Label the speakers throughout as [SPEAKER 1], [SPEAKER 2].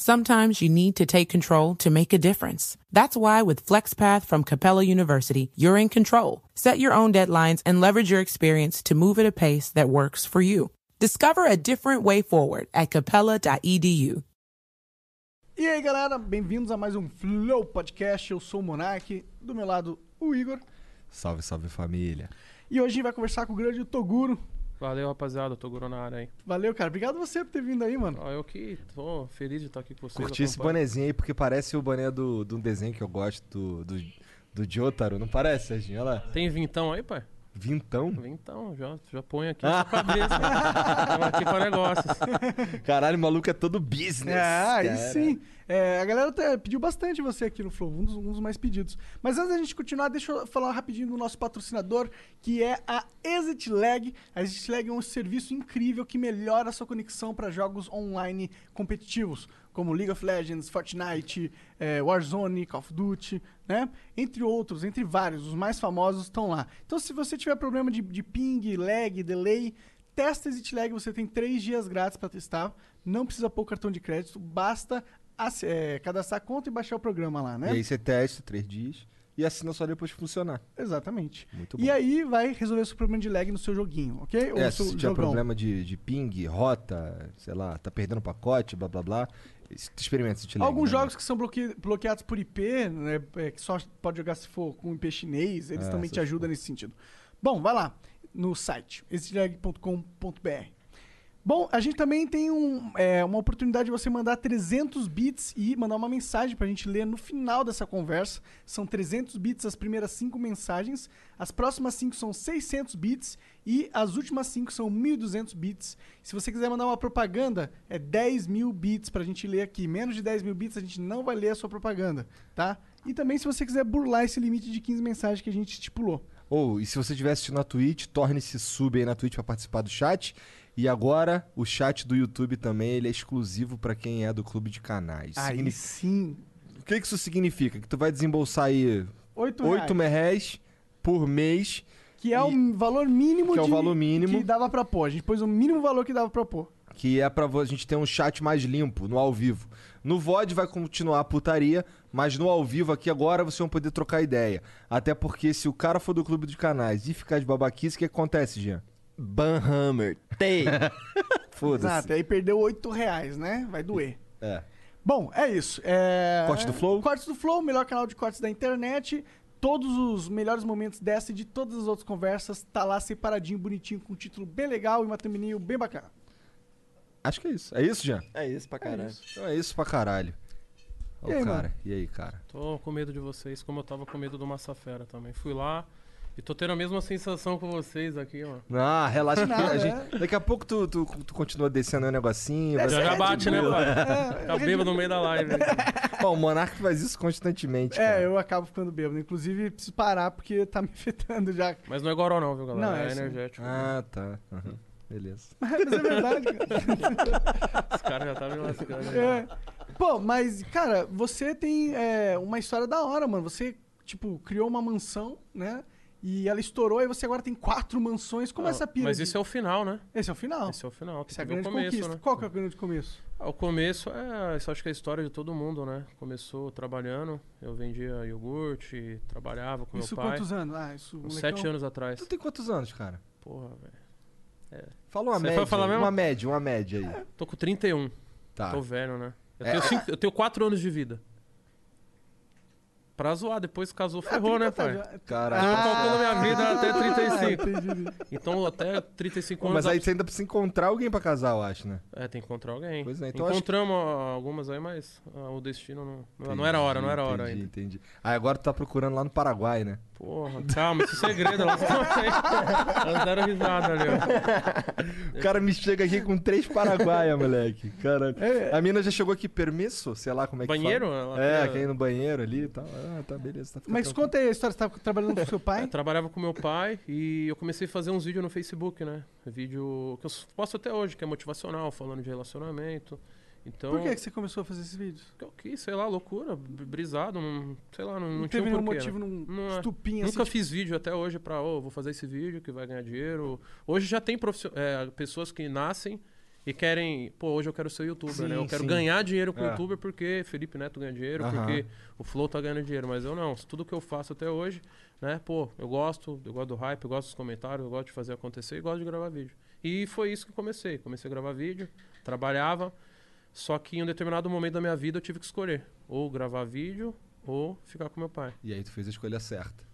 [SPEAKER 1] Sometimes you need to take control to make a difference. That's why with FlexPath from Capella University, you're in control. Set your own deadlines and leverage your experience to move at a pace that works for you. Discover a different way forward at capella.edu.
[SPEAKER 2] E aí, galera, bem-vindos a mais um Flow Podcast. Eu sou o Monark, do meu lado o Igor,
[SPEAKER 3] Salve, salve família.
[SPEAKER 2] e hoje a gente vai conversar com o grande Toguro.
[SPEAKER 4] Valeu, rapaziada. Tô guru na área aí.
[SPEAKER 2] Valeu, cara. Obrigado você por ter vindo aí, mano.
[SPEAKER 4] Ó, eu que tô feliz de estar aqui com vocês.
[SPEAKER 3] Curti esse
[SPEAKER 4] acompanho.
[SPEAKER 3] bonezinho aí porque parece o boné do, de um desenho que eu gosto do, do, do Jotaro, não parece, Serginho? Olha lá.
[SPEAKER 4] Tem vintão aí, pai?
[SPEAKER 3] Vintão?
[SPEAKER 4] Vintão, já, já põe aqui na sua cabeça. Tamo aqui pra negócios.
[SPEAKER 3] Caralho, o maluco é todo business.
[SPEAKER 2] É, aí
[SPEAKER 3] cara.
[SPEAKER 2] sim. É, a galera até pediu bastante você aqui no Flow, um dos, um dos mais pedidos. Mas antes da gente continuar, deixa eu falar rapidinho do nosso patrocinador, que é a Exit Lag. A Exit Lag é um serviço incrível que melhora a sua conexão para jogos online competitivos, como League of Legends, Fortnite, é, Warzone, Call of Duty, né? Entre outros, entre vários, os mais famosos estão lá. Então, se você tiver problema de, de ping, lag, delay, Testa Exit Lag, você tem três dias grátis para testar. Não precisa pôr cartão de crédito, basta ace- eh, cadastrar a conta e baixar o programa lá,
[SPEAKER 3] E
[SPEAKER 2] né?
[SPEAKER 3] aí você testa três dias e assina só depois de funcionar.
[SPEAKER 2] Exatamente.
[SPEAKER 3] Muito bom.
[SPEAKER 2] E aí vai resolver o seu problema de lag no seu joguinho, ok? Ou
[SPEAKER 3] É,
[SPEAKER 2] no seu
[SPEAKER 3] se tiver problema de, de ping, rota, sei lá, tá perdendo pacote, blá blá blá. es- Experimenta se te liga,
[SPEAKER 2] Alguns
[SPEAKER 3] né?
[SPEAKER 2] jogos que são bloque- bloqueados por IP, né, é, que só pode jogar se for com IP chinês, eles
[SPEAKER 3] É,
[SPEAKER 2] também te
[SPEAKER 3] essas
[SPEAKER 2] ajudam nesse sentido. Bom, vai lá no site exitlag.com.br. Bom, a gente também tem um, é, uma oportunidade de você mandar 300 bits e mandar uma mensagem pra gente ler no final dessa conversa. São 300 bits as primeiras 5 mensagens, as próximas 5 são 600 bits e as últimas 5 são 1.200 bits. Se você quiser mandar uma propaganda, é 10 mil bits pra gente ler aqui. Menos de 10 mil bits a gente não vai ler a sua propaganda, tá? E também se você quiser burlar esse limite de 15 mensagens que a gente estipulou.
[SPEAKER 3] Ou, e se você estiver assistindo na Twitch, torne-se sub aí na Twitch pra participar do chat. E agora, o chat do YouTube também, ele é exclusivo pra quem é do clube de canais.
[SPEAKER 2] Aí
[SPEAKER 3] Signi-
[SPEAKER 2] sim,
[SPEAKER 3] O que, que isso significa? Que tu vai desembolsar aí
[SPEAKER 2] 8
[SPEAKER 3] 8
[SPEAKER 2] reais,
[SPEAKER 3] merréis por mês,
[SPEAKER 2] que é o valor mínimo
[SPEAKER 3] que é o
[SPEAKER 2] de-
[SPEAKER 3] valor mínimo,
[SPEAKER 2] que dava pra pôr. A gente pôs o mínimo valor que dava pra pôr.
[SPEAKER 3] que é pra vo- a gente ter um chat mais limpo, no ao vivo. No VOD vai continuar a putaria, mas no ao vivo aqui agora vocês vão poder trocar ideia. Até porque se o cara for do clube de canais e ficar de babaquice, o que acontece, Jean? Banhammer. Tei! Foda-se.
[SPEAKER 2] Exato, aí perdeu 8 reais, né? Vai doer.
[SPEAKER 3] É.
[SPEAKER 2] Bom, é isso. É...
[SPEAKER 3] Corte do Flow?
[SPEAKER 2] Cortes do Flow, o melhor canal de cortes da internet. Todos os melhores momentos dessa e de todas as outras conversas tá lá separadinho, bonitinho, com um título bem legal e uma thumbnail bem bacana.
[SPEAKER 3] Acho que é isso. É isso, Jean?
[SPEAKER 5] É isso pra caralho.
[SPEAKER 3] Então é isso pra caralho. Ó
[SPEAKER 2] E aí,
[SPEAKER 3] o cara. E aí, cara?
[SPEAKER 4] Tô com medo de vocês, como eu tava com medo do Massa Fera também. Fui lá e tô tendo a mesma sensação com vocês aqui, ó.
[SPEAKER 3] Ah, relaxa que
[SPEAKER 2] Nada, né?
[SPEAKER 3] a gente- Daqui a pouco tu, tu, tu continua descendo aí o negocinho. vai-
[SPEAKER 4] Já
[SPEAKER 2] é
[SPEAKER 4] já bate, né, pai? Fica bêbado no meio da live.
[SPEAKER 3] Ó, o Monark faz isso constantemente. cara.
[SPEAKER 2] É, eu acabo ficando bêbado. Inclusive, preciso parar porque tá me afetando já.
[SPEAKER 4] Mas não é goró não, viu, galera?
[SPEAKER 2] Não, é
[SPEAKER 4] é,
[SPEAKER 2] assim.
[SPEAKER 4] energético.
[SPEAKER 3] Ah, tá. Aham. Beleza.
[SPEAKER 2] Mas é verdade, cara.
[SPEAKER 4] Os caras já tá me lascando. né?
[SPEAKER 2] É. Pô, mas, cara, você tem é, uma história da hora, mano. Você, tipo, criou uma mansão, né? E ela estourou, e você agora tem quatro mansões. Como é essa pira?
[SPEAKER 4] Mas isso é o final, né?
[SPEAKER 2] Esse é o final. Esse
[SPEAKER 4] Esse é o final. Tem
[SPEAKER 2] é a
[SPEAKER 4] que ver o
[SPEAKER 2] grande
[SPEAKER 4] começo,
[SPEAKER 2] conquista.
[SPEAKER 4] né?
[SPEAKER 2] Qual que é o grande começo?
[SPEAKER 4] Ao começo, é, isso acho que é a história de todo mundo, né? Começou trabalhando, eu vendia iogurte, trabalhava com
[SPEAKER 2] isso
[SPEAKER 4] meu pai.
[SPEAKER 2] quantos anos? Ah, isso.
[SPEAKER 4] Uns
[SPEAKER 2] molecão?
[SPEAKER 4] sete anos atrás.
[SPEAKER 3] Tu tem quantos anos, cara?
[SPEAKER 4] Porra, velho.
[SPEAKER 3] Fala uma
[SPEAKER 4] Você
[SPEAKER 3] média.
[SPEAKER 4] foi falar
[SPEAKER 3] aí,
[SPEAKER 4] mesmo?
[SPEAKER 3] Uma média, uma média aí.
[SPEAKER 4] Tô com 31.
[SPEAKER 3] Tá.
[SPEAKER 4] Tô velho, né? Eu,
[SPEAKER 3] É.
[SPEAKER 4] tenho cinco, eu tenho quatro anos de vida. Pra zoar, depois casou, ferrou, né,
[SPEAKER 2] tá,
[SPEAKER 4] pai?
[SPEAKER 2] já-
[SPEAKER 3] Caralho.
[SPEAKER 4] Ah, Tô calculando minha vida até 35.
[SPEAKER 2] entendi.
[SPEAKER 4] Então, até 35
[SPEAKER 3] Pô,
[SPEAKER 4] anos.
[SPEAKER 3] mas aí você ainda precisa encontrar alguém pra casar, eu acho, né?
[SPEAKER 4] É, tem que encontrar alguém.
[SPEAKER 3] Pois é, então acho que-
[SPEAKER 4] Encontramos ah, algumas aí, mas ah, o destino não, não- não era hora, não era hora
[SPEAKER 3] entendi,
[SPEAKER 4] ainda.
[SPEAKER 3] Entendi. Aí agora tu tá procurando lá no Paraguai, né?
[SPEAKER 4] Porra, calma, isso é segredo. Elas, elas deram risada ali, ó.
[SPEAKER 3] O cara me chega aqui com três Paraguaia, moleque. Caralho. A mina já chegou aqui, permisso? Sei lá como é que
[SPEAKER 4] Banheiro?
[SPEAKER 3] fala.
[SPEAKER 4] Ela
[SPEAKER 3] É,
[SPEAKER 4] queria-
[SPEAKER 3] quem no banheiro ali e tal. Ah, tá, beleza. Tá, fica
[SPEAKER 2] Mas
[SPEAKER 3] tranquilo.
[SPEAKER 2] conta aí a história. Você tava trabalhando com seu
[SPEAKER 4] Eu
[SPEAKER 2] pai?
[SPEAKER 4] trabalhava com meu pai e eu comecei a fazer uns vídeos no Facebook, né? Vídeo que eu posto até hoje, que é motivacional, falando de relacionamento. Então,
[SPEAKER 2] Por que, que você começou a fazer esses vídeos?
[SPEAKER 4] que eu quis, sei lá, loucura, br- brisado, não, sei lá, não, não,
[SPEAKER 2] Não teve
[SPEAKER 4] tinha um
[SPEAKER 2] nenhum
[SPEAKER 4] porquê,
[SPEAKER 2] motivo,
[SPEAKER 4] né?
[SPEAKER 2] num
[SPEAKER 4] Não é.
[SPEAKER 2] estupinho
[SPEAKER 4] Nunca
[SPEAKER 2] assim.
[SPEAKER 4] fiz vídeo até hoje pra, ô, vou fazer esse vídeo que vai ganhar dinheiro. Hoje já tem profissio- é, pessoas que nascem e querem, pô, hoje eu quero ser youtuber, né? Eu
[SPEAKER 3] Sim,
[SPEAKER 4] quero
[SPEAKER 3] sim.
[SPEAKER 4] ganhar dinheiro com
[SPEAKER 3] É.
[SPEAKER 4] youtuber porque Felipe Neto ganha dinheiro,
[SPEAKER 3] Aham.
[SPEAKER 4] porque o Flow tá ganhando dinheiro, mas eu não. Tudo que eu faço até hoje, né? Pô, eu gosto, eu gosto do hype, eu gosto dos comentários, eu gosto de fazer acontecer e gosto de gravar vídeo. E foi isso que eu comecei. Comecei a gravar vídeo, trabalhava, só que em um determinado momento da minha vida eu tive que escolher ou gravar vídeo ou ficar com meu pai.
[SPEAKER 3] E aí tu fez a escolha certa.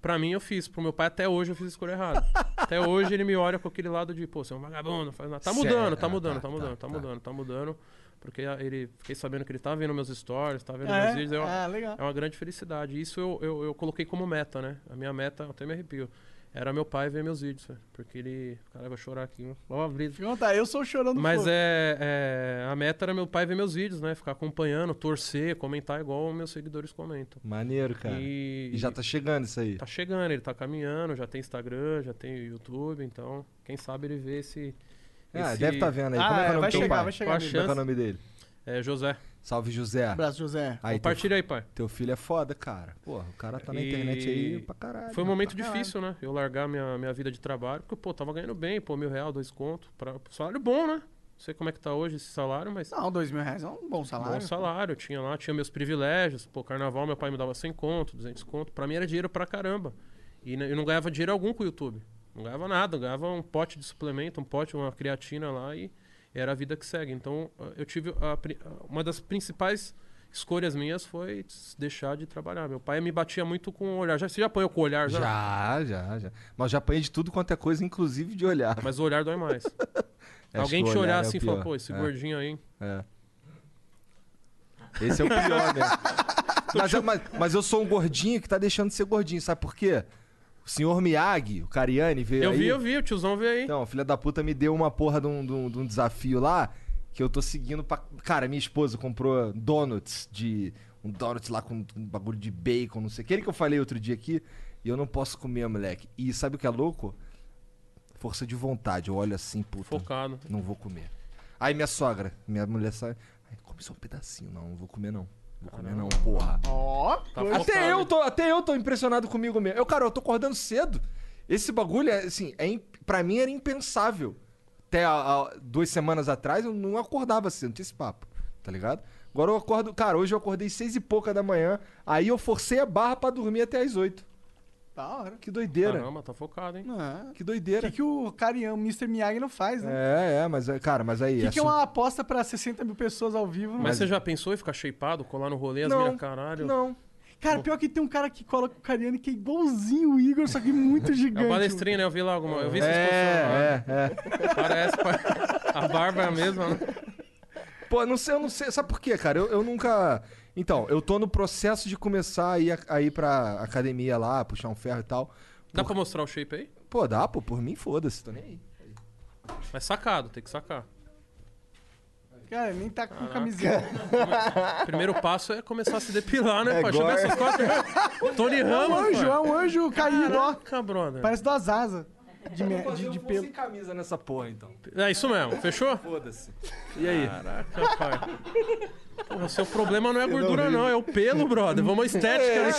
[SPEAKER 4] Pra mim eu fiz, pro meu pai até hoje eu fiz a escolha errada. até hoje ele me olha com aquele lado de, pô, você é um vagabundo, não faz nada. Tá
[SPEAKER 3] Cê-
[SPEAKER 4] mudando,
[SPEAKER 3] ah,
[SPEAKER 4] tá mudando,
[SPEAKER 3] tá,
[SPEAKER 4] tá mudando,
[SPEAKER 3] tá,
[SPEAKER 4] tá
[SPEAKER 3] tá.
[SPEAKER 4] mudando, tá mudando. Porque ele, fiquei sabendo que ele tá vendo meus stories, tá vendo meus vídeos.
[SPEAKER 2] É,
[SPEAKER 4] aí eu-
[SPEAKER 2] ah, legal.
[SPEAKER 4] é uma grande felicidade. Isso eu, eu, eu coloquei como meta, né? A minha meta, eu até me arrepio, era meu pai ver meus vídeos, velho. Porque ele. Caralho, vai chorar aqui, hein? Ó, a brisa.
[SPEAKER 2] Fica à vontade, eu sou chorando
[SPEAKER 4] Mas
[SPEAKER 2] fogo.
[SPEAKER 4] é, é, A meta era meu pai ver meus vídeos, né? Ficar acompanhando, torcer, comentar igual meus seguidores comentam.
[SPEAKER 3] Maneiro, cara. E,
[SPEAKER 4] E,
[SPEAKER 3] já tá chegando isso aí.
[SPEAKER 4] tá chegando, ele tá caminhando, já tem Instagram, já tem YouTube, então quem sabe ele vê esse.
[SPEAKER 3] Ah,
[SPEAKER 4] esse-
[SPEAKER 3] deve tá vendo aí.
[SPEAKER 2] Ah,
[SPEAKER 3] Como é que
[SPEAKER 2] é,
[SPEAKER 3] é o nome
[SPEAKER 2] vai
[SPEAKER 3] do teu
[SPEAKER 2] chegar,
[SPEAKER 3] pai?
[SPEAKER 2] vai
[SPEAKER 4] Qual
[SPEAKER 2] chegar. nele.
[SPEAKER 3] Como é
[SPEAKER 4] a
[SPEAKER 3] que é o
[SPEAKER 4] chance?
[SPEAKER 3] nome dele?
[SPEAKER 4] É, José.
[SPEAKER 3] Salve, José.
[SPEAKER 2] Abraço, José.
[SPEAKER 3] Aí, então. teu,
[SPEAKER 4] Compartilha aí, pai.
[SPEAKER 3] teu filho é foda, cara. Porra, o cara tá na
[SPEAKER 4] E-
[SPEAKER 3] internet aí Ah, pra caralho.
[SPEAKER 4] Foi
[SPEAKER 3] rapaz.
[SPEAKER 4] um momento difícil, né? Eu largar minha, minha vida de trabalho, porque, pô, tava ganhando bem, pô, mil real, dois conto. Pra, salário bom, né? Não sei como é que tá hoje esse salário, mas.
[SPEAKER 2] Não, dois mil reais é um bom salário.
[SPEAKER 4] Bom salário, eu tinha lá, tinha meus privilégios. Pô, carnaval, meu pai me dava 100 conto, 200 conto. Pra mim era dinheiro pra caramba. E n- eu não ganhava dinheiro algum com o YouTube. Não ganhava nada, eu ganhava um pote de suplemento, um pote, uma creatina lá e era a vida que segue. Então ah, eu tive. a pri- ah, uma das principais escolhas minhas foi s- deixar de trabalhar. Meu pai me batia muito com o olhar. Já, você já apanhou com o olhar? Já.
[SPEAKER 3] Já, já, já. Mas já apanhei de tudo quanto é coisa, inclusive de olhar.
[SPEAKER 4] Mas o olhar dói mais.
[SPEAKER 3] Acho
[SPEAKER 4] Alguém
[SPEAKER 3] que o
[SPEAKER 4] te olhar
[SPEAKER 3] é o
[SPEAKER 4] assim e falar,
[SPEAKER 3] pior.
[SPEAKER 4] pô, esse
[SPEAKER 3] É,
[SPEAKER 4] gordinho aí. hein?
[SPEAKER 3] é. Esse é o pior, né? mas, eu, mas- mas eu sou um gordinho que tá deixando de ser gordinho, sabe por quê? O senhor Miyagi, o Cariani, veio
[SPEAKER 4] Eu
[SPEAKER 3] aí.
[SPEAKER 4] vi, eu vi, o tiozão veio aí.
[SPEAKER 3] Então, filha da puta me deu uma porra de um, de um- de um desafio lá que eu tô seguindo pra. Cara, minha esposa comprou donuts de. Um donut lá com um bagulho de bacon, não sei o que. Aquele que eu falei outro dia aqui. E eu não posso comer, moleque. E sabe o que é louco? Força de vontade. Eu olho assim, puta.
[SPEAKER 4] Focado.
[SPEAKER 3] Não vou comer. Aí minha sogra, minha mulher sai. Ai, come só um pedacinho, não. Não vou comer, não. Não vou comer, não, porra.
[SPEAKER 2] Ó,
[SPEAKER 4] Tá
[SPEAKER 2] coisa-
[SPEAKER 4] focado.
[SPEAKER 3] Até eu, tô, até eu tô impressionado comigo mesmo. Eu, cara, eu tô acordando cedo. Esse bagulho, é, assim, é, imp- pra mim era impensável. Até a- a- duas semanas atrás eu não acordava cedo, não tinha esse papo, tá ligado? Agora eu acordo. Cara, hoje eu acordei seis e pouca da manhã, aí eu forcei a barra pra dormir até as oito.
[SPEAKER 2] da hora.
[SPEAKER 3] Que doideira.
[SPEAKER 4] Caramba, tá focado, hein?
[SPEAKER 2] Ah,
[SPEAKER 3] Que
[SPEAKER 2] O
[SPEAKER 3] doideira.
[SPEAKER 2] que, que o Carião, Mr. Miyagi não faz, né?
[SPEAKER 3] É, é, mas, é, cara, mas aí.
[SPEAKER 2] O que, que é
[SPEAKER 3] assunto-
[SPEAKER 2] uma aposta pra 60 mil pessoas ao vivo?
[SPEAKER 4] Mas você já pensou em ficar shapeado, colar no rolê, as
[SPEAKER 3] Não,
[SPEAKER 4] minhas caralho?
[SPEAKER 3] Não.
[SPEAKER 2] Cara, pior que tem um cara que coloca o Cariani que é igualzinho o Igor, só que muito
[SPEAKER 4] É o
[SPEAKER 2] gigante.
[SPEAKER 4] palestrinho, né? Eu vi lá alguma. Eu vi vocês
[SPEAKER 3] É,
[SPEAKER 2] né?
[SPEAKER 3] é, é.
[SPEAKER 4] postando. Parece, parece. A barba é a mesma, né?
[SPEAKER 3] Pô, não sei, eu não sei. Sabe por quê, cara? Eu, eu nunca. Então, eu tô no processo de começar a ir, a, a ir pra academia lá, puxar um ferro e tal.
[SPEAKER 4] Dá pra mostrar o shape aí?
[SPEAKER 3] Pô, dá, pô, por mim, foda-se, tô nem aí.
[SPEAKER 4] Mas É sacado, tem que sacar.
[SPEAKER 2] Cara, nem tá com camiseta.
[SPEAKER 4] O primeiro passo é começar a se depilar, né,
[SPEAKER 3] É
[SPEAKER 4] pai? Deixa eu ver
[SPEAKER 3] gore.
[SPEAKER 4] essas costas. Tony
[SPEAKER 2] É um
[SPEAKER 4] Ramos,
[SPEAKER 2] anjo, é
[SPEAKER 4] pai.
[SPEAKER 2] um anjo caído, ó.
[SPEAKER 4] Caraca, brother.
[SPEAKER 2] Parece duas asas de, me- de,
[SPEAKER 3] um
[SPEAKER 2] de pelo.
[SPEAKER 3] camisa nessa porra, então.
[SPEAKER 4] É isso mesmo, fechou?
[SPEAKER 3] Foda-se.
[SPEAKER 4] E aí? Caraca, pai. Porra, seu problema não é a gordura, não. É o pelo, brother. Vamos à estética.
[SPEAKER 3] É,
[SPEAKER 4] né?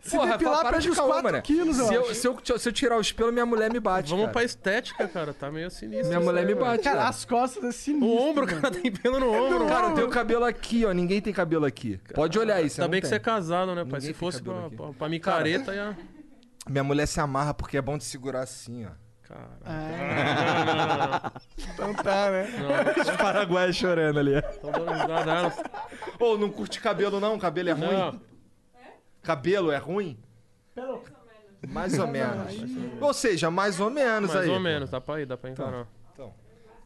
[SPEAKER 3] se
[SPEAKER 2] Se depilar, perde uns quatro quilos, eu
[SPEAKER 3] se eu,
[SPEAKER 2] acho.
[SPEAKER 3] se, eu, se eu tirar os pelos, minha mulher me bate.
[SPEAKER 4] Vamos
[SPEAKER 3] cara.
[SPEAKER 4] pra estética, cara. Tá meio sinistro.
[SPEAKER 3] Minha
[SPEAKER 4] isso
[SPEAKER 3] mulher
[SPEAKER 4] aí,
[SPEAKER 3] me
[SPEAKER 4] mano.
[SPEAKER 3] bate.
[SPEAKER 2] Cara,
[SPEAKER 3] Cara,
[SPEAKER 2] as costas é sinistro.
[SPEAKER 4] O ombro, cara, tem pelo no ombro.
[SPEAKER 3] cara, eu tenho cabelo aqui, ó. Ninguém tem cabelo aqui. Pode olhar isso,
[SPEAKER 4] Ainda bem que você é casado, né, pai?
[SPEAKER 3] Ninguém
[SPEAKER 4] Se
[SPEAKER 3] tem
[SPEAKER 4] fosse
[SPEAKER 3] cabelo
[SPEAKER 4] pra,
[SPEAKER 3] aqui.
[SPEAKER 4] pra, pra micareta, ia.
[SPEAKER 3] Minha mulher se amarra porque é bom de segurar assim, ó.
[SPEAKER 4] Cara,
[SPEAKER 2] Ah, então tá, né?
[SPEAKER 3] Os paraguaios chorando ali.
[SPEAKER 4] tô tá dando risada. ela-
[SPEAKER 3] Ô, não curte cabelo não? Cabelo é Tá ruim?
[SPEAKER 4] Não,
[SPEAKER 3] Cabelo é ruim? Mais ou menos. Ou seja, mais ou menos
[SPEAKER 4] mais
[SPEAKER 3] aí.
[SPEAKER 4] ou menos, dá pra ir, dá pra encarar.
[SPEAKER 3] Então,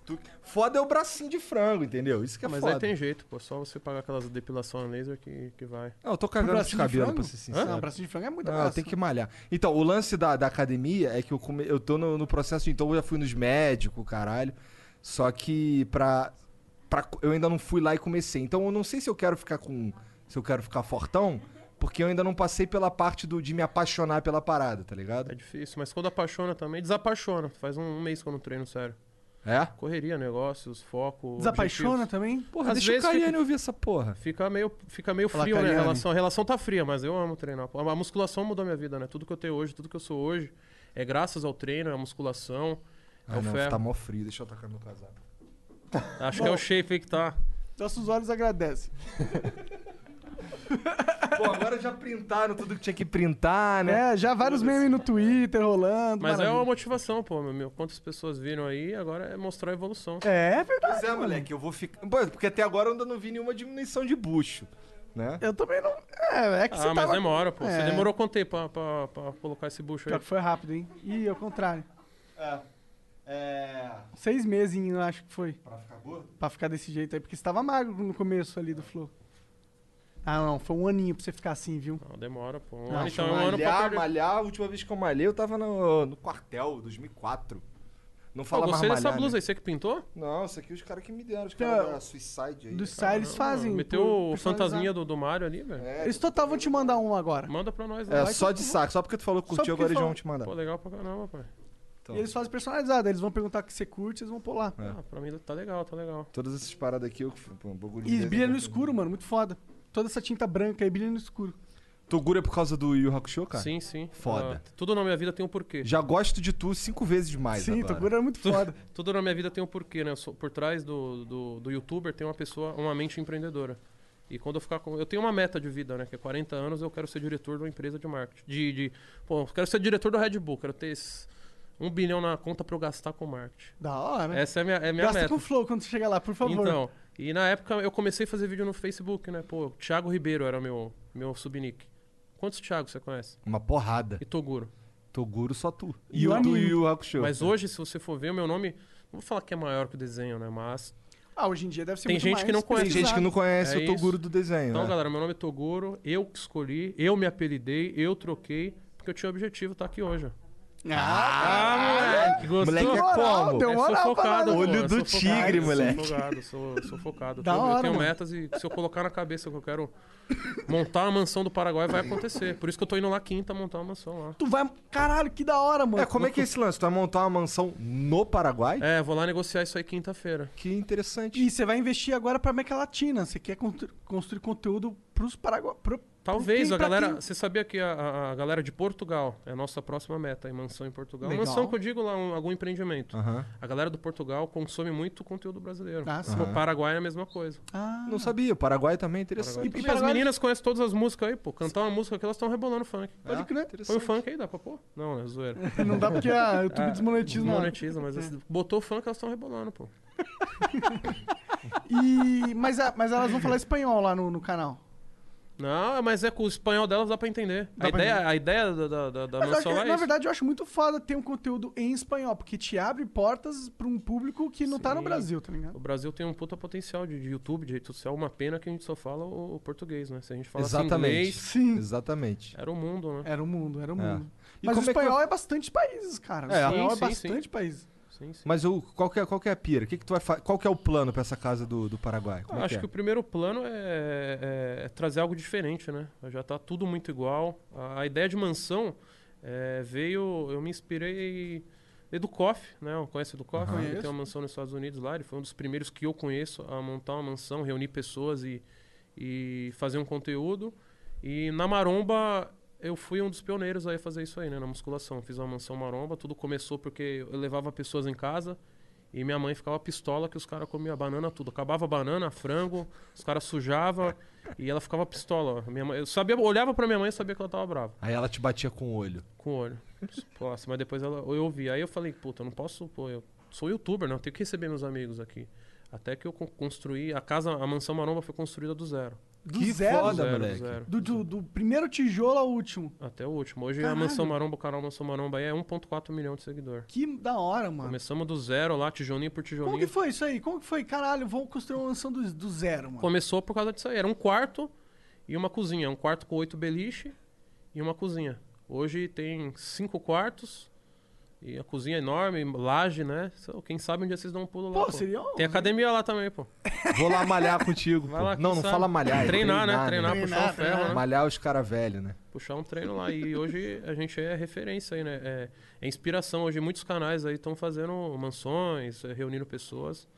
[SPEAKER 3] tu- Foda é o bracinho de frango, entendeu? Isso que é
[SPEAKER 4] Mas
[SPEAKER 3] foda.
[SPEAKER 4] aí tem jeito, pô. Só você pagar aquelas depilações laser que, que vai.
[SPEAKER 3] Não, eu tô cagando de
[SPEAKER 2] bracinho de
[SPEAKER 3] cabelo,
[SPEAKER 2] frango?
[SPEAKER 3] pra ser sincero.
[SPEAKER 2] Não, braço de frango é muito
[SPEAKER 3] Não, eu
[SPEAKER 2] massa.
[SPEAKER 3] tenho que malhar. Então, o lance da, da academia é que eu, come- eu tô no, no processo. de- Então, eu já fui nos médicos, caralho. Só que pra, pra. Eu ainda não fui lá e comecei. Então, eu não sei se eu quero ficar com. Se eu quero ficar fortão, porque eu ainda não passei pela parte do, de me apaixonar pela parada, tá
[SPEAKER 4] É
[SPEAKER 3] ligado?
[SPEAKER 4] difícil, mas quando apaixona também, desapaixona. Faz um, mês que eu não treino, sério.
[SPEAKER 3] É?
[SPEAKER 4] Correria, negócios, foco.
[SPEAKER 2] Desapaixona
[SPEAKER 4] objetivos.
[SPEAKER 2] também?
[SPEAKER 3] Porra,
[SPEAKER 4] Às
[SPEAKER 3] deixa o
[SPEAKER 4] vezes
[SPEAKER 3] Cariani
[SPEAKER 4] fica-
[SPEAKER 3] ouvir essa porra.
[SPEAKER 4] Fica meio, fica meio
[SPEAKER 2] Fala,
[SPEAKER 4] frio, né? A
[SPEAKER 2] Cariani.
[SPEAKER 4] relação, a relação tá fria, mas eu amo treinar. pô. A musculação mudou minha vida, né? Tudo que eu tenho hoje, tudo que eu sou hoje, é graças ao treino, é a musculação, é
[SPEAKER 3] Ah,
[SPEAKER 4] o
[SPEAKER 3] não,
[SPEAKER 4] ferro.
[SPEAKER 3] tá mó frio, deixa eu tacar meu casaco.
[SPEAKER 4] Acho que é o shape aí que tá.
[SPEAKER 2] Nossos olhos agradecem.
[SPEAKER 3] Pô, agora já printaram tudo que tinha que printar, né?
[SPEAKER 2] É, já vários memes no Twitter rolando.
[SPEAKER 4] Mas é
[SPEAKER 2] maravilha.
[SPEAKER 4] uma motivação, pô, meu. meu. Quantas pessoas viram aí, agora é mostrar a evolução.
[SPEAKER 2] É verdade.
[SPEAKER 3] Pois é, moleque, eu vou ficar. Pô, Porque até agora eu ainda não vi nenhuma diminuição de bucho, né?
[SPEAKER 2] Eu também não. É, é que
[SPEAKER 4] ah,
[SPEAKER 2] você
[SPEAKER 4] mas
[SPEAKER 2] tava...
[SPEAKER 4] demora, pô. Você
[SPEAKER 2] É.
[SPEAKER 4] demorou quanto tempo pra, pra- pra colocar esse bucho aí?
[SPEAKER 2] Pior que foi rápido, hein? Ih, ao contrário.
[SPEAKER 3] É. É.
[SPEAKER 2] Seis meses, eu acho que foi.
[SPEAKER 3] Pra ficar gordo?
[SPEAKER 2] Pra ficar desse jeito aí, porque você tava magro no começo ali do Flow. Ah, não, foi um aninho pra você ficar assim, viu?
[SPEAKER 4] Não, demora, pô. Um
[SPEAKER 2] Não,
[SPEAKER 4] ano, então é um ano pra
[SPEAKER 3] malhar,
[SPEAKER 4] perder.
[SPEAKER 3] malhar. A última vez que eu malhei, eu tava no, no quartel, 2004. Não
[SPEAKER 4] Pô,
[SPEAKER 3] fala
[SPEAKER 2] é
[SPEAKER 3] mais
[SPEAKER 4] gostei
[SPEAKER 3] malhar,
[SPEAKER 4] dessa blusa
[SPEAKER 3] né?
[SPEAKER 4] aí, você que pintou?
[SPEAKER 3] Não, isso aqui os caras que me deram. Os caras da Suicide aí.
[SPEAKER 2] Do Sai eles fazem.
[SPEAKER 4] Ah, Meteu
[SPEAKER 2] por-
[SPEAKER 4] o fantasminha do, do Mario ali, velho.
[SPEAKER 3] É,
[SPEAKER 2] Eles total vão te mandar um agora.
[SPEAKER 4] Manda pra nós, né?
[SPEAKER 3] É,
[SPEAKER 4] Vai,
[SPEAKER 3] só de saco. Só porque tu falou que
[SPEAKER 2] Só
[SPEAKER 3] curtiu,
[SPEAKER 2] porque
[SPEAKER 3] agora eles
[SPEAKER 2] falou.
[SPEAKER 3] vão te mandar.
[SPEAKER 4] Pô, legal pra caramba, pai.
[SPEAKER 3] Então,
[SPEAKER 2] E eles fazem personalizado, eles vão perguntar o que você curte, eles vão pôr lá.
[SPEAKER 3] É.
[SPEAKER 4] Ah, pra mim tá legal, tá legal.
[SPEAKER 3] Todas essas paradas aqui, eu pô, um bagulho
[SPEAKER 2] E
[SPEAKER 3] desse-
[SPEAKER 2] brilha no escuro, mano, muito foda. Toda essa tinta branca aí brilha no escuro.
[SPEAKER 3] Tu gura é por causa do Yu Hakusho, cara?
[SPEAKER 4] Sim, sim.
[SPEAKER 3] foda.
[SPEAKER 4] Ah, tudo na minha vida tem um porquê.
[SPEAKER 3] Já gosto de tu cinco vezes mais
[SPEAKER 2] Sim,
[SPEAKER 3] agora.
[SPEAKER 2] Toguro é muito foda.
[SPEAKER 4] Tudo na minha vida tem um porquê, né? Eu sou- por trás do, do, do youtuber tem uma pessoa, uma mente empreendedora. E quando eu ficar com. Eu tenho uma meta de vida, né? Que é 40 anos eu quero ser diretor de uma empresa de marketing. De, de- pô, eu quero ser diretor do Red Bull, quero ter esse- um bilhão na conta pra eu gastar com marketing.
[SPEAKER 2] da hora.
[SPEAKER 4] Essa é a minha, é a minha
[SPEAKER 2] Gasta
[SPEAKER 4] meta.
[SPEAKER 2] com o Flow quando você chegar lá, por favor.
[SPEAKER 4] Então, e na época eu comecei a fazer vídeo no Facebook, né? Pô, Thiago Ribeiro era meu, meu subnick. Quantos Thiago você conhece?
[SPEAKER 3] Uma porrada.
[SPEAKER 4] E Toguro.
[SPEAKER 3] Toguro só tu.
[SPEAKER 2] E
[SPEAKER 3] E
[SPEAKER 2] o
[SPEAKER 3] o tu
[SPEAKER 2] anime.
[SPEAKER 3] e Yu Hakusho.
[SPEAKER 4] Mas hoje, se você for ver, o meu nome. Não vou falar que é maior que o desenho, né? Mas.
[SPEAKER 2] Ah, hoje em dia deve ser
[SPEAKER 4] Tem
[SPEAKER 2] muito
[SPEAKER 4] gente que
[SPEAKER 2] mais
[SPEAKER 4] não conhece.
[SPEAKER 3] Tem gente que não conhece
[SPEAKER 4] É
[SPEAKER 3] o Toguro do desenho,
[SPEAKER 4] Então,
[SPEAKER 3] né?
[SPEAKER 4] galera, meu nome é Toguro, eu que escolhi, eu me apelidei, eu troquei, porque eu tinha objetivo, tá aqui hoje.
[SPEAKER 2] Ah,
[SPEAKER 4] moleque, gostou?
[SPEAKER 3] moleque é
[SPEAKER 2] Moral,
[SPEAKER 3] como?
[SPEAKER 2] deu
[SPEAKER 4] é,
[SPEAKER 2] moral pra
[SPEAKER 4] sou focado,
[SPEAKER 2] nós,
[SPEAKER 4] pô,
[SPEAKER 3] Olho
[SPEAKER 4] eu
[SPEAKER 3] do
[SPEAKER 4] sou focado,
[SPEAKER 3] tigre,
[SPEAKER 4] sou
[SPEAKER 3] moleque.
[SPEAKER 4] Focado, sou, sou focado. Eu
[SPEAKER 2] Da
[SPEAKER 4] tenho, eu
[SPEAKER 2] hora,
[SPEAKER 4] tenho
[SPEAKER 2] mano.
[SPEAKER 4] metas e se eu colocar na cabeça que eu quero montar uma mansão do Paraguai, vai acontecer. Por isso que eu tô indo lá quinta montar uma mansão lá.
[SPEAKER 2] tu vai. Caralho, que da hora, mano.
[SPEAKER 3] É, como é que é esse lance? Tu vai montar uma mansão no Paraguai?
[SPEAKER 4] É, vou lá negociar isso aí quinta-feira.
[SPEAKER 3] Que interessante.
[SPEAKER 2] E você vai investir agora pra América Latina. Você quer constru- construir conteúdo pros Paraguai.
[SPEAKER 4] Talvez
[SPEAKER 2] quem-
[SPEAKER 4] a
[SPEAKER 2] pra
[SPEAKER 4] galera.
[SPEAKER 2] quem?
[SPEAKER 4] Você sabia que a- a, a galera de Portugal é a nossa próxima meta em mansão em Portugal?
[SPEAKER 2] Legal.
[SPEAKER 4] Mansão que eu digo lá, um- algum empreendimento.
[SPEAKER 3] Aham.
[SPEAKER 4] A galera do Portugal consome muito conteúdo brasileiro.
[SPEAKER 2] Ah, sim.
[SPEAKER 4] O Paraguai é a mesma coisa.
[SPEAKER 2] Ah,
[SPEAKER 3] Não sabia, o Paraguai também é interessante.
[SPEAKER 4] E
[SPEAKER 2] pro
[SPEAKER 4] as
[SPEAKER 2] Paraguai-
[SPEAKER 4] meninas conhecem todas as músicas aí, pô. Cantar uma música que elas estão rebolando funk.
[SPEAKER 2] pode crer. né?
[SPEAKER 4] Põe o funk aí, dá pra pôr? Não, é zoeira.
[SPEAKER 2] Não dá porque a YouTube desmonetiza. né? É. na hora.
[SPEAKER 4] É, Monetiza, mas assim. esse- botou funk, elas estão rebolando, pô.
[SPEAKER 2] E, mas, a- mas elas vão falar espanhol lá no, no canal.
[SPEAKER 4] Não, mas é com o espanhol delas dá pra entender.
[SPEAKER 2] Dá
[SPEAKER 4] a,
[SPEAKER 2] pra
[SPEAKER 4] ideia, a ideia da, da, da, da
[SPEAKER 2] Mas eu acho
[SPEAKER 4] mansão
[SPEAKER 2] que-
[SPEAKER 4] é
[SPEAKER 2] na
[SPEAKER 4] isso.
[SPEAKER 2] verdade, eu acho muito foda ter um conteúdo em espanhol, porque te abre portas pra um público que não tá no
[SPEAKER 4] Sim.
[SPEAKER 2] Brasil, tá
[SPEAKER 4] O
[SPEAKER 2] ligado?
[SPEAKER 4] Brasil tem um puta potencial de, de YouTube, de rede social. Uma pena que a gente só fala o, o português, né? Se a gente falasse
[SPEAKER 3] Exatamente.
[SPEAKER 4] inglês,
[SPEAKER 2] Sim.
[SPEAKER 3] Exatamente.
[SPEAKER 4] era o mundo, né?
[SPEAKER 2] Era o mundo, era o
[SPEAKER 3] É.
[SPEAKER 2] mundo.
[SPEAKER 3] E
[SPEAKER 2] Mas o
[SPEAKER 3] como é que
[SPEAKER 2] espanhol é, bastantes países, cara. O
[SPEAKER 3] É.
[SPEAKER 2] espanhol
[SPEAKER 4] Sim,
[SPEAKER 2] é
[SPEAKER 4] sim,
[SPEAKER 2] bastante países.
[SPEAKER 4] Sim, sim.
[SPEAKER 3] Mas o, qual, que é, qual que é a pira? Que que tu vai fa- qual que é o plano pra essa casa do, do Paraguai? Como é
[SPEAKER 4] Acho
[SPEAKER 3] que
[SPEAKER 4] que
[SPEAKER 3] é?
[SPEAKER 4] o primeiro plano é, é- é trazer algo diferente, né? Já tá tudo muito igual. A, a ideia de mansão é, veio. Eu me inspirei. Edu Koff, né? Conhece Edu Koff?
[SPEAKER 2] Aham.
[SPEAKER 4] Ele tem
[SPEAKER 2] Conheço.
[SPEAKER 4] uma mansão nos Estados Unidos lá. Ele foi um dos primeiros que eu conheço a montar uma mansão, reunir pessoas e, e fazer um conteúdo. E na Maromba, eu fui um dos pioneiros aí a fazer isso aí, né? Na musculação. Fiz uma mansão Maromba. Tudo começou porque eu levava pessoas em casa e minha mãe ficava pistola que os caras comiam banana tudo. Acabava a banana, frango, os caras sujavam e ela ficava pistola. Minha mãe, eu sabia, olhava pra minha mãe e sabia que ela tava brava,
[SPEAKER 3] Aí ela te batia com o olho.
[SPEAKER 4] com o olho. Tipo, Nossa, mas depois ela, eu ouvi. Aí eu falei, puta, eu não posso, pô, eu sou youtuber, não, eu tenho que receber meus amigos aqui. Até que eu con- construí, a casa, a mansão Maromba foi construída do zero.
[SPEAKER 2] Do
[SPEAKER 3] Que
[SPEAKER 2] zero.
[SPEAKER 3] foda.
[SPEAKER 4] do zero,
[SPEAKER 3] moleque.
[SPEAKER 4] do zero.
[SPEAKER 2] Do, do- do primeiro tijolo ao último.
[SPEAKER 4] Até o último. Hoje
[SPEAKER 2] Caralho.
[SPEAKER 4] a Mansão Maromba, o canal Mansão Maromba aí é 1.4 milhão de seguidor.
[SPEAKER 2] Que da hora, mano.
[SPEAKER 4] Começamos do zero lá, tijolinho
[SPEAKER 2] Como
[SPEAKER 4] por
[SPEAKER 2] que
[SPEAKER 4] tijolinho.
[SPEAKER 2] foi isso aí? Como que foi? Caralho, vamos construir uma mansão do, do zero, mano.
[SPEAKER 4] Começou por causa disso aí. Era um quarto e uma cozinha. Um quarto com oito beliche e uma cozinha. Hoje tem cinco quartos e a cozinha é enorme, laje, né? So, Quem sabe um dia vocês dão um pulo lá.
[SPEAKER 2] Pô,
[SPEAKER 4] pô.
[SPEAKER 2] seria um-
[SPEAKER 4] Tem academia lá também, pô.
[SPEAKER 3] Vou lá malhar contigo.
[SPEAKER 4] Vai
[SPEAKER 3] pô.
[SPEAKER 4] lá, quem
[SPEAKER 3] não, não
[SPEAKER 4] sabe?
[SPEAKER 3] fala malhar. é
[SPEAKER 4] Treinar, né? Treinar, puxar
[SPEAKER 2] Treinar,
[SPEAKER 4] o ferro,
[SPEAKER 2] treinar.
[SPEAKER 4] né?
[SPEAKER 3] Malhar os caras velhos, né?
[SPEAKER 4] puxar um treino lá. E hoje a gente é referência aí, né? É, é inspiração. Hoje muitos canais aí estão fazendo mansões, é, reunindo pessoas.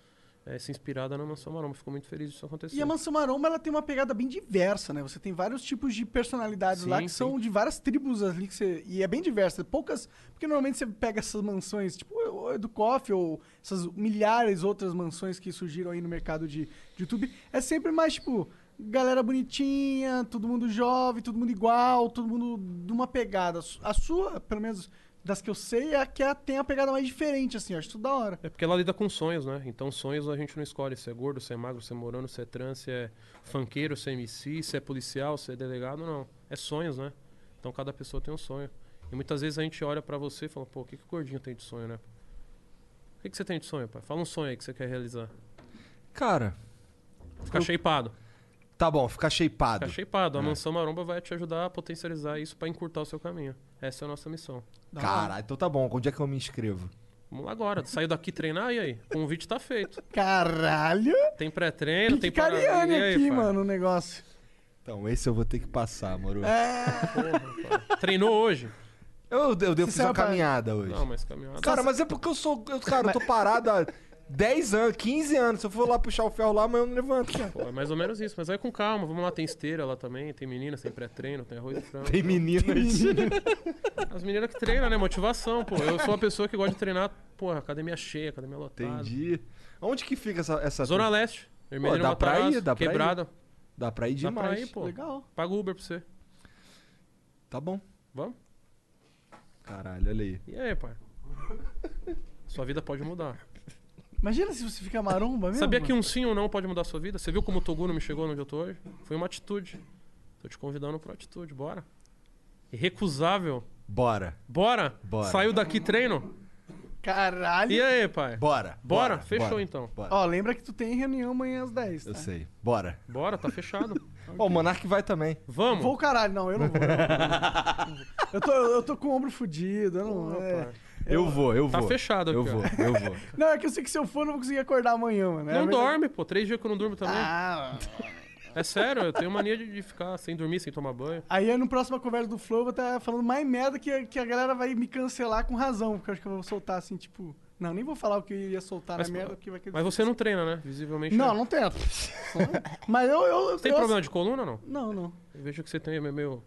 [SPEAKER 4] eh, se inspirada na Mansão Maromba. Fico muito feliz disso acontecer.
[SPEAKER 2] E a Mansão Maromba ela tem uma pegada bem diversa, né? Você tem vários tipos de personalidades
[SPEAKER 4] Sim,
[SPEAKER 2] lá que
[SPEAKER 4] sim.
[SPEAKER 2] são de várias tribos ali que você- e é bem diversa. Poucas, porque normalmente você pega essas mansões, tipo o Educoff ou essas milhares outras mansões que surgiram aí no mercado de, de YouTube, é sempre mais tipo galera bonitinha, todo mundo jovem, todo mundo igual, todo mundo de uma pegada. A sua, pelo menos das que eu sei, é a que a- tem a pegada mais diferente assim, eu acho isso da hora.
[SPEAKER 4] É porque ela lida com sonhos, né? Então sonhos a gente não escolhe se é gordo, se é magro, se é morano, se é trans, se é funkeiro, se é MC, se é policial, se é delegado, não. É sonhos, né? Então cada pessoa tem um sonho. E muitas vezes a gente olha pra você e fala, pô, o que, que o gordinho tem de sonho, né? O que, que você tem de sonho, pai? Fala um sonho aí que você quer realizar.
[SPEAKER 3] Cara,
[SPEAKER 4] Ficar
[SPEAKER 3] Eu-
[SPEAKER 4] shapeado.
[SPEAKER 3] tá bom, ficar shapeado.
[SPEAKER 4] Ficar shapeado. A
[SPEAKER 3] É.
[SPEAKER 4] mansão maromba vai te ajudar a potencializar isso pra encurtar o seu caminho. Essa é a nossa missão.
[SPEAKER 2] Da hora.
[SPEAKER 3] Cara, então tá bom, onde é que eu me inscrevo?
[SPEAKER 4] Vamos lá agora. Saiu daqui treinar e aí? O convite tá feito.
[SPEAKER 2] Caralho!
[SPEAKER 4] Tem pré-treino, tem
[SPEAKER 2] Pique Cariani
[SPEAKER 4] E aí,
[SPEAKER 2] aqui,
[SPEAKER 4] pai?
[SPEAKER 2] mano, o negócio.
[SPEAKER 3] Então, esse eu vou ter que passar, moro.
[SPEAKER 2] É.
[SPEAKER 4] Treinou hoje.
[SPEAKER 3] Eu, eu, eu fiz
[SPEAKER 2] sabe,
[SPEAKER 3] uma caminhada hoje.
[SPEAKER 4] Não, mas tá caminhada.
[SPEAKER 3] Cara, mas é porque eu sou. Eu, cara, eu tô parado há 10 anos, 15 anos. Se eu for lá puxar o ferro lá, amanhã eu não levanto, cara.
[SPEAKER 4] Pô, é mais ou menos isso, mas vai com calma. Vamos lá, tem esteira lá também, tem meninas, tem pré-treino, tem arroz e frango.
[SPEAKER 3] Tem meninas.
[SPEAKER 4] As meninas que treinam, né? Motivação, pô. Eu sou uma pessoa que gosta de treinar, pô, academia cheia, academia lotada.
[SPEAKER 3] Entendi. Onde que fica essa. essa
[SPEAKER 4] Zona Leste, Vermelho
[SPEAKER 3] dá pra
[SPEAKER 4] Matarazzo,
[SPEAKER 3] ir, dá pra ir.
[SPEAKER 4] Quebrada. Pra
[SPEAKER 3] Dá pra ir
[SPEAKER 4] dá
[SPEAKER 3] demais.
[SPEAKER 4] pra ir, pô.
[SPEAKER 2] Legal.
[SPEAKER 4] Paga o Uber pra você.
[SPEAKER 3] Tá bom.
[SPEAKER 4] Vamos?
[SPEAKER 3] Caralho, olha aí.
[SPEAKER 4] E aí, pai? Sua vida pode mudar.
[SPEAKER 2] Imagina se você fica maromba mesmo.
[SPEAKER 4] Sabia que um sim ou não pode mudar a sua vida? Você viu como o Toguro me chegou onde eu tô hoje? Foi uma atitude. Tô te convidando pra atitude, bora. Irrecusável.
[SPEAKER 3] Bora.
[SPEAKER 4] Bora?
[SPEAKER 3] Bora.
[SPEAKER 4] Saiu daqui treino?
[SPEAKER 2] Caralho!
[SPEAKER 4] E aí, pai?
[SPEAKER 3] Bora.
[SPEAKER 4] Bora, fechou
[SPEAKER 3] bora,
[SPEAKER 4] então.
[SPEAKER 3] Bora.
[SPEAKER 2] Ó, lembra que tu tem reunião amanhã às 10, tá?
[SPEAKER 3] Eu sei. Bora.
[SPEAKER 4] Bora, tá fechado.
[SPEAKER 3] Ó, o Monark vai também.
[SPEAKER 4] Vamos.
[SPEAKER 2] Vou o caralho, não, eu não vou. eu não vou. Eu tô, eu tô com o ombro fudido, eu não.
[SPEAKER 4] Opa.
[SPEAKER 2] é.
[SPEAKER 3] Eu, vou, eu
[SPEAKER 4] Tá
[SPEAKER 3] vou.
[SPEAKER 4] fechado
[SPEAKER 3] Eu
[SPEAKER 4] aqui, ó.
[SPEAKER 3] vou, eu vou.
[SPEAKER 2] Não, é que eu sei que se eu for, eu não vou conseguir acordar amanhã, mano. É
[SPEAKER 4] Não
[SPEAKER 2] verdade.
[SPEAKER 4] dorme, pô. Três dias que eu não durmo também.
[SPEAKER 2] Ah,
[SPEAKER 4] É sério, eu tenho mania de de ficar sem dormir, sem tomar banho.
[SPEAKER 2] aí aí no próximo conversa do Flow eu vou estar falando mais merda que, que a galera vai me cancelar com razão, porque eu acho que eu vou soltar assim, tipo. Não, nem vou falar o que eu ia soltar
[SPEAKER 4] Mas,
[SPEAKER 2] na merda, porque vai querer.
[SPEAKER 4] Mas você não treina, né? Visivelmente.
[SPEAKER 2] Não, não tenho. Mas eu. eu, eu
[SPEAKER 4] Tem
[SPEAKER 2] eu-
[SPEAKER 4] problema de coluna ou não?
[SPEAKER 2] Não, não.
[SPEAKER 4] Eu vejo que você tem é meio.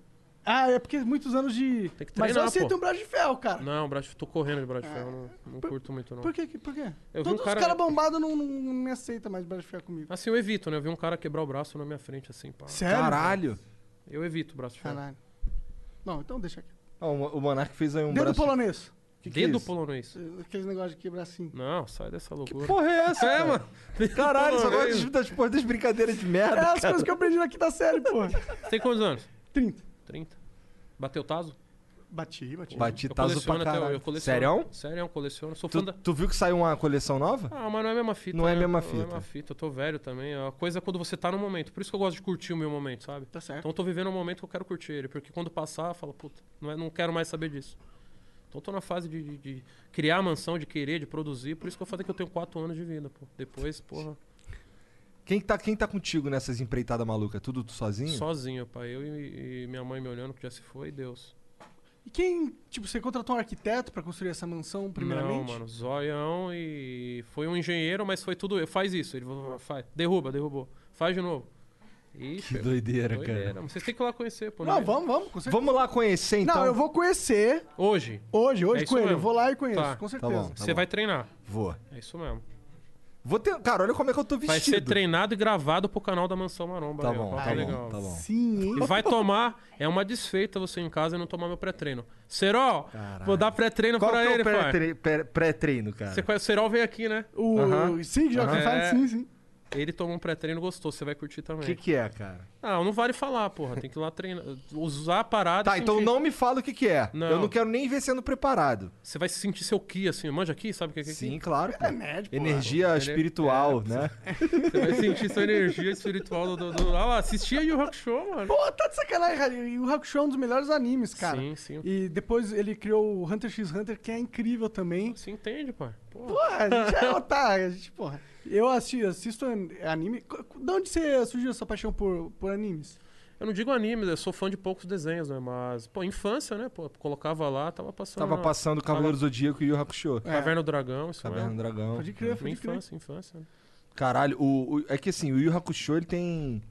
[SPEAKER 2] Ah, é porque muitos anos de.
[SPEAKER 4] Tem que
[SPEAKER 2] Mas eu
[SPEAKER 4] treinar,
[SPEAKER 2] aceito
[SPEAKER 4] pô.
[SPEAKER 2] um braço de ferro, cara.
[SPEAKER 4] Não, braço, tô correndo de braço de ferro. Não, não
[SPEAKER 2] Por-
[SPEAKER 4] curto muito, não.
[SPEAKER 2] Por que? que- Por quê?
[SPEAKER 4] Eu vi
[SPEAKER 2] Todos
[SPEAKER 4] um cara-
[SPEAKER 2] os caras bombados não, não, não me aceitam mais braço de ferro comigo.
[SPEAKER 4] Assim, eu evito, né? Eu vi um cara quebrar o braço na minha frente, assim, pá.
[SPEAKER 2] Sério?
[SPEAKER 3] Caralho.
[SPEAKER 4] Eu evito o braço de ferro.
[SPEAKER 2] Caralho. Não, então deixa aqui.
[SPEAKER 3] Ó, o Mo- o Monark fez aí um
[SPEAKER 2] Dedo
[SPEAKER 3] braço...
[SPEAKER 2] polonês.
[SPEAKER 3] Que que é
[SPEAKER 4] Dedo
[SPEAKER 3] isso?
[SPEAKER 4] polonês.
[SPEAKER 2] Aqueles negócios de quebrar assim.
[SPEAKER 4] Não, sai dessa loucura.
[SPEAKER 3] Porra, é essa?
[SPEAKER 4] É,
[SPEAKER 3] cara?
[SPEAKER 4] mano.
[SPEAKER 3] Caralho, só gosta
[SPEAKER 4] polonês.
[SPEAKER 3] de- das, porra, das brincadeiras de
[SPEAKER 2] É
[SPEAKER 3] merda.
[SPEAKER 2] as
[SPEAKER 3] cara.
[SPEAKER 2] coisas que eu aprendi na quinta série, pô.
[SPEAKER 4] Tem quantos anos?
[SPEAKER 2] 30.
[SPEAKER 4] 30. Bateu taso?
[SPEAKER 2] Bati, bati.
[SPEAKER 3] Bati
[SPEAKER 4] Eu
[SPEAKER 3] taso
[SPEAKER 4] coleciono
[SPEAKER 3] tá pra
[SPEAKER 4] até hoje,
[SPEAKER 3] caralho.
[SPEAKER 4] eu coleciono.
[SPEAKER 3] Sério?
[SPEAKER 4] Sério, eu coleciono. Sou fã
[SPEAKER 3] Tu,
[SPEAKER 4] da...
[SPEAKER 3] tu viu que saiu uma coleção nova?
[SPEAKER 4] Ah, mas não é a mesma fita.
[SPEAKER 3] Não é a
[SPEAKER 4] né?
[SPEAKER 3] mesma
[SPEAKER 4] Não é
[SPEAKER 3] fita.
[SPEAKER 4] a mesma fita. Eu tô velho também. A coisa é quando você tá no momento. Por isso que eu gosto de curtir o meu momento, sabe?
[SPEAKER 2] Tá certo.
[SPEAKER 4] Então eu tô vivendo um momento que eu quero curtir ele. Porque quando passar, eu falo, puta, não, é- não quero mais saber disso. Então eu tô na fase de, de- de criar a mansão, de querer, de produzir. Por isso que eu falei que eu tenho quatro anos de vida, pô. Depois, porra,
[SPEAKER 3] Quem tá, quem tá contigo nessas empreitadas malucas? Tudo tu sozinho?
[SPEAKER 4] sozinho, pai. Eu e, e minha mãe me olhando, que já se foi, Deus.
[SPEAKER 2] E quem, tipo, você contratou um arquiteto pra construir essa mansão, primeiramente?
[SPEAKER 4] Não, mano, zoião e foi um engenheiro, mas foi tudo. eu- Faz isso, ele falou, faz, derruba, derrubou, faz de novo. Ixi,
[SPEAKER 3] Que doideira,
[SPEAKER 4] doideira.
[SPEAKER 3] cara.
[SPEAKER 4] Vocês têm que ir lá conhecer, pô.
[SPEAKER 2] Não,
[SPEAKER 4] é-
[SPEAKER 2] vamos, vamos, com certeza.
[SPEAKER 3] Vamos lá conhecer então.
[SPEAKER 2] Não, eu vou conhecer
[SPEAKER 4] Hoje,
[SPEAKER 2] hoje,
[SPEAKER 4] É
[SPEAKER 2] hoje
[SPEAKER 4] isso
[SPEAKER 2] com ele.
[SPEAKER 4] mesmo.
[SPEAKER 2] Eu vou lá e conheço,
[SPEAKER 4] Tá.
[SPEAKER 2] com
[SPEAKER 3] Tá bom.
[SPEAKER 2] certeza.
[SPEAKER 4] você vai treinar.
[SPEAKER 3] Vou.
[SPEAKER 4] É isso mesmo.
[SPEAKER 3] Vou ter... Cara, olha como é que eu tô vestido.
[SPEAKER 4] Vai ser treinado e gravado pro canal da Mansão Maromba.
[SPEAKER 3] Tá
[SPEAKER 4] aí, ó,
[SPEAKER 3] bom,
[SPEAKER 4] tá
[SPEAKER 3] tá bom,
[SPEAKER 4] legal.
[SPEAKER 3] tá bom.
[SPEAKER 2] Sim, hein?
[SPEAKER 4] E vai tomar, é uma desfeita você em casa e não tomar meu pré-treino. Serol,
[SPEAKER 3] Caralho.
[SPEAKER 4] vou dar pré-treino
[SPEAKER 3] Qual que
[SPEAKER 4] pra
[SPEAKER 3] é
[SPEAKER 4] ele,
[SPEAKER 3] o
[SPEAKER 4] pai.
[SPEAKER 3] pré-tre- pré- pré-treino, cara?
[SPEAKER 4] Você conhece o Serol veio aqui, né?
[SPEAKER 2] O...
[SPEAKER 3] Aham.
[SPEAKER 2] Sim, já
[SPEAKER 4] Aham.
[SPEAKER 2] faz,
[SPEAKER 4] É.
[SPEAKER 2] sim, sim.
[SPEAKER 4] Ele tomou um pré-treino, gostou, você vai curtir
[SPEAKER 3] O
[SPEAKER 4] também.
[SPEAKER 3] que que é, cara?
[SPEAKER 4] Ah, Não, não vale falar, porra. Tem que ir lá treinar. Usar a parada. e
[SPEAKER 3] Tá, então
[SPEAKER 4] sentir.
[SPEAKER 3] não me fala o que que é.
[SPEAKER 4] Não.
[SPEAKER 3] Eu não quero nem ver sendo preparado.
[SPEAKER 4] Você vai sentir seu ki, assim, manja aqui, sabe o que é aqui?
[SPEAKER 3] Sim, claro. pô.
[SPEAKER 2] médio,
[SPEAKER 3] Energia
[SPEAKER 4] Ele- É,
[SPEAKER 3] espiritual, né?
[SPEAKER 4] Você vai sentir sua energia espiritual do. do, do... Ah lá, assistia aí o Rock Show, mano.
[SPEAKER 2] Pô, tá de sacanagem, cara. E o Hakusho é um dos melhores animes, cara.
[SPEAKER 4] Sim, sim.
[SPEAKER 2] E depois ele criou o Hunter x Hunter, que é incrível também.
[SPEAKER 4] Você entende, pai. Pô,
[SPEAKER 2] Pô, a gente é otário, a gente, porra. Eu assisti, assisto an- anime. Co- co- De onde você surgiu essa paixão por, por animes?
[SPEAKER 4] eu não digo anime, eu sou fã de poucos desenhos, né? Mas, pô, infância, né? Pô, colocava lá, tava passando.
[SPEAKER 3] Tava
[SPEAKER 4] na-
[SPEAKER 3] passando Cavaleiro Zodíaco e o Hakusho.
[SPEAKER 4] É, Caverna do Dragão, isso
[SPEAKER 3] Caverna
[SPEAKER 4] mesmo.
[SPEAKER 3] do Dragão.
[SPEAKER 2] Pode crer,
[SPEAKER 4] Minha
[SPEAKER 2] pode crer.
[SPEAKER 4] infância, infância. né?
[SPEAKER 3] Caralho, o, o- é que assim, o Yu Hakusho, ele tem...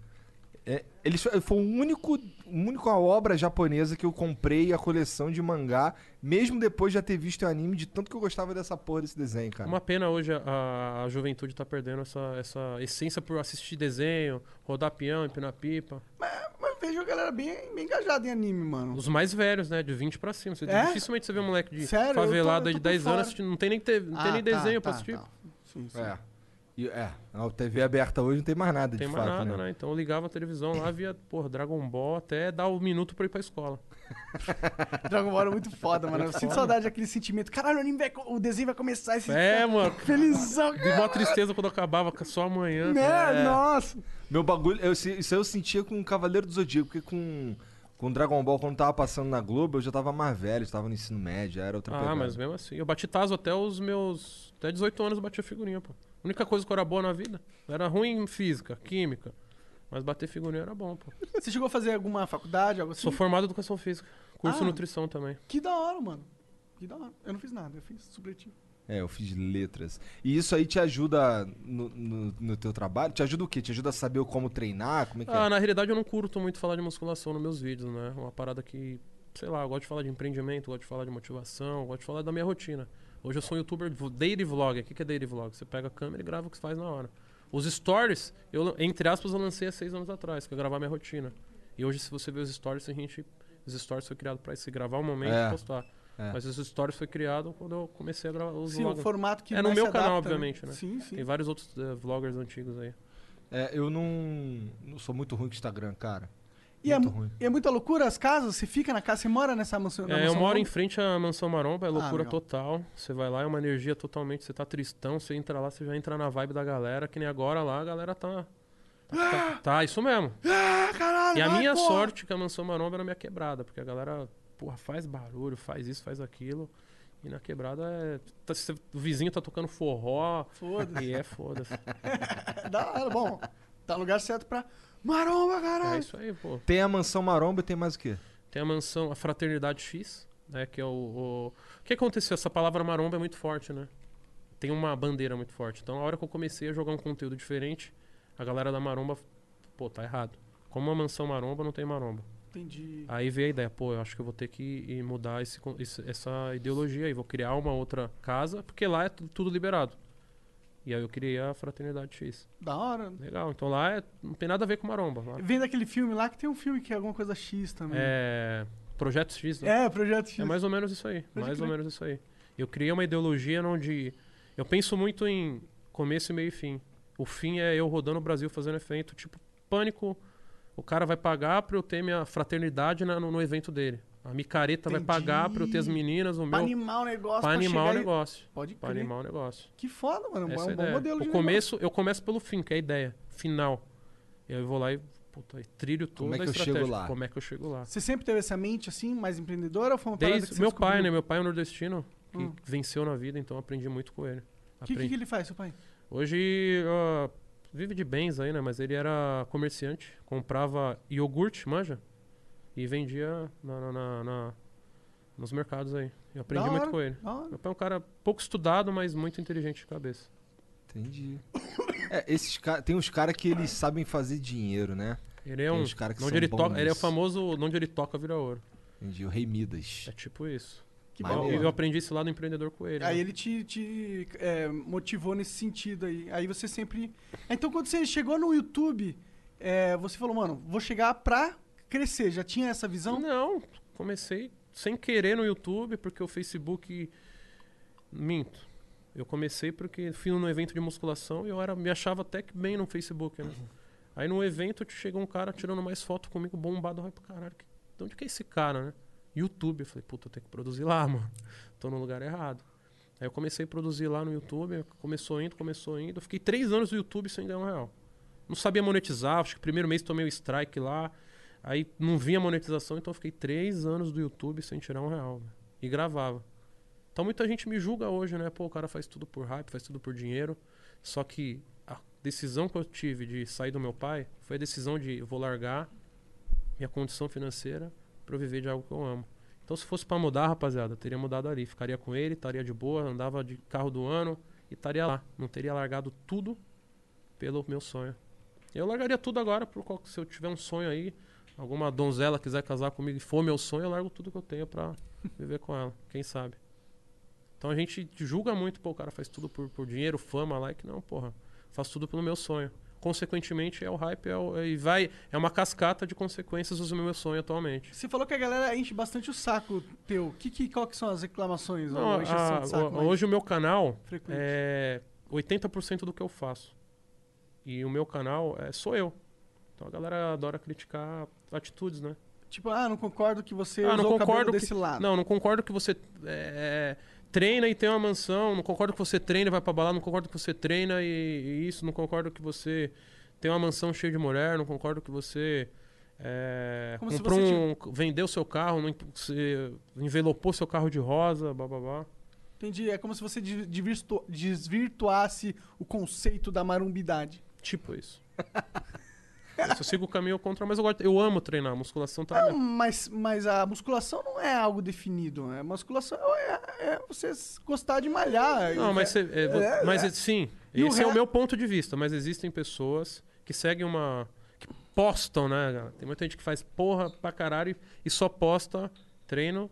[SPEAKER 3] É, ele só- foi o único, única obra japonesa que eu comprei a coleção de mangá, mesmo depois de já ter visto o anime, de tanto que eu gostava dessa porra desse desenho, cara.
[SPEAKER 4] Uma pena hoje a, a juventude tá perdendo essa, essa essência por assistir desenho, rodar peão, empinar pipa.
[SPEAKER 2] Mas eu vejo a galera bem, bem engajada em anime, mano.
[SPEAKER 4] Os mais velhos, né? De 20 pra cima. Você-
[SPEAKER 2] É?
[SPEAKER 4] Dificilmente você vê um moleque de
[SPEAKER 2] Sério? Eu tô-
[SPEAKER 4] favelado
[SPEAKER 2] eu
[SPEAKER 4] aí
[SPEAKER 2] tô por
[SPEAKER 4] de 10
[SPEAKER 2] fora. tá,
[SPEAKER 4] anos assistindo. Não tem nem, te-
[SPEAKER 2] Ah,
[SPEAKER 4] não tem nem desenho pra assistir.
[SPEAKER 2] Sim, sim.
[SPEAKER 3] É. E- é, a TV aberta hoje não tem mais nada,
[SPEAKER 4] Não tem
[SPEAKER 3] de
[SPEAKER 4] mais
[SPEAKER 3] fato,
[SPEAKER 4] nada,
[SPEAKER 3] né?
[SPEAKER 4] né? Então eu ligava a televisão lá, via, porra, Dragon Ball até dar o minuto pra ir pra escola.
[SPEAKER 2] Dragon Ball é muito foda, mano. Eu sinto saudade daquele sentimento. Caralho, o, anime vai co- o desenho vai começar esse
[SPEAKER 4] É, mano.
[SPEAKER 2] felizão.
[SPEAKER 4] De mó tristeza quando acabava com só amanhã.
[SPEAKER 2] Né? Nossa.
[SPEAKER 3] Meu bagulho, eu, se- isso eu sentia com o Cavaleiro do Zodíaco, porque com, com Dragon Ball, quando tava passando na Globo, eu já tava mais velho, já tava no ensino médio, já era outra
[SPEAKER 4] Ah,
[SPEAKER 3] pegada.
[SPEAKER 4] mas mesmo assim. Eu bati taso até os meus. Até 18 anos eu bati a figurinha, pô. A única coisa que eu era boa na vida. Eu Era ruim em física, química. Mas bater figurinha era bom, pô.
[SPEAKER 2] Você chegou a fazer alguma faculdade, algo assim?
[SPEAKER 4] Sou formado em educação física. Curso
[SPEAKER 2] Ah.
[SPEAKER 4] nutrição também.
[SPEAKER 2] Que da hora, mano. Que da hora. Eu não fiz nada, eu fiz supletivo.
[SPEAKER 3] É, eu fiz letras. E isso aí te ajuda no, no, no teu trabalho? Te ajuda o quê? Te ajuda a saber como treinar? Como é que
[SPEAKER 4] Ah,
[SPEAKER 3] é?
[SPEAKER 4] na realidade eu não curto muito falar de musculação nos meus vídeos, né? Uma parada que, sei lá, eu gosto de falar de empreendimento, gosto de falar de motivação, gosto de falar da minha rotina. Hoje eu sou um youtuber vo- daily vlog. O que que é daily vlog? Você pega a câmera e grava o que você faz na hora. Os stories, eu, lan- entre aspas, eu lancei há seis anos atrás, que eu gravar minha rotina. E hoje, se você vê os stories, a gente. Os stories foi criado pra isso, gravar um momento
[SPEAKER 3] É.
[SPEAKER 4] e postar.
[SPEAKER 3] É.
[SPEAKER 4] Mas os stories foi criado quando eu comecei a gravar os
[SPEAKER 2] Sim, o
[SPEAKER 4] vlogs.
[SPEAKER 2] formato que
[SPEAKER 4] É no
[SPEAKER 2] mais
[SPEAKER 4] meu
[SPEAKER 2] se
[SPEAKER 4] canal,
[SPEAKER 2] adapta,
[SPEAKER 4] obviamente, né?
[SPEAKER 2] Sim, sim.
[SPEAKER 4] Tem vários outros eh, vloggers antigos aí.
[SPEAKER 3] É, eu não, não sou muito ruim com Instagram, cara.
[SPEAKER 2] E é,
[SPEAKER 3] muito
[SPEAKER 2] mu-
[SPEAKER 3] ruim.
[SPEAKER 2] e é muita loucura as casas? Você fica na casa, você mora nessa mansão? na
[SPEAKER 4] É, eu
[SPEAKER 2] mansão
[SPEAKER 4] moro em
[SPEAKER 2] nova?
[SPEAKER 4] frente à Mansão Maromba, é loucura
[SPEAKER 2] legal.
[SPEAKER 4] total. Você vai lá, é uma energia totalmente. Você tá tristão, você entra lá, você já entra na vibe da galera, que nem agora lá, a galera tá. Tá, tá- tá, isso mesmo.
[SPEAKER 2] Ah, caralho,
[SPEAKER 4] E a
[SPEAKER 2] vai,
[SPEAKER 4] minha
[SPEAKER 2] porra.
[SPEAKER 4] sorte é que a Mansão Maromba era minha quebrada, porque a galera, porra, faz barulho, faz isso, faz aquilo. E na quebrada é. tá- cê- o vizinho tá tocando forró.
[SPEAKER 2] Foda-se.
[SPEAKER 4] E é foda-se.
[SPEAKER 2] É Da hora, bom. Tá lugar certo pra. Maromba,
[SPEAKER 4] É
[SPEAKER 2] caralho!
[SPEAKER 4] isso aí, pô.
[SPEAKER 3] Tem a mansão maromba e tem mais o quê?
[SPEAKER 4] Tem a mansão, a Fraternidade X, né? Que é o, o. O que aconteceu? Essa palavra maromba é muito forte, né? Tem uma bandeira muito forte. Então, a hora que eu comecei a jogar um conteúdo diferente, a galera da maromba, pô, tá errado. Como uma mansão maromba, não tem maromba.
[SPEAKER 2] Entendi.
[SPEAKER 4] Aí veio a ideia, pô, eu acho que eu vou ter que ir mudar esse, con- esse- essa ideologia aí, vou criar uma outra casa, porque lá é tu- tudo liberado. E aí eu criei a Fraternidade X.
[SPEAKER 2] Da hora.
[SPEAKER 4] Legal, então lá é- não tem nada a ver com maromba. Lá
[SPEAKER 2] Vem daquele filme lá que tem um filme que é alguma coisa X também.
[SPEAKER 4] é Projeto X, né?
[SPEAKER 2] É, Projeto X.
[SPEAKER 4] É mais ou menos isso aí.
[SPEAKER 2] Pode
[SPEAKER 4] mais ou
[SPEAKER 2] crer.
[SPEAKER 4] menos isso aí. Eu criei uma ideologia onde. Eu penso muito em começo, meio e fim. O fim é eu rodando o Brasil fazendo evento, tipo, pânico. O cara vai pagar pra eu ter minha fraternidade na- no, no evento dele. A micareta
[SPEAKER 2] Entendi.
[SPEAKER 4] vai pagar pra eu ter as meninas, o
[SPEAKER 2] Pra
[SPEAKER 4] meu.
[SPEAKER 2] animar o negócio.
[SPEAKER 4] Pra animar
[SPEAKER 2] chegar
[SPEAKER 4] o
[SPEAKER 2] e-
[SPEAKER 4] negócio.
[SPEAKER 2] Pode
[SPEAKER 4] Pra
[SPEAKER 2] crer.
[SPEAKER 4] animar o negócio.
[SPEAKER 2] Que foda, mano.
[SPEAKER 4] Essa
[SPEAKER 2] é um
[SPEAKER 4] é a
[SPEAKER 2] bom
[SPEAKER 4] ideia.
[SPEAKER 2] modelo de
[SPEAKER 4] o
[SPEAKER 2] negócio.
[SPEAKER 4] começo, eu começo pelo fim, que é a ideia. Final. E aí eu vou lá e puta, e trilho toda
[SPEAKER 3] Como é
[SPEAKER 4] a
[SPEAKER 3] que eu chego
[SPEAKER 4] estratégia.
[SPEAKER 3] lá?
[SPEAKER 4] Como é que eu chego lá?
[SPEAKER 2] Você sempre teve essa mente assim, mais empreendedora ou foi uma parada que
[SPEAKER 4] Desde
[SPEAKER 2] você
[SPEAKER 4] meu pai, né?
[SPEAKER 2] descobriu?
[SPEAKER 4] Meu pai é um nordestino que
[SPEAKER 2] Hum.
[SPEAKER 4] venceu na vida, então aprendi muito com ele.
[SPEAKER 2] O que, que,
[SPEAKER 4] Aprendi.
[SPEAKER 2] que ele faz, seu pai?
[SPEAKER 4] Hoje ó, vive de bens aí, né? Mas ele era comerciante, comprava iogurte, manja, e vendia na, na- na- na- nos mercados aí. Eu aprendi
[SPEAKER 2] Da
[SPEAKER 4] muito
[SPEAKER 2] hora.
[SPEAKER 4] com ele.
[SPEAKER 2] Da hora.
[SPEAKER 4] Meu pai é um cara pouco estudado, mas muito inteligente de cabeça.
[SPEAKER 3] Entendi. É, esses ca... Tem uns caras que eles sabem fazer dinheiro, né?
[SPEAKER 4] Ele é
[SPEAKER 3] Tem
[SPEAKER 4] um.
[SPEAKER 3] uns cara que
[SPEAKER 4] onde
[SPEAKER 3] são
[SPEAKER 4] ele,
[SPEAKER 3] bons
[SPEAKER 4] toca, ele é o
[SPEAKER 3] nisso.
[SPEAKER 4] famoso. Onde ele toca vira ouro.
[SPEAKER 3] Entendi, o Rei Midas.
[SPEAKER 4] É tipo isso.
[SPEAKER 2] Que
[SPEAKER 3] Maneiro.
[SPEAKER 4] Eu,
[SPEAKER 2] bom.
[SPEAKER 4] eu aprendi esse lado empreendedor com ele.
[SPEAKER 2] Aí
[SPEAKER 4] né?
[SPEAKER 2] ele te, te é, motivou nesse sentido aí. Aí você sempre. Então quando você chegou no YouTube, é, você falou, mano, vou chegar pra crescer. Já tinha essa visão?
[SPEAKER 4] Não, comecei sem querer no YouTube, porque o Facebook. Minto. Eu comecei porque fui num evento de musculação e eu era, me achava até que bem no Facebook, né? Aí no evento chegou um cara tirando mais foto comigo, bombado. Ai, pro caralho, que, de onde que é esse cara, né? YouTube. Eu falei, puta, eu tenho que produzir lá, mano. Tô no lugar errado. Aí eu comecei a produzir lá no YouTube, começou indo, começou indo. Eu fiquei três anos no YouTube sem ganhar um real. Não sabia monetizar, acho que primeiro mês tomei o strike lá. Aí não vinha monetização, então eu fiquei três anos do YouTube sem tirar um real. velho. E gravava. Então muita gente me julga hoje, né? Pô, o cara faz tudo por hype, faz tudo por dinheiro. Só que a decisão que eu tive de sair do meu pai foi a decisão de eu vou largar minha condição financeira pra eu viver de algo que eu amo. Então se fosse pra mudar, rapaziada, eu teria mudado ali. Ficaria com ele, estaria de boa, andava de carro do ano e estaria lá. Não teria largado tudo pelo meu sonho. Eu largaria tudo agora, por qual- se eu tiver um sonho aí, alguma donzela quiser casar comigo e for meu sonho, eu largo tudo que eu tenho pra viver com ela, quem sabe. Então a gente julga muito, pô, o cara faz tudo por, por dinheiro, fama, like, não, porra, faço tudo pelo meu sonho. Consequentemente, é o hype, é, o- é- e vai, é uma cascata de consequências do meu sonho atualmente.
[SPEAKER 2] Você falou que a galera enche bastante o saco teu. Que, que, qual que são as reclamações?
[SPEAKER 4] Não,
[SPEAKER 2] ou a encheção
[SPEAKER 4] a-
[SPEAKER 2] de saco
[SPEAKER 4] o-
[SPEAKER 2] mais
[SPEAKER 4] hoje o meu canal
[SPEAKER 2] frequente?
[SPEAKER 4] é 80% do que eu faço. E o meu canal é, sou eu. Então a galera adora criticar atitudes, né?
[SPEAKER 2] Tipo, ah, não concordo que você
[SPEAKER 4] Ah, não
[SPEAKER 2] usou o cabelo
[SPEAKER 4] concordo que-
[SPEAKER 2] desse lado.
[SPEAKER 4] Não, não concordo que você é, treina e tem uma mansão, não concordo que você treina e vai pra balada, não concordo que você treina e, e isso, não concordo que você tem uma mansão cheia de mulher, não concordo que você é,
[SPEAKER 2] Como se
[SPEAKER 4] comprou
[SPEAKER 2] você
[SPEAKER 4] um, vendeu seu carro, não, você envelopou seu carro de rosa, blá blá blá.
[SPEAKER 2] Entendi, é como se você de- divirtu- desvirtuasse o conceito da marumbidade.
[SPEAKER 4] Tipo isso. eu só sigo o caminho contra, mas eu, gosto- eu amo treinar, musculação tá.
[SPEAKER 2] Não, mas, mas a musculação não é algo definido. né? A musculação é, é você s- gostar de malhar.
[SPEAKER 4] Não,
[SPEAKER 2] E-
[SPEAKER 4] mas, cê- é, vo-
[SPEAKER 2] Ah, é,
[SPEAKER 4] mas
[SPEAKER 2] é.
[SPEAKER 4] é- sim,
[SPEAKER 2] E o
[SPEAKER 4] esse é
[SPEAKER 2] re-
[SPEAKER 4] o meu ponto de vista. Mas existem pessoas que seguem uma. que postam, né? cara? Tem muita gente que faz porra pra caralho e- e só posta treino,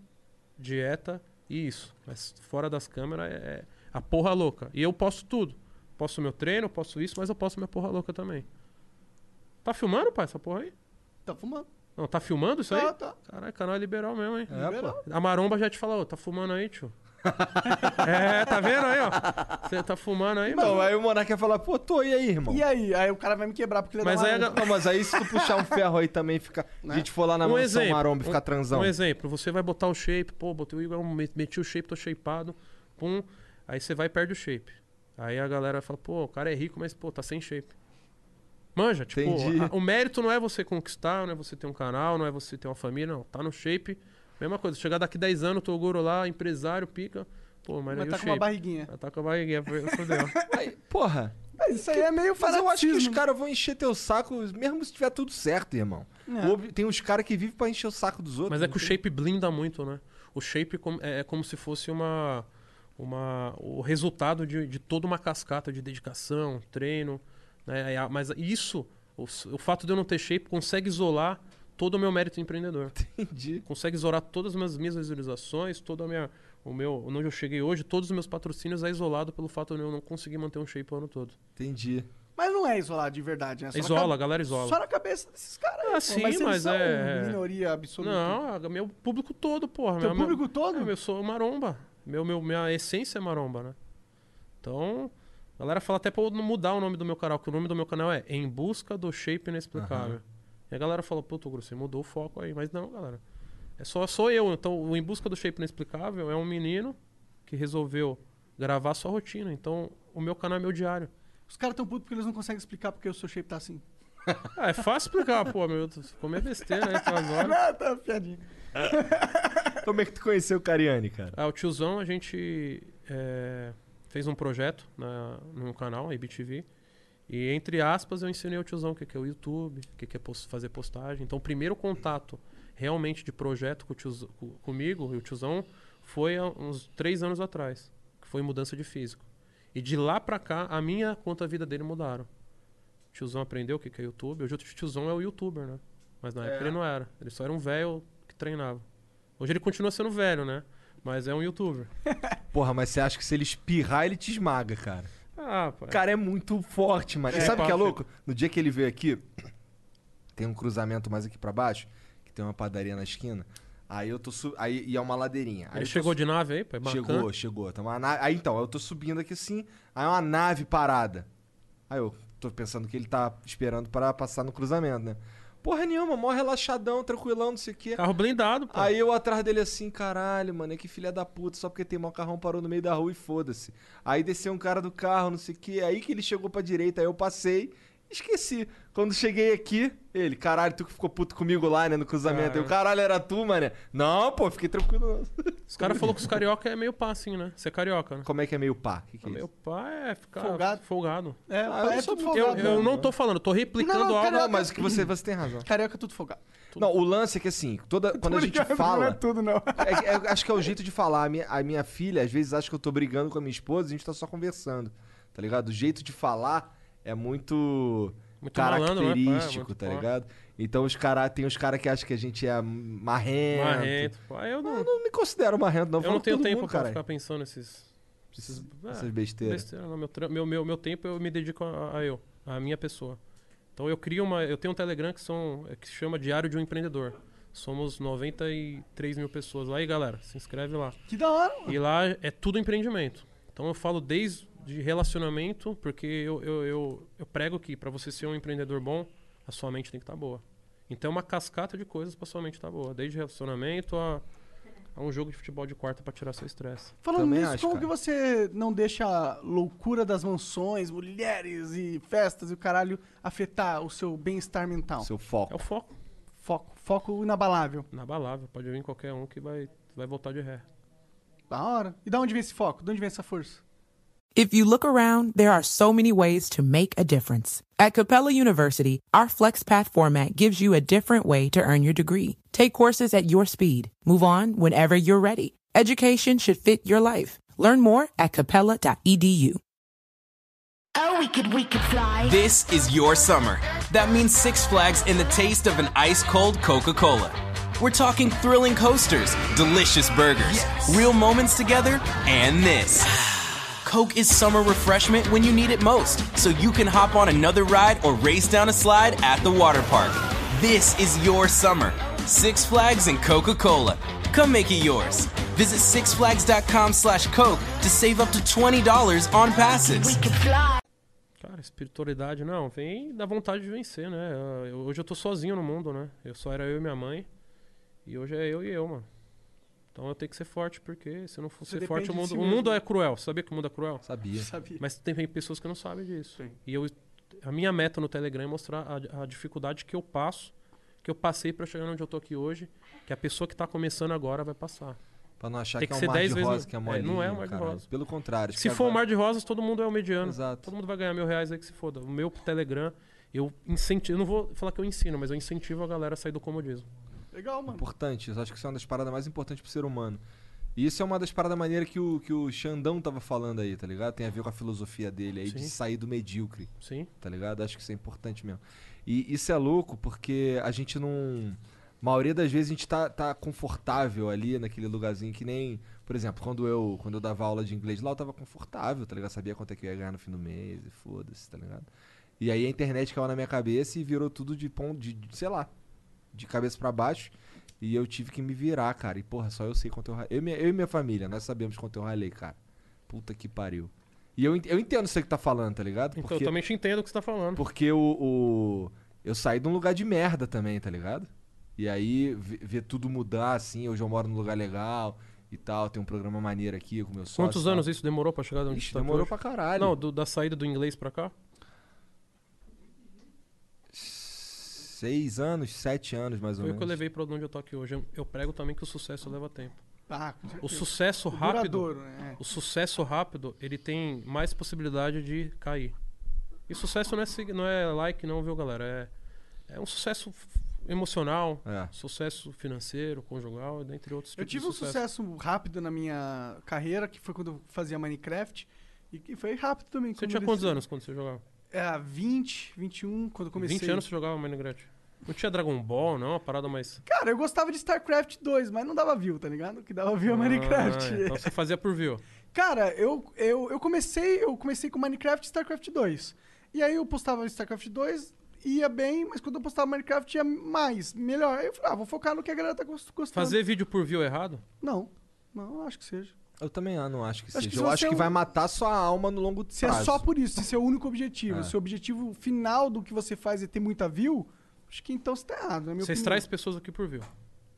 [SPEAKER 4] dieta e isso. Mas fora das câmeras é, é a porra louca. E eu posto tudo. Posto meu treino, posto isso, mas eu posto minha porra louca também. Tá filmando, pai, essa porra aí?
[SPEAKER 2] Tá fumando.
[SPEAKER 4] Não, tá filmando isso
[SPEAKER 2] Tá,
[SPEAKER 4] aí?
[SPEAKER 2] tá.
[SPEAKER 4] Caralho, canal é liberal mesmo, hein?
[SPEAKER 3] É,
[SPEAKER 2] Liberal.
[SPEAKER 3] pô.
[SPEAKER 4] A maromba já te falou, tá fumando aí, tio? é, tá vendo aí, ó? Você tá fumando aí,
[SPEAKER 3] Então,
[SPEAKER 4] mano.
[SPEAKER 2] é
[SPEAKER 3] aí o monarca ia falar, pô, tô, e aí, irmão?
[SPEAKER 2] E aí? Aí o cara vai me quebrar porque ele é
[SPEAKER 4] Mas
[SPEAKER 2] da
[SPEAKER 4] aí a
[SPEAKER 2] maromba.
[SPEAKER 3] Não, mas aí se tu puxar um ferro aí também fica. A gente for lá na
[SPEAKER 4] Um
[SPEAKER 3] mansão
[SPEAKER 4] exemplo,
[SPEAKER 3] maromba e ficar transão.
[SPEAKER 4] Um exemplo, você vai botar o shape, pô, botei o Igor, me- meti o shape, tô shapeado, pum, aí você vai e perde o shape. Aí a galera fala, pô, o cara é rico, mas, pô, tá sem shape. Manja, tipo,
[SPEAKER 3] Entendi.
[SPEAKER 4] a- o mérito não é você conquistar, não é você ter um canal, não é você ter uma família, não. Tá no shape, mesma coisa. Chegar daqui 10 anos, tô goro lá, empresário, pica, pô, mas,
[SPEAKER 2] Vai
[SPEAKER 4] aí
[SPEAKER 2] tá
[SPEAKER 4] o
[SPEAKER 2] com uma
[SPEAKER 4] shape.
[SPEAKER 2] barriguinha.
[SPEAKER 4] Ela tá com a barriguinha, fodeu.
[SPEAKER 3] Aí, porra.
[SPEAKER 2] Mas isso aí é meio
[SPEAKER 3] Mas eu acho que os
[SPEAKER 2] fanatismo.
[SPEAKER 3] caras vão encher teu saco, mesmo se tiver tudo certo, irmão.
[SPEAKER 2] É.
[SPEAKER 3] O ob- Tem uns caras que vivem pra encher o saco dos outros.
[SPEAKER 4] Mas é
[SPEAKER 3] não
[SPEAKER 4] que o
[SPEAKER 3] tem-
[SPEAKER 4] shape blinda muito, né? O shape com- é, é como se fosse uma, uma o resultado de, de toda uma cascata de dedicação, treino, né? E a- Mas isso, o, s- o fato de eu não ter shape consegue isolar todo o meu mérito empreendedor.
[SPEAKER 3] Entendi.
[SPEAKER 4] Consegue isolar todas as minhas, minhas visualizações, toda a minha o meu, onde eu cheguei hoje, todos os meus patrocínios é isolado pelo fato de eu não conseguir manter um shape o ano todo.
[SPEAKER 3] Entendi.
[SPEAKER 2] Mas não é isolado de verdade, né? Só na
[SPEAKER 4] Isola, a
[SPEAKER 2] cabe-
[SPEAKER 4] galera isola.
[SPEAKER 2] Só na cabeça desses caras. aí,
[SPEAKER 4] Ah,
[SPEAKER 2] pô.
[SPEAKER 4] sim,
[SPEAKER 2] mas, eles
[SPEAKER 4] mas
[SPEAKER 2] são
[SPEAKER 4] é-
[SPEAKER 2] minoria absoluta.
[SPEAKER 4] Não, a- meu público todo, porra.
[SPEAKER 2] Teu
[SPEAKER 4] meu, meu-
[SPEAKER 2] público todo?
[SPEAKER 4] É, eu sou maromba. Meu, meu, minha essência é maromba, né? Então, a galera fala até pra eu não mudar o nome do meu canal, que o nome do meu canal é Em Busca do Shape Inexplicável. E a galera fala, puto, Grosso, você mudou o foco aí. Mas não, galera. É só sou eu. Então, o Em Busca do Shape Inexplicável é um menino que resolveu gravar sua rotina. Então, o meu canal é meu diário.
[SPEAKER 2] Os caras tão putos porque eles não conseguem explicar porque o seu shape tá assim.
[SPEAKER 4] Ah, é fácil explicar, pô, meu. Comer besteira, né? Então, agora...
[SPEAKER 2] Ah, tá, piadinha.
[SPEAKER 3] Como é que tu conheceu o Cariani, cara?
[SPEAKER 4] Ah, o tiozão, a gente é, fez um projeto na, no canal, a IBTV. E, entre aspas, eu ensinei o tiozão o que que é o YouTube, o que que é pos- fazer postagem. Então, o primeiro contato realmente de projeto com o tiozão- co- comigo e o tiozão foi há uns três anos atrás, que foi mudança de físico. E de lá pra cá, a minha quanto a vida dele mudaram. O tiozão aprendeu o que que é YouTube. Hoje o tiozão é o youtuber, né? Mas na época ele não era. Ele só era um velho que treinava. Hoje ele continua sendo velho, né? Mas é um youtuber.
[SPEAKER 3] Porra, mas você acha que se ele espirrar, ele te esmaga, cara.
[SPEAKER 4] Ah, pai.
[SPEAKER 3] O cara é muito forte, mano. E
[SPEAKER 4] É,
[SPEAKER 3] sabe o que é
[SPEAKER 4] papo.
[SPEAKER 3] louco? No dia que ele veio aqui, tem um cruzamento mais aqui pra baixo, que tem uma padaria na esquina. Aí eu tô su... aí e é uma ladeirinha. Aí
[SPEAKER 4] Ele
[SPEAKER 3] eu tô
[SPEAKER 4] chegou de nave aí, é pai? Bacan.
[SPEAKER 3] Chegou, chegou. Tá uma na- Aí então, eu tô subindo aqui assim, aí uma nave parada. Aí eu tô pensando que ele tá esperando pra passar no cruzamento, né? Porra nenhuma, mó relaxadão, tranquilão, não sei o quê.
[SPEAKER 4] Carro blindado, pô.
[SPEAKER 3] Aí eu atrás dele assim, caralho, mano, é que filha da puta, só porque tem mau carrão parou no meio da rua e foda-se. Aí desceu um cara do carro, não sei o quê, aí que ele chegou pra direita, aí eu passei, esqueci. Quando cheguei aqui, ele, caralho, tu que ficou puto comigo lá, né, no cruzamento.
[SPEAKER 4] Caralho.
[SPEAKER 3] Eu, caralho, era tu, mané. Não, pô, fiquei tranquilo. não.
[SPEAKER 4] Os caras falaram que os carioca é meio pá, assim, né? Você é carioca, né?
[SPEAKER 3] Como é que é meio pá? Que que é
[SPEAKER 4] Ah,
[SPEAKER 3] isso?
[SPEAKER 4] Meu pai é ficar
[SPEAKER 2] Folgado.
[SPEAKER 4] folgado.
[SPEAKER 2] É,
[SPEAKER 3] Ah, eu
[SPEAKER 2] é
[SPEAKER 3] sou
[SPEAKER 2] tudo
[SPEAKER 3] muito-
[SPEAKER 4] Eu,
[SPEAKER 2] folgado.
[SPEAKER 4] eu não tô falando, eu tô replicando
[SPEAKER 2] Não, não,
[SPEAKER 4] algo.
[SPEAKER 2] carioca-
[SPEAKER 3] né? Não, mas o que você, você tem razão.
[SPEAKER 2] Carioca é tudo folgado.
[SPEAKER 3] Não, o lance é que assim, toda, quando a gente
[SPEAKER 2] Não é
[SPEAKER 3] fala.
[SPEAKER 2] tudo, não.
[SPEAKER 3] é que- é- acho que é o jeito de falar. A minha, a minha filha, às vezes, acha que eu tô brigando com a minha esposa e a gente tá só conversando. Tá ligado? O jeito de falar é muito,
[SPEAKER 4] Muito malandro, né, pá? É
[SPEAKER 3] característico,
[SPEAKER 4] muito
[SPEAKER 3] tá
[SPEAKER 4] pá.
[SPEAKER 3] ligado? Então os cara, tem os caras que acham que a gente é marrento.
[SPEAKER 4] Marrento. pô. Ah, eu não,
[SPEAKER 3] Eu não me considero marrento, não.
[SPEAKER 4] eu não tenho tempo pra
[SPEAKER 3] cara.
[SPEAKER 4] ficar pensando nesses.
[SPEAKER 3] Essas,
[SPEAKER 4] Ah,
[SPEAKER 3] essas besteiras.
[SPEAKER 4] Besteira, não. Meu, tra- meu, meu, meu tempo eu me dedico a, a eu, a minha pessoa. Então eu crio uma. Eu tenho um Telegram que, são, que se chama Diário de um Empreendedor. Somos 93 mil pessoas lá. E galera, se inscreve lá.
[SPEAKER 2] Que da hora. mano.
[SPEAKER 4] E lá é tudo empreendimento. Então eu falo desde de relacionamento, porque eu, eu, eu, eu prego que para você ser um empreendedor bom, a sua mente tem que estar boa. Então é uma cascata de coisas para sua mente estar boa. Desde relacionamento a, a um jogo de futebol de quarta para tirar seu estresse.
[SPEAKER 2] Falando
[SPEAKER 3] Também
[SPEAKER 2] nisso,
[SPEAKER 3] acho,
[SPEAKER 2] como
[SPEAKER 3] cara.
[SPEAKER 2] que você não deixa a loucura das mansões, mulheres e festas e o caralho afetar o seu bem-estar mental?
[SPEAKER 3] Seu foco.
[SPEAKER 4] É o foco.
[SPEAKER 2] Foco, foco inabalável.
[SPEAKER 4] Inabalável. Pode vir qualquer um que vai, vai voltar de ré.
[SPEAKER 2] Da hora. E da onde vem esse foco? De onde vem essa força?
[SPEAKER 1] If you look around, there are so many ways to make a difference. At Capella University, our FlexPath format gives you a different way to earn your degree. Take courses at your speed. Move on whenever you're ready. Education should fit your life. Learn more at E capella.edu.
[SPEAKER 5] Oh, we could, we could fly.
[SPEAKER 6] This is your summer. That means Six Flags and the taste of an ice cold Coca Cola. We're talking thrilling coasters, delicious burgers, real moments together, and this. Coke is summer refreshment when you need it most, so you can hop on another ride or race down a slide at the water park. This is your summer. Six Flags and Coca-Cola. Come make it yours. Visit sixflags.com slash Coke to save up to $20 on passes.
[SPEAKER 5] We could fly.
[SPEAKER 4] Cara, espiritualidade não, vem da vontade de vencer, né? Ah, eu- hoje eu tô sozinho no mundo, né? Eu só era eu e minha mãe. E hoje é eu e eu, mano. Então eu tenho que ser forte, porque se eu não for
[SPEAKER 2] Você
[SPEAKER 4] ser forte,
[SPEAKER 2] depende
[SPEAKER 4] o
[SPEAKER 2] de
[SPEAKER 4] mundo,
[SPEAKER 2] si
[SPEAKER 4] o
[SPEAKER 2] mesmo.
[SPEAKER 4] mundo é cruel. Sabia que o mundo é cruel?
[SPEAKER 3] Sabia.
[SPEAKER 2] Sabia.
[SPEAKER 4] Mas tem pessoas que não sabem disso.
[SPEAKER 2] Sim.
[SPEAKER 4] E eu, a minha meta no Telegram é mostrar a, a dificuldade que eu passo, que eu passei pra chegar onde eu tô aqui hoje, que a pessoa que tá começando agora vai passar.
[SPEAKER 3] Pra não achar
[SPEAKER 4] Tem
[SPEAKER 3] que, é
[SPEAKER 4] que
[SPEAKER 3] um
[SPEAKER 4] ser
[SPEAKER 3] mar de
[SPEAKER 4] 10 vezes-
[SPEAKER 3] rosa, que é
[SPEAKER 4] é,
[SPEAKER 3] molinho,
[SPEAKER 4] não é um mar de
[SPEAKER 3] caralho.
[SPEAKER 4] rosa.
[SPEAKER 3] Pelo contrário. acho
[SPEAKER 4] Se
[SPEAKER 3] que
[SPEAKER 4] for o
[SPEAKER 3] agora-
[SPEAKER 4] mar de rosas, todo mundo é o mediano.
[SPEAKER 3] Exato.
[SPEAKER 4] Todo mundo vai ganhar mil reais aí que se foda. O meu Telegram, eu incentivo. Eu não vou falar que eu ensino, mas eu incentivo a galera a sair do comodismo.
[SPEAKER 2] Legal, mano.
[SPEAKER 3] Importante. Eu acho que isso é uma das paradas mais importantes pro ser humano. E isso é uma das paradas maneiras que o, que o Xandão tava falando aí, tá ligado? Tem a ver com a filosofia dele aí, de
[SPEAKER 4] Sim.
[SPEAKER 3] sair do medíocre.
[SPEAKER 4] Sim.
[SPEAKER 3] tá ligado? Acho que isso é importante mesmo. E isso é louco porque a gente não. A maioria das vezes a gente tá, tá confortável ali naquele lugarzinho que nem. Por exemplo, quando eu, quando eu dava aula de inglês lá, eu tava confortável, tá ligado? Sabia quanto é que eu ia ganhar no fim do mês e foda-se, tá ligado? E aí a internet caiu na minha cabeça e virou tudo de ponto, de, de- sei lá, de cabeça pra baixo. E eu tive que me virar, cara. E porra, só eu sei quanto eu ralei. Eu, e minha- eu e minha família, nós sabemos quanto eu ralei, cara. Puta que pariu. E eu, ent- eu entendo isso aí que tá falando, tá ligado?
[SPEAKER 4] Então eu também te entendo o que você tá falando.
[SPEAKER 3] Porque o, o- Eu saí de um lugar de merda também, tá ligado? E aí, vê- ver tudo mudar, assim, hoje eu moro num lugar legal e tal, tem um programa maneiro aqui com meu sócio.
[SPEAKER 4] Quantos
[SPEAKER 3] e tal.
[SPEAKER 4] anos isso demorou pra chegar onde
[SPEAKER 3] Ixi,
[SPEAKER 4] você tá
[SPEAKER 3] demorou
[SPEAKER 4] hoje?
[SPEAKER 3] pra caralho.
[SPEAKER 4] Não, do- da saída do inglês pra cá?
[SPEAKER 3] Seis anos, sete anos, mais ou
[SPEAKER 4] Foi o
[SPEAKER 3] menos.
[SPEAKER 4] que eu levei pra onde eu tô aqui hoje. Eu- Eu prego também que o sucesso leva tempo.
[SPEAKER 2] Ah, com certeza.
[SPEAKER 4] O sucesso rápido.
[SPEAKER 2] Duradouro, né?
[SPEAKER 4] O sucesso rápido, ele tem mais possibilidade de cair. E sucesso não é, sig- não é like, não, viu, galera? É, é um sucesso f- emocional,
[SPEAKER 3] É.
[SPEAKER 4] sucesso financeiro, conjugal, dentre outros
[SPEAKER 2] Eu
[SPEAKER 4] tipos
[SPEAKER 2] tive
[SPEAKER 4] tipo de
[SPEAKER 2] um sucesso rápido na minha carreira, que foi quando eu fazia Minecraft. E que foi rápido também.
[SPEAKER 4] Você
[SPEAKER 2] quando
[SPEAKER 4] tinha
[SPEAKER 2] eu É,
[SPEAKER 4] quantos
[SPEAKER 2] decidi-
[SPEAKER 4] anos quando você jogava?
[SPEAKER 2] Era 20, 21, quando eu comecei.
[SPEAKER 4] 20 anos você jogava Minecraft. Não tinha Dragon Ball, não? Uma parada mais.
[SPEAKER 2] Cara, eu gostava de StarCraft 2, mas não dava view, tá ligado? O que dava view é Minecraft.
[SPEAKER 4] Ah, então você fazia por view.
[SPEAKER 2] Cara, eu, eu, eu comecei, eu comecei com Minecraft e StarCraft 2. E aí eu postava StarCraft 2, ia bem, mas quando eu postava Minecraft ia mais, melhor. Aí eu falei, ah, vou focar no que a galera tá gost- gostando.
[SPEAKER 4] Fazer vídeo por view é errado?
[SPEAKER 2] Não. Não, eu acho que seja.
[SPEAKER 3] Eu também ah, não acho que
[SPEAKER 2] Acho
[SPEAKER 3] seja.
[SPEAKER 2] que se
[SPEAKER 3] eu acho
[SPEAKER 2] você é
[SPEAKER 3] que
[SPEAKER 2] um-
[SPEAKER 3] vai matar sua alma no longo
[SPEAKER 2] Se
[SPEAKER 3] prazo.
[SPEAKER 2] é só por isso, se esse é o único objetivo,
[SPEAKER 3] É.
[SPEAKER 2] se o objetivo final do que você faz é ter muita view, acho que então você tá errado, na minha
[SPEAKER 4] Vocês
[SPEAKER 2] opinião.
[SPEAKER 4] trazem pessoas aqui por view.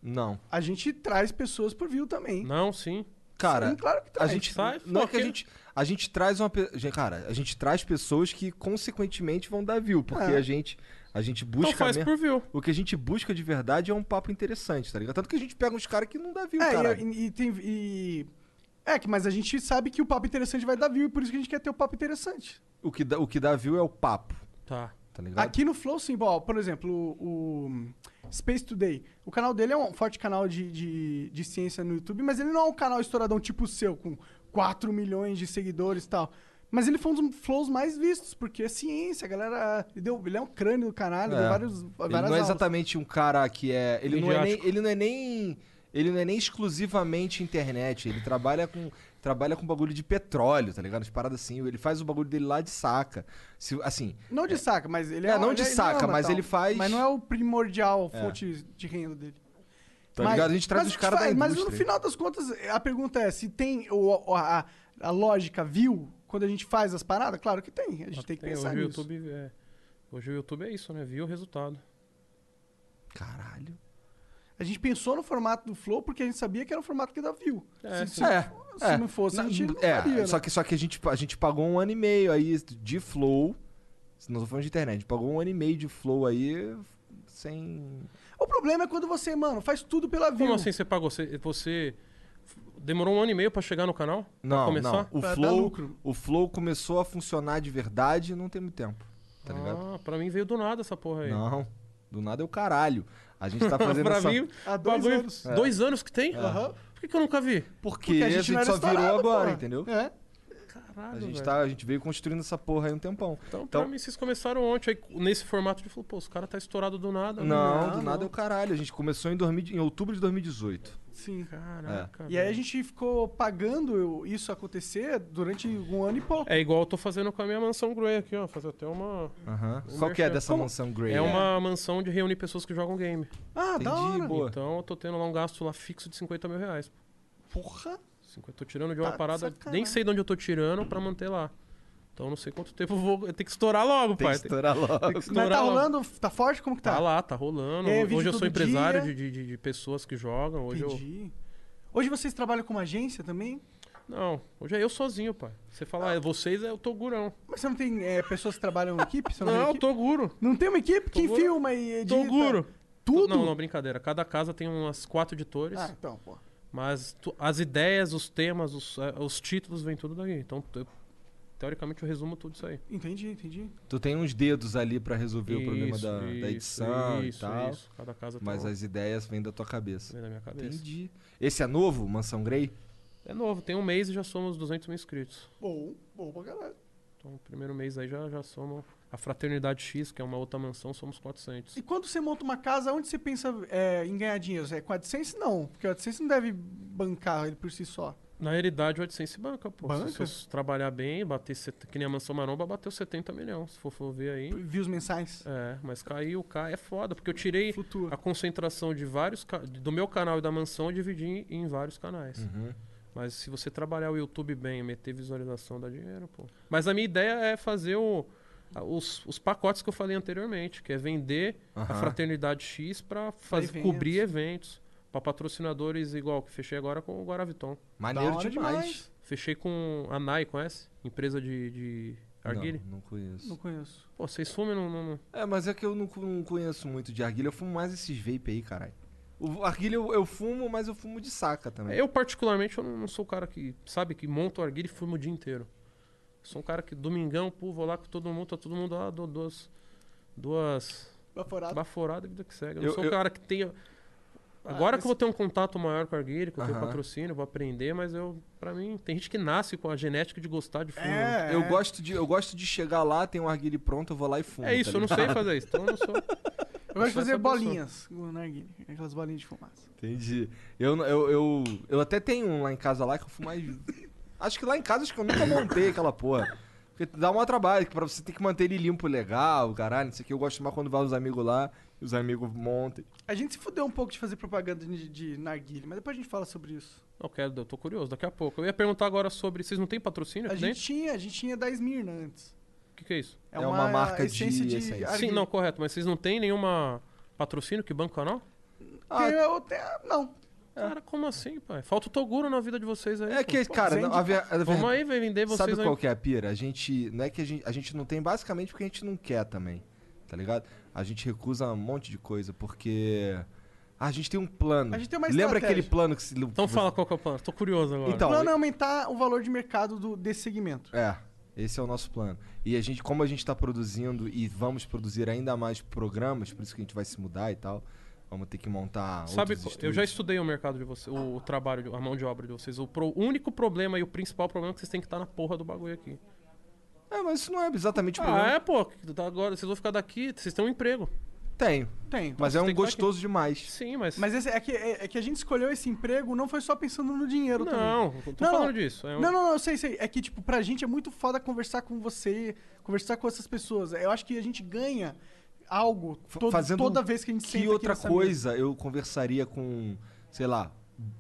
[SPEAKER 3] Não.
[SPEAKER 2] A gente traz pessoas por view também.
[SPEAKER 4] Não, sim.
[SPEAKER 3] Cara,
[SPEAKER 2] Sim, claro que
[SPEAKER 3] a
[SPEAKER 2] traz.
[SPEAKER 3] gente
[SPEAKER 4] Sai,
[SPEAKER 3] não é
[SPEAKER 4] pô,
[SPEAKER 3] que a
[SPEAKER 4] que-
[SPEAKER 3] gente a gente traz uma pe- gente, cara, a gente traz pessoas que consequentemente vão dar view, porque
[SPEAKER 2] É.
[SPEAKER 3] a gente a gente busca
[SPEAKER 4] Então faz
[SPEAKER 3] mesmo-
[SPEAKER 4] por view.
[SPEAKER 3] O que a gente busca de verdade é um papo interessante, tá ligado? Tanto que a gente pega uns caras que não dá view, cara.
[SPEAKER 2] É, e, e tem. E... É, que- mas a gente sabe que o papo interessante vai dar view e por isso que a gente quer ter o papo interessante.
[SPEAKER 3] O, que dá, o que dá view é o papo,
[SPEAKER 4] Tá.
[SPEAKER 3] tá ligado?
[SPEAKER 2] Aqui no Flow, sim, bom, por exemplo, o, o Space Today. O canal dele é um forte canal de, de, de ciência no YouTube, mas ele não é um canal estouradão tipo o seu, com 4 milhões de seguidores e tal. Mas ele foi um dos flows mais vistos, porque é ciência, a galera. Ele, deu, ele é um crânio do caralho, deu vários,
[SPEAKER 3] Ele
[SPEAKER 2] várias
[SPEAKER 3] não é
[SPEAKER 2] aulas.
[SPEAKER 3] exatamente um cara que é. Ele não é, nem,
[SPEAKER 4] Midiático.
[SPEAKER 3] ele não é nem. Ele não é nem exclusivamente internet. Ele trabalha com. Trabalha com bagulho de petróleo, tá ligado? As paradas assim. Ele faz o bagulho dele lá de saca. Se, assim.
[SPEAKER 2] Não de saca, mas ele é.
[SPEAKER 3] É, não
[SPEAKER 2] ele
[SPEAKER 3] de
[SPEAKER 2] ele
[SPEAKER 3] saca,
[SPEAKER 2] ama
[SPEAKER 3] mas
[SPEAKER 2] tal.
[SPEAKER 3] ele faz-
[SPEAKER 2] Mas não é o primordial fonte de renda dele.
[SPEAKER 3] Tá ligado? A gente traz
[SPEAKER 2] mas
[SPEAKER 3] os caras
[SPEAKER 2] fa-
[SPEAKER 3] da
[SPEAKER 2] Mas no
[SPEAKER 3] indústria.
[SPEAKER 2] final das contas, a pergunta é se tem o, a, a- a lógica viu quando a gente faz as paradas? Claro que tem. A gente tem que
[SPEAKER 4] Tem,
[SPEAKER 2] pensar
[SPEAKER 4] hoje, o
[SPEAKER 2] nisso.
[SPEAKER 4] YouTube é, hoje o YouTube é isso, né? Viu o resultado.
[SPEAKER 3] Caralho.
[SPEAKER 2] A gente pensou no formato do Flow porque a gente sabia que era o formato que dá view.
[SPEAKER 4] É,
[SPEAKER 2] se,
[SPEAKER 4] sim.
[SPEAKER 2] se- se não fosse, a gente não
[SPEAKER 3] é,
[SPEAKER 2] faria, né?
[SPEAKER 3] só que, só que a, gente, a gente pagou um ano e meio aí de flow. Não tô falando de internet, a gente pagou um ano e meio de flow aí sem.
[SPEAKER 2] O problema é quando você, mano, faz tudo pela view.
[SPEAKER 4] Como assim você pagou? Você, você f- demorou um ano e meio pra chegar no canal? Pra
[SPEAKER 3] Não,
[SPEAKER 4] começar?
[SPEAKER 3] não. O
[SPEAKER 2] Pra dar
[SPEAKER 3] flow,
[SPEAKER 2] lucro.
[SPEAKER 3] o flow começou a funcionar de verdade não tem muito tempo. Tá ligado?
[SPEAKER 4] Ah, pra mim veio do nada essa porra aí.
[SPEAKER 3] Não. Do nada é o caralho. A gente tá fazendo
[SPEAKER 4] pra
[SPEAKER 3] essa...
[SPEAKER 4] mim,
[SPEAKER 2] Há dois
[SPEAKER 4] bagulho-
[SPEAKER 2] anos.
[SPEAKER 4] Dois anos que
[SPEAKER 3] É.
[SPEAKER 4] tem?
[SPEAKER 2] Aham.
[SPEAKER 4] Por que, que eu nunca vi?
[SPEAKER 3] Porque,
[SPEAKER 2] Porque
[SPEAKER 3] a gente,
[SPEAKER 2] não era
[SPEAKER 3] só virou
[SPEAKER 2] estourado,
[SPEAKER 3] agora,
[SPEAKER 2] porra.
[SPEAKER 3] entendeu?
[SPEAKER 2] É.
[SPEAKER 4] Caralho,
[SPEAKER 3] A gente,
[SPEAKER 4] velho.
[SPEAKER 3] tá, a gente veio construindo essa porra aí um tempão.
[SPEAKER 4] Então, pra
[SPEAKER 3] Então-
[SPEAKER 4] mim, vocês começaram ontem aí, nesse formato de falou, pô, os caras tá estourado do nada.
[SPEAKER 3] Não, do
[SPEAKER 2] não.
[SPEAKER 3] nada é o caralho. A gente começou em, 2000 em outubro de 2018.
[SPEAKER 2] Sim.
[SPEAKER 4] Caraca.
[SPEAKER 2] E aí a
[SPEAKER 4] velho.
[SPEAKER 2] gente ficou pagando eu- isso acontecer durante um ano e pouco.
[SPEAKER 4] É igual eu tô fazendo com a minha mansão Grey aqui, ó. Fazer até uma.
[SPEAKER 3] Aham.
[SPEAKER 4] O
[SPEAKER 3] Qual que é
[SPEAKER 4] merchan-
[SPEAKER 3] dessa
[SPEAKER 4] Como-
[SPEAKER 3] mansão Grey?
[SPEAKER 4] É uma mansão de reunir pessoas que jogam game.
[SPEAKER 2] Ah, da
[SPEAKER 3] Entendi,
[SPEAKER 2] hora.
[SPEAKER 3] boa.
[SPEAKER 4] Então eu tô tendo lá um gasto lá fixo de 50 mil reais.
[SPEAKER 2] Porra.
[SPEAKER 4] 50, tô tirando de uma
[SPEAKER 2] Tá de
[SPEAKER 4] parada,
[SPEAKER 2] sacanagem.
[SPEAKER 4] nem sei de onde eu tô tirando pra manter lá. Então eu não sei quanto tempo eu vou. Eu tenho que estourar logo,
[SPEAKER 3] Tem que
[SPEAKER 4] pai.
[SPEAKER 3] estourar logo.
[SPEAKER 4] Tem que
[SPEAKER 2] Mas tá
[SPEAKER 4] logo.
[SPEAKER 2] rolando? Tá forte? Como que
[SPEAKER 4] Tá
[SPEAKER 2] tá?
[SPEAKER 4] lá, tá rolando.
[SPEAKER 2] E aí, vídeo
[SPEAKER 4] Hoje eu sou
[SPEAKER 2] todo
[SPEAKER 4] empresário
[SPEAKER 2] dia?
[SPEAKER 4] de, de- de- de pessoas que jogam. Hoje eu.
[SPEAKER 2] Entendi. Hoje vocês trabalham com uma agência também?
[SPEAKER 4] Não, hoje é eu sozinho, pai. Você fala, é vocês é o Togurão.
[SPEAKER 2] Mas você não tem é, pessoas que trabalham em equipe? Você não, tem
[SPEAKER 4] Não,
[SPEAKER 2] equipe?
[SPEAKER 4] Toguro.
[SPEAKER 2] não tem uma equipe? Quem
[SPEAKER 4] Toguro.
[SPEAKER 2] filma e edita?
[SPEAKER 4] Toguro.
[SPEAKER 2] Tudo?
[SPEAKER 4] Não, não, brincadeira. Cada casa tem umas quatro editores.
[SPEAKER 2] Ah, então, pô.
[SPEAKER 4] Mas tu- as ideias, os temas, os, eh, os títulos vêm tudo daí. Então, eu- teoricamente, eu resumo tudo isso aí.
[SPEAKER 2] Entendi, entendi.
[SPEAKER 3] Tu tem uns dedos ali pra resolver o problema
[SPEAKER 4] Isso,
[SPEAKER 3] da, da
[SPEAKER 4] isso,
[SPEAKER 3] edição e
[SPEAKER 4] isso,
[SPEAKER 3] tal.
[SPEAKER 4] isso. Cada casa
[SPEAKER 3] Mas
[SPEAKER 4] tem um-
[SPEAKER 3] as ideias vêm da tua cabeça.
[SPEAKER 4] vem da minha cabeça.
[SPEAKER 3] Entendi. Esse é novo, Mansão Grey?
[SPEAKER 4] É novo, tem um mês e já somos 200 mil inscritos.
[SPEAKER 2] Bom, bom pra caralho.
[SPEAKER 4] Então, o primeiro mês aí já, já somos. A Fraternidade X, que é uma outra mansão, somos 400.
[SPEAKER 2] E quando você monta uma casa, onde você pensa é, em ganhar dinheiro? É com a AdSense? Não, porque a AdSense não deve bancar ele por si só.
[SPEAKER 4] Na realidade, o AdSense banca, pô.
[SPEAKER 2] Banca?
[SPEAKER 4] Se você trabalhar bem, bater. set- Que nem a Mansão Maromba bateu 70 milhões. Se for, for ver aí.
[SPEAKER 2] Views mensais.
[SPEAKER 4] É, mas caiu, cai, é foda, porque eu tirei
[SPEAKER 2] Flutua.
[SPEAKER 4] a concentração de vários ca- do meu canal e da mansão e dividi em, em vários canais.
[SPEAKER 3] Uhum.
[SPEAKER 4] Mas se você trabalhar o YouTube bem, meter visualização, dá dinheiro, pô. Mas a minha ideia é fazer o- a- os, os pacotes que eu falei anteriormente, que é vender a
[SPEAKER 3] Aham.
[SPEAKER 4] fraternidade X para fazer
[SPEAKER 2] eventos.
[SPEAKER 4] cobrir eventos para patrocinadores igual que fechei agora com o Guaraviton.
[SPEAKER 3] Maneiro
[SPEAKER 2] Da hora
[SPEAKER 3] demais.
[SPEAKER 4] Fechei com a NAI, conhece? Empresa de, de arguile.
[SPEAKER 3] Não, não conheço.
[SPEAKER 2] Não conheço.
[SPEAKER 4] Pô, vocês fumem no- no- no...
[SPEAKER 3] É, mas é que eu não, cu- não conheço muito de arguilha. Eu fumo mais esses vape aí, caralho. O arguilha eu, eu fumo, mas eu fumo de saca também.
[SPEAKER 4] Eu, particularmente, eu não não sou o cara que, sabe, que monta o arguilho e fuma o dia inteiro. Sou um cara que, domingão, pô, vou lá com todo mundo, tá todo mundo lá, dou duas, duas
[SPEAKER 2] Baforado.
[SPEAKER 4] baforadas e vida que segue. Eu,
[SPEAKER 3] Eu-
[SPEAKER 4] não sou
[SPEAKER 3] eu-
[SPEAKER 4] o cara que tenha... Agora
[SPEAKER 2] mas-
[SPEAKER 4] que eu vou ter um contato maior com a arguilha, que eu tenho
[SPEAKER 3] Aham.
[SPEAKER 4] patrocínio, eu vou aprender, mas eu, pra mim, tem gente que nasce com a genética de gostar de fumo. né?
[SPEAKER 2] É,
[SPEAKER 3] Eu
[SPEAKER 2] é.
[SPEAKER 3] gosto de eu gosto de chegar lá, tem um arguilha pronto, eu vou lá e fumo.
[SPEAKER 4] É isso,
[SPEAKER 3] tá
[SPEAKER 4] eu não
[SPEAKER 3] ligado?
[SPEAKER 4] sei fazer isso, então eu não sou.
[SPEAKER 2] Eu gosto de fazer
[SPEAKER 4] essa pessoa.
[SPEAKER 2] bolinhas no narguilé. Aquelas bolinhas de fumaça.
[SPEAKER 3] Entendi. Eu, não- eu, eu, eu até tenho um lá em casa lá que eu fumo mais. acho que lá em casa acho que eu nunca montei aquela porra. Porque dá um maior trabalho, que pra você ter que manter ele limpo legal, caralho, não sei o que. Eu gosto mais quando vai os amigos lá e os amigos montam.
[SPEAKER 2] A gente se fudeu um pouco de fazer propaganda de, de narguilé, mas depois a gente fala sobre isso.
[SPEAKER 4] Não quero, eu tô curioso, daqui a pouco. Eu ia perguntar agora sobre... Vocês não têm patrocínio
[SPEAKER 2] A
[SPEAKER 4] aqui dentro?
[SPEAKER 2] gente tinha, a gente tinha da Smirna antes.
[SPEAKER 4] O que que é isso?
[SPEAKER 3] É uma marca de
[SPEAKER 2] essência
[SPEAKER 3] essência. Sim,
[SPEAKER 4] Sim,
[SPEAKER 2] arguilé.
[SPEAKER 4] não, correto, mas vocês não têm nenhuma patrocínio que banca o canal?
[SPEAKER 3] Ah,
[SPEAKER 2] Tem outra- não.
[SPEAKER 4] Cara, como assim, pai? Falta o Toguro na vida de vocês aí.
[SPEAKER 3] é
[SPEAKER 4] pô.
[SPEAKER 3] que, cara,
[SPEAKER 2] vende,
[SPEAKER 3] não, a, ver- a ver-
[SPEAKER 4] Vamos aí, vem vender vocês
[SPEAKER 3] Sabe
[SPEAKER 4] aí.
[SPEAKER 3] qual que é a pira? A gente. Não é que a gente. A gente não tem basicamente porque a gente não quer também. Tá ligado? A gente recusa um monte de coisa, porque. ah, a gente tem um plano.
[SPEAKER 2] A gente tem uma
[SPEAKER 3] Lembra
[SPEAKER 2] estratégia.
[SPEAKER 3] aquele plano que se.
[SPEAKER 4] Então fala qual que é o plano. Tô curioso agora.
[SPEAKER 3] Então,
[SPEAKER 2] O plano é aumentar o valor de mercado do, desse segmento.
[SPEAKER 3] É, esse é o nosso plano. E a gente, como a gente está produzindo e vamos produzir ainda mais programas, por isso que a gente vai se mudar e tal. Vamos ter que montar.
[SPEAKER 4] Sabe,
[SPEAKER 3] outros
[SPEAKER 4] qual- eu
[SPEAKER 3] estúdios.
[SPEAKER 4] já estudei o mercado de vocês, o, o trabalho, de- a mão de obra de vocês. O, pro- o único problema e o principal problema é que vocês têm que estar na porra do bagulho aqui.
[SPEAKER 3] É, mas isso não é exatamente o
[SPEAKER 4] Ah,
[SPEAKER 3] problema.
[SPEAKER 4] é, pô. tá Agora vocês vão ficar daqui, vocês têm um emprego.
[SPEAKER 3] Tenho.
[SPEAKER 2] Tem.
[SPEAKER 3] Mas é
[SPEAKER 4] tem
[SPEAKER 3] um
[SPEAKER 4] que estar aqui.
[SPEAKER 3] gostoso demais.
[SPEAKER 4] Sim, mas.
[SPEAKER 2] Mas esse- é, que, é, é que a gente escolheu esse emprego não foi só pensando no dinheiro também.
[SPEAKER 4] não, eu tô
[SPEAKER 2] Não,
[SPEAKER 4] falando
[SPEAKER 2] não.
[SPEAKER 4] disso. É um-
[SPEAKER 2] Não, não, não, eu sei, sei. É que, tipo, pra gente é muito foda conversar com você, conversar com essas pessoas. Eu acho que a gente ganha algo
[SPEAKER 3] Fa-
[SPEAKER 2] todo-
[SPEAKER 3] fazendo
[SPEAKER 2] toda vez que a gente senta
[SPEAKER 3] Que
[SPEAKER 2] aqui
[SPEAKER 3] outra
[SPEAKER 2] nessa
[SPEAKER 3] coisa eu conversaria com, sei lá,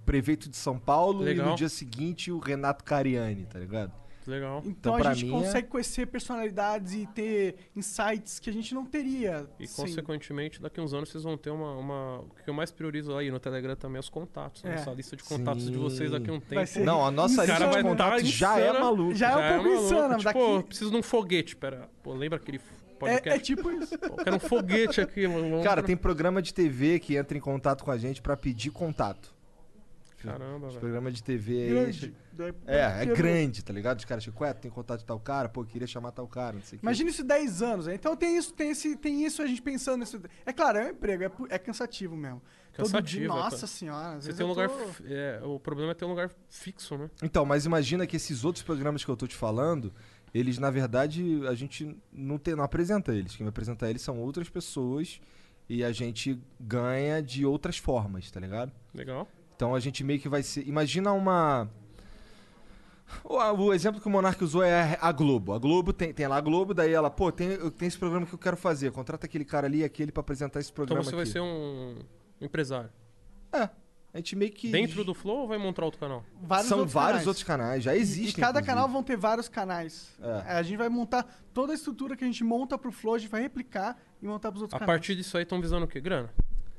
[SPEAKER 3] prefeito de São Paulo e
[SPEAKER 4] Legal.
[SPEAKER 3] no dia seguinte o Renato Cariani, tá ligado?
[SPEAKER 4] Legal.
[SPEAKER 2] mesa.
[SPEAKER 3] Então,
[SPEAKER 2] Então,
[SPEAKER 3] pra
[SPEAKER 2] a gente
[SPEAKER 3] mim, é-
[SPEAKER 2] consegue conhecer personalidades e ter insights que a gente não teria. assim.
[SPEAKER 4] E
[SPEAKER 2] sem-
[SPEAKER 4] consequentemente, daqui uns anos vocês vão ter uma, uma- O que eu mais priorizo aí no Telegram também é os contatos. né?
[SPEAKER 2] É.
[SPEAKER 4] Essa lista de contatos de vocês daqui a um tempo.
[SPEAKER 2] Vai ser-
[SPEAKER 3] Não, a nossa
[SPEAKER 2] Cara,
[SPEAKER 3] lista de
[SPEAKER 2] vai tá
[SPEAKER 3] contatos já é
[SPEAKER 4] insana.
[SPEAKER 3] maluca.
[SPEAKER 2] Já é um pouco
[SPEAKER 4] maluco,
[SPEAKER 2] insano,
[SPEAKER 4] Tipo,
[SPEAKER 2] daqui-
[SPEAKER 4] pô, preciso de um foguete, pera. Pô, lembra aquele f- podcast?
[SPEAKER 2] É, é tipo isso.
[SPEAKER 4] Pô, quero um foguete aqui, mano. Vamos
[SPEAKER 3] Cara,
[SPEAKER 4] pra-
[SPEAKER 3] tem programa de TV que entra em contato com a gente pra pedir contato.
[SPEAKER 4] Caramba,
[SPEAKER 3] Os
[SPEAKER 4] velho.
[SPEAKER 3] programas de TV.
[SPEAKER 2] grande.
[SPEAKER 3] É, é grande, tá ligado? Os caras ficam, ué, tem contato de tal cara, pô, queria chamar tal cara, não sei o quê.
[SPEAKER 2] Imagina isso 10 anos, né? Então tem isso, tem esse, tem isso a gente pensando nisso. É claro, é um emprego, é, pu- é cansativo mesmo. Todo dia-
[SPEAKER 4] Cansativo, é, cara.
[SPEAKER 2] nossa senhora. às
[SPEAKER 4] Você
[SPEAKER 2] vezes
[SPEAKER 4] tem um
[SPEAKER 2] eu
[SPEAKER 4] lugar.
[SPEAKER 2] tô-
[SPEAKER 4] f- é, o problema é ter um lugar fixo, né?
[SPEAKER 3] Então, mas imagina que esses outros programas que eu tô te falando, eles, na verdade, a gente não, tem, não apresenta eles. Quem vai apresentar eles são outras pessoas e a gente ganha de outras formas, tá ligado?
[SPEAKER 4] Legal.
[SPEAKER 3] Então a gente meio que vai ser. Imagina uma. O, o exemplo que o Monark usou é a Globo. A Globo tem, tem lá a Globo, daí ela, pô, tem, eu- tem esse programa que eu quero fazer. Contrata aquele cara ali e aquele pra apresentar esse
[SPEAKER 4] Então
[SPEAKER 3] programa.
[SPEAKER 4] você vai
[SPEAKER 3] aqui.
[SPEAKER 4] ser um empresário.
[SPEAKER 3] É. A gente meio que.
[SPEAKER 4] Dentro do Flow ou vai montar outro canal?
[SPEAKER 2] Vários
[SPEAKER 3] São
[SPEAKER 2] outros
[SPEAKER 3] vários
[SPEAKER 2] canais.
[SPEAKER 3] outros canais, já
[SPEAKER 2] E
[SPEAKER 3] existem.
[SPEAKER 2] cada
[SPEAKER 3] inclusive.
[SPEAKER 2] canal vão ter vários canais.
[SPEAKER 3] É.
[SPEAKER 2] A gente vai montar toda a estrutura que a gente monta pro Flow, a gente vai replicar e montar pros outros
[SPEAKER 4] A
[SPEAKER 2] canais.
[SPEAKER 4] partir disso aí estão visando o quê? Grana?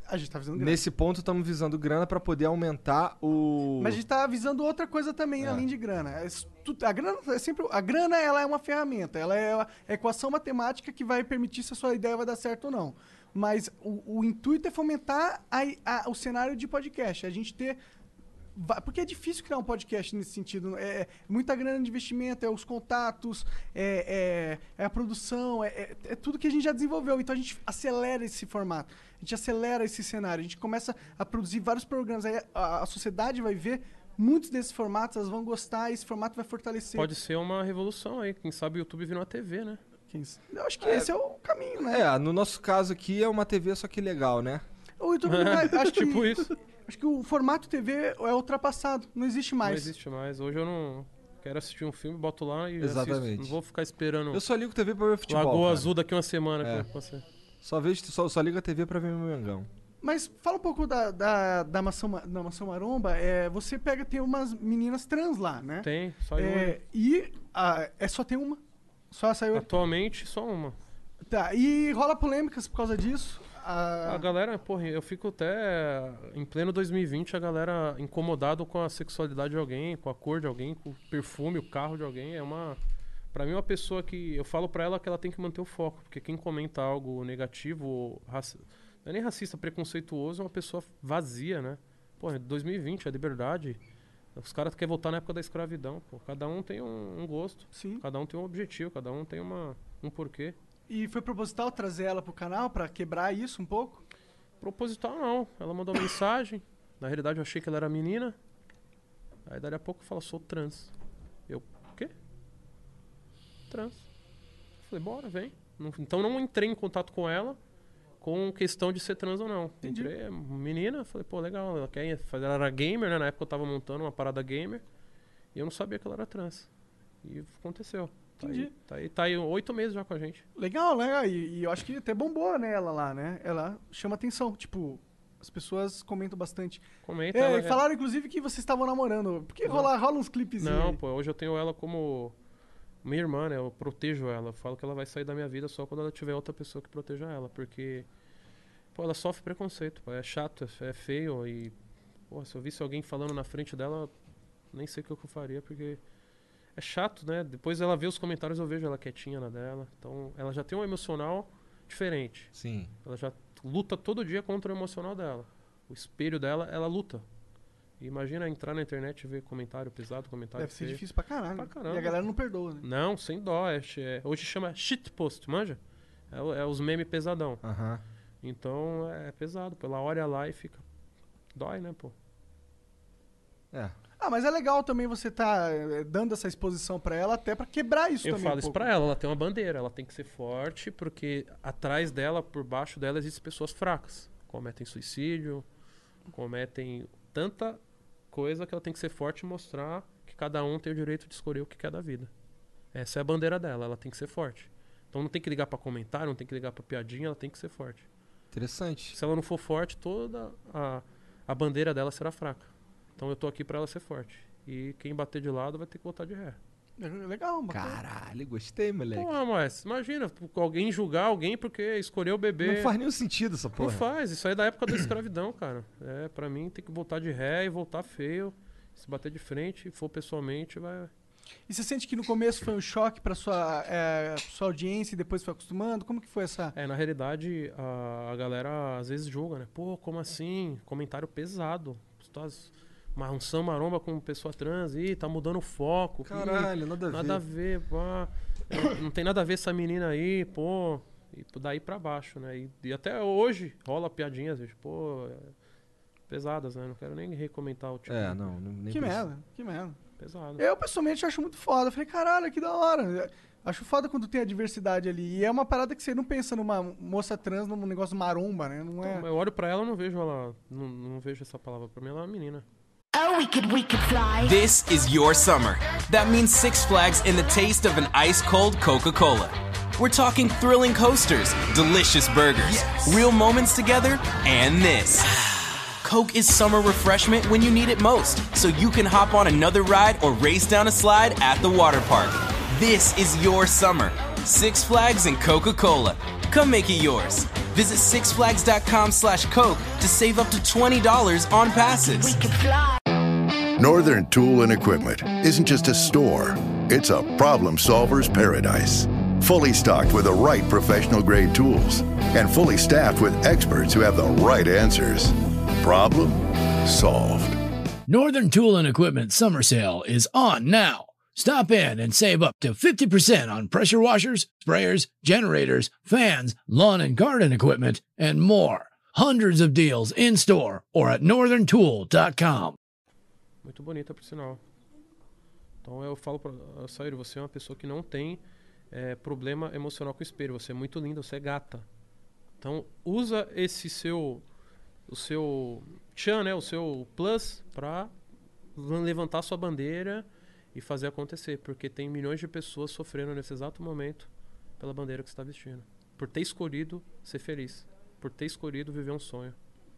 [SPEAKER 2] A gente tá visando grana.
[SPEAKER 3] Nesse ponto, estamos visando grana pra poder aumentar o.
[SPEAKER 2] Mas a gente tá visando outra coisa também, além de grana. É s- tu- A grana é sempre. A grana ela é uma ferramenta, ela é a equação matemática que vai permitir se a sua ideia vai dar certo ou não. Mas o, o intuito é fomentar a- a- o cenário de podcast. A gente ter Va- Porque é difícil criar um podcast nesse sentido. É é muita grana de investimento, é os contatos, é, é- é a produção, é, é- é tudo que a gente já desenvolveu. Então a gente acelera esse formato, a gente acelera esse cenário, a gente começa a produzir vários programas. Aí a, a sociedade vai ver muitos desses formatos, elas vão gostar, esse formato vai fortalecer.
[SPEAKER 4] Pode ser uma revolução aí. Quem sabe o YouTube virou uma TV, né?
[SPEAKER 2] Quem s- Eu acho que esse é o caminho, né?
[SPEAKER 3] É, no nosso caso aqui é uma TV, só que legal, né?
[SPEAKER 2] O YouTube não vai- acho que,
[SPEAKER 4] Tipo isso.
[SPEAKER 2] Acho que o formato TV é ultrapassado, não existe mais.
[SPEAKER 4] Não existe mais. Hoje eu não quero assistir um filme, boto lá e
[SPEAKER 3] Exatamente.
[SPEAKER 4] assisto. Não vou ficar esperando
[SPEAKER 3] Eu só ligo TV pra ver futebol.
[SPEAKER 4] Lagoa
[SPEAKER 3] cara.
[SPEAKER 4] Azul daqui uma semana.
[SPEAKER 3] É.
[SPEAKER 4] que eu passei.
[SPEAKER 3] Só, vejo, só, só ligo a TV pra ver meu Mengão.
[SPEAKER 2] Mas fala um pouco da, da, da, maçã, Ma- da maçã maromba. É, você pega, tem umas meninas trans lá, né?
[SPEAKER 4] Tem, só um,
[SPEAKER 2] É, e ah, é só tem uma. Só
[SPEAKER 4] eu.
[SPEAKER 2] saiu.
[SPEAKER 4] Atualmente, só uma.
[SPEAKER 2] Tá. E rola polêmicas por causa disso. Ah,
[SPEAKER 4] A galera, porra, eu fico até. Em pleno 2020, a galera incomodado com a sexualidade de alguém, com a cor de alguém, com o perfume, o carro de alguém. É uma. Pra mim, uma pessoa que. Eu falo pra ela que ela tem que manter o foco, porque quem comenta algo negativo, ou raci- não é nem racista, preconceituoso, é uma pessoa vazia, né? Porra, é 2020, é liberdade. Os caras querem voltar na época da escravidão, pô. Cada um tem um, um gosto,
[SPEAKER 2] Sim.
[SPEAKER 4] cada um tem um objetivo, cada um tem uma, um porquê.
[SPEAKER 2] E foi proposital trazer ela pro canal pra quebrar isso um pouco?
[SPEAKER 4] Proposital não. Ela mandou mensagem. Na realidade eu achei que ela era menina. Aí dali a pouco fala, sou trans. Eu, o quê? Trans. Falei, bora, vem. Não- então não entrei em contato com ela com questão de ser trans ou não.
[SPEAKER 2] Entendi.
[SPEAKER 4] Entrei, é menina, falei, pô, legal, ela quer fazer. Ela era gamer, né? Na época eu tava montando uma parada gamer. E eu não sabia que ela era trans. E aconteceu. Tá aí,
[SPEAKER 2] Entendi.
[SPEAKER 4] tá aí, tá aí oito meses já com a gente.
[SPEAKER 2] Legal, né? E, e eu acho que até bombou né, ela lá, né? Ela chama atenção. Tipo, as pessoas comentam bastante.
[SPEAKER 4] Comenta.
[SPEAKER 2] É,
[SPEAKER 4] ela-
[SPEAKER 2] e falaram, inclusive, que vocês estavam namorando. Por que rola, rola uns clipes
[SPEAKER 4] Não, pô, hoje eu tenho ela como minha irmã, né? Eu protejo ela. Eu falo que ela vai sair da minha vida só quando ela tiver outra pessoa que proteja ela, porque pô, ela sofre preconceito, pô, é chato, é fe- é feio e pô, se eu visse alguém falando na frente dela, nem sei o que eu faria, porque é chato, né? Depois ela vê os comentários, eu vejo ela quietinha na dela. Então, ela já tem um emocional diferente.
[SPEAKER 3] Sim.
[SPEAKER 4] Ela já luta todo dia contra o emocional dela. O espelho dela, ela luta. E Imagina entrar na internet e ver comentário pesado, comentário
[SPEAKER 2] Deve ser
[SPEAKER 4] feio.
[SPEAKER 2] difícil pra caralho.
[SPEAKER 4] tá Pra caramba.
[SPEAKER 2] E a galera não perdoa, né?
[SPEAKER 4] Não, sem dó. É, chi- é- hoje chama shitpost, manja? É, o- é os memes pesadão.
[SPEAKER 3] Aham.
[SPEAKER 4] Então é, pesado. Pela hora lá e fica. Dói, né, pô?
[SPEAKER 3] É.
[SPEAKER 2] Ah, Ah, mas é legal também você tá eh, dando essa exposição pra ela até pra quebrar isso
[SPEAKER 4] Eu
[SPEAKER 2] também.
[SPEAKER 4] falo
[SPEAKER 2] um
[SPEAKER 4] isso
[SPEAKER 2] pouco.
[SPEAKER 4] pra ela, ela tem uma bandeira, ela tem que ser forte, porque atrás dela, por baixo dela, existem pessoas fracas. Cometem suicídio, cometem tanta coisa que ela tem que ser forte e mostrar que cada um tem o direito de escolher o que quer da vida. Essa é a bandeira dela, ela tem que ser forte. Então não tem que ligar pra comentário, não tem que ligar pra piadinha, ela tem que ser forte.
[SPEAKER 3] Interessante.
[SPEAKER 4] Se ela não for forte, toda a, a bandeira dela será fraca. Então eu tô aqui pra ela ser forte. E quem bater de lado vai ter que botar de ré.
[SPEAKER 2] É Legal, bacana.
[SPEAKER 3] Caralho, gostei, moleque.
[SPEAKER 4] Porra, mas imagina alguém julgar alguém porque escolheu o bebê.
[SPEAKER 3] Não faz nenhum sentido essa
[SPEAKER 4] Não
[SPEAKER 3] porra.
[SPEAKER 4] faz, isso aí é da época da escravidão, cara. É, pra mim tem que voltar de ré e voltar feio. Se bater de frente, for pessoalmente, vai.
[SPEAKER 2] E você sente que no começo foi um choque pra sua, eh, sua audiência e depois foi acostumando? Como que foi essa.
[SPEAKER 4] É, na realidade, a, a galera às vezes julga, né? Pô, como assim? Comentário pesado. Tu tá z- ma- um samba maromba com pessoa trans, ih, tá mudando o foco. Ih,
[SPEAKER 3] Caralho, nada a ver.
[SPEAKER 4] Nada a ver, pá. É, Não tem nada a ver essa menina aí, pô. E p- daí pra baixo, né? E, e até hoje rola piadinhas, gente, pô. é, Pesadas, né? Não quero nem recomentar o tipo.
[SPEAKER 3] É, não, não nem
[SPEAKER 2] Que
[SPEAKER 3] precisa.
[SPEAKER 2] merda, que merda.
[SPEAKER 4] Pesado.
[SPEAKER 2] Eu, pessoalmente, acho muito foda. Eu falei, caralho, que da hora. Acho foda quando tem a diversidade ali. E é uma parada que você não pensa numa moça trans, num negócio maromba, né? Não é.
[SPEAKER 4] Eu olho pra ela e não vejo ela. Não, não vejo essa palavra. Pra mim, ela é uma menina.
[SPEAKER 5] Oh, we could, we could fly.
[SPEAKER 6] This is your summer. That means Six Flags and the taste of an ice cold Coca Cola. We're talking thrilling coasters, delicious burgers, real moments together, and this. Coke is summer refreshment when you need it most, so you can hop on another ride or race down a slide at the water park. This is your summer. Six Flags and Coca Cola. Come make it yours. Visit sixflags.com slash Coke to save up to $20 on passes.
[SPEAKER 5] We could fly.
[SPEAKER 7] Northern Tool and Equipment isn't just a store, it's a problem solver's paradise. Fully stocked with the right professional grade tools and fully staffed with experts who have the right answers. Problem solved.
[SPEAKER 8] Northern Tool and Equipment Summer Sale is on now. Stop in and save up to 50% on pressure washers, sprayers, generators, fans, lawn and garden equipment, and more. Hundreds of deals in store or at northerntool.com.
[SPEAKER 4] Muito bonita, por sinal. Então eu falo pra ela, Sair, você é uma pessoa que não tem eh, problema emocional com o espelho. Você é muito linda, você é gata. Então usa esse seu. O seu tchan, né? O seu plus pra lan- levantar sua bandeira e fazer acontecer. Porque tem milhões de pessoas sofrendo nesse exato momento pela bandeira que você está vestindo. Por ter escolhido ser feliz. Por ter escolhido viver um sonho.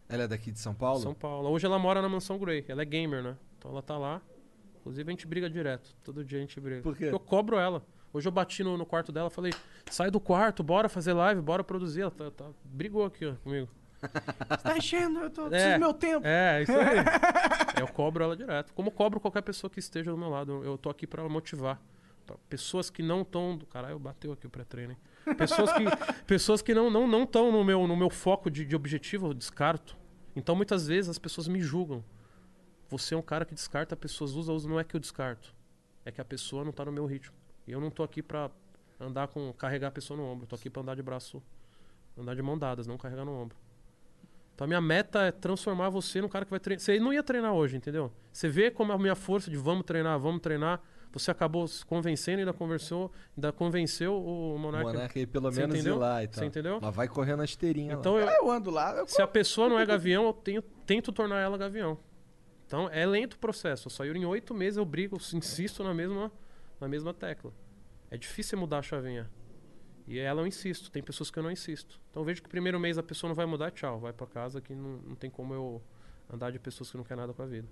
[SPEAKER 3] Ela é daqui de São Paulo?
[SPEAKER 4] São Paulo. Hoje ela mora na Mansão Grey. Ela é gamer, né? Então ela tá lá. Inclusive a gente briga direto. Todo dia a gente briga.
[SPEAKER 3] Por quê?
[SPEAKER 4] Porque eu cobro ela. Hoje eu bati no, no quarto dela falei: sai do quarto, bora fazer live, bora produzir. Ela tá, tá- brigou aqui ó, comigo.
[SPEAKER 2] Você tá enchendo, eu tô. Preciso do meu tempo.
[SPEAKER 4] É, isso aí. eu cobro ela direto. Como cobro qualquer pessoa que esteja do meu lado. Eu tô aqui pra motivar. Pra pessoas que não estão. Caralho, bateu aqui o pré-treino, hein? Pessoas que, pessoas que não estão não, não tão no, meu, no meu foco de, de objetivo, eu descarto. Então muitas vezes as pessoas me julgam. Você é um cara que descarta pessoas, usa, usa. Não é que eu descarto. É que a pessoa não tá no meu ritmo. E eu não tô aqui pra andar com. carregar a pessoa no ombro. Eu tô aqui pra andar de braço. Andar de mão dadas, não carregar no ombro. Então a minha meta é transformar você num cara que vai treinar. Você não ia treinar hoje, entendeu? Você vê como é a minha força de vamos treinar, vamos treinar. Você acabou se convencendo e ainda conversou, ainda convenceu o
[SPEAKER 3] O
[SPEAKER 4] Monark.
[SPEAKER 3] Monarca aí pelo
[SPEAKER 4] né? Você
[SPEAKER 3] menos ir
[SPEAKER 4] entendeu?
[SPEAKER 3] lá e tal.
[SPEAKER 4] Você entendeu?
[SPEAKER 3] Mas vai correndo a esteirinha
[SPEAKER 4] Então eu,
[SPEAKER 2] Ah, eu ando lá. Eu...
[SPEAKER 4] se a pessoa não é gavião, eu tenho- tento tornar ela gavião. Então é lento o processo. Eu saio em oito meses, eu brigo, eu insisto na mesma, na mesma tecla. É difícil mudar a chavinha. E ela eu insisto. Tem pessoas que eu não insisto. Então eu vejo que primeiro mês a pessoa não vai mudar, tchau. Vai pra casa que não, não tem como eu andar de pessoas que não querem nada com a vida.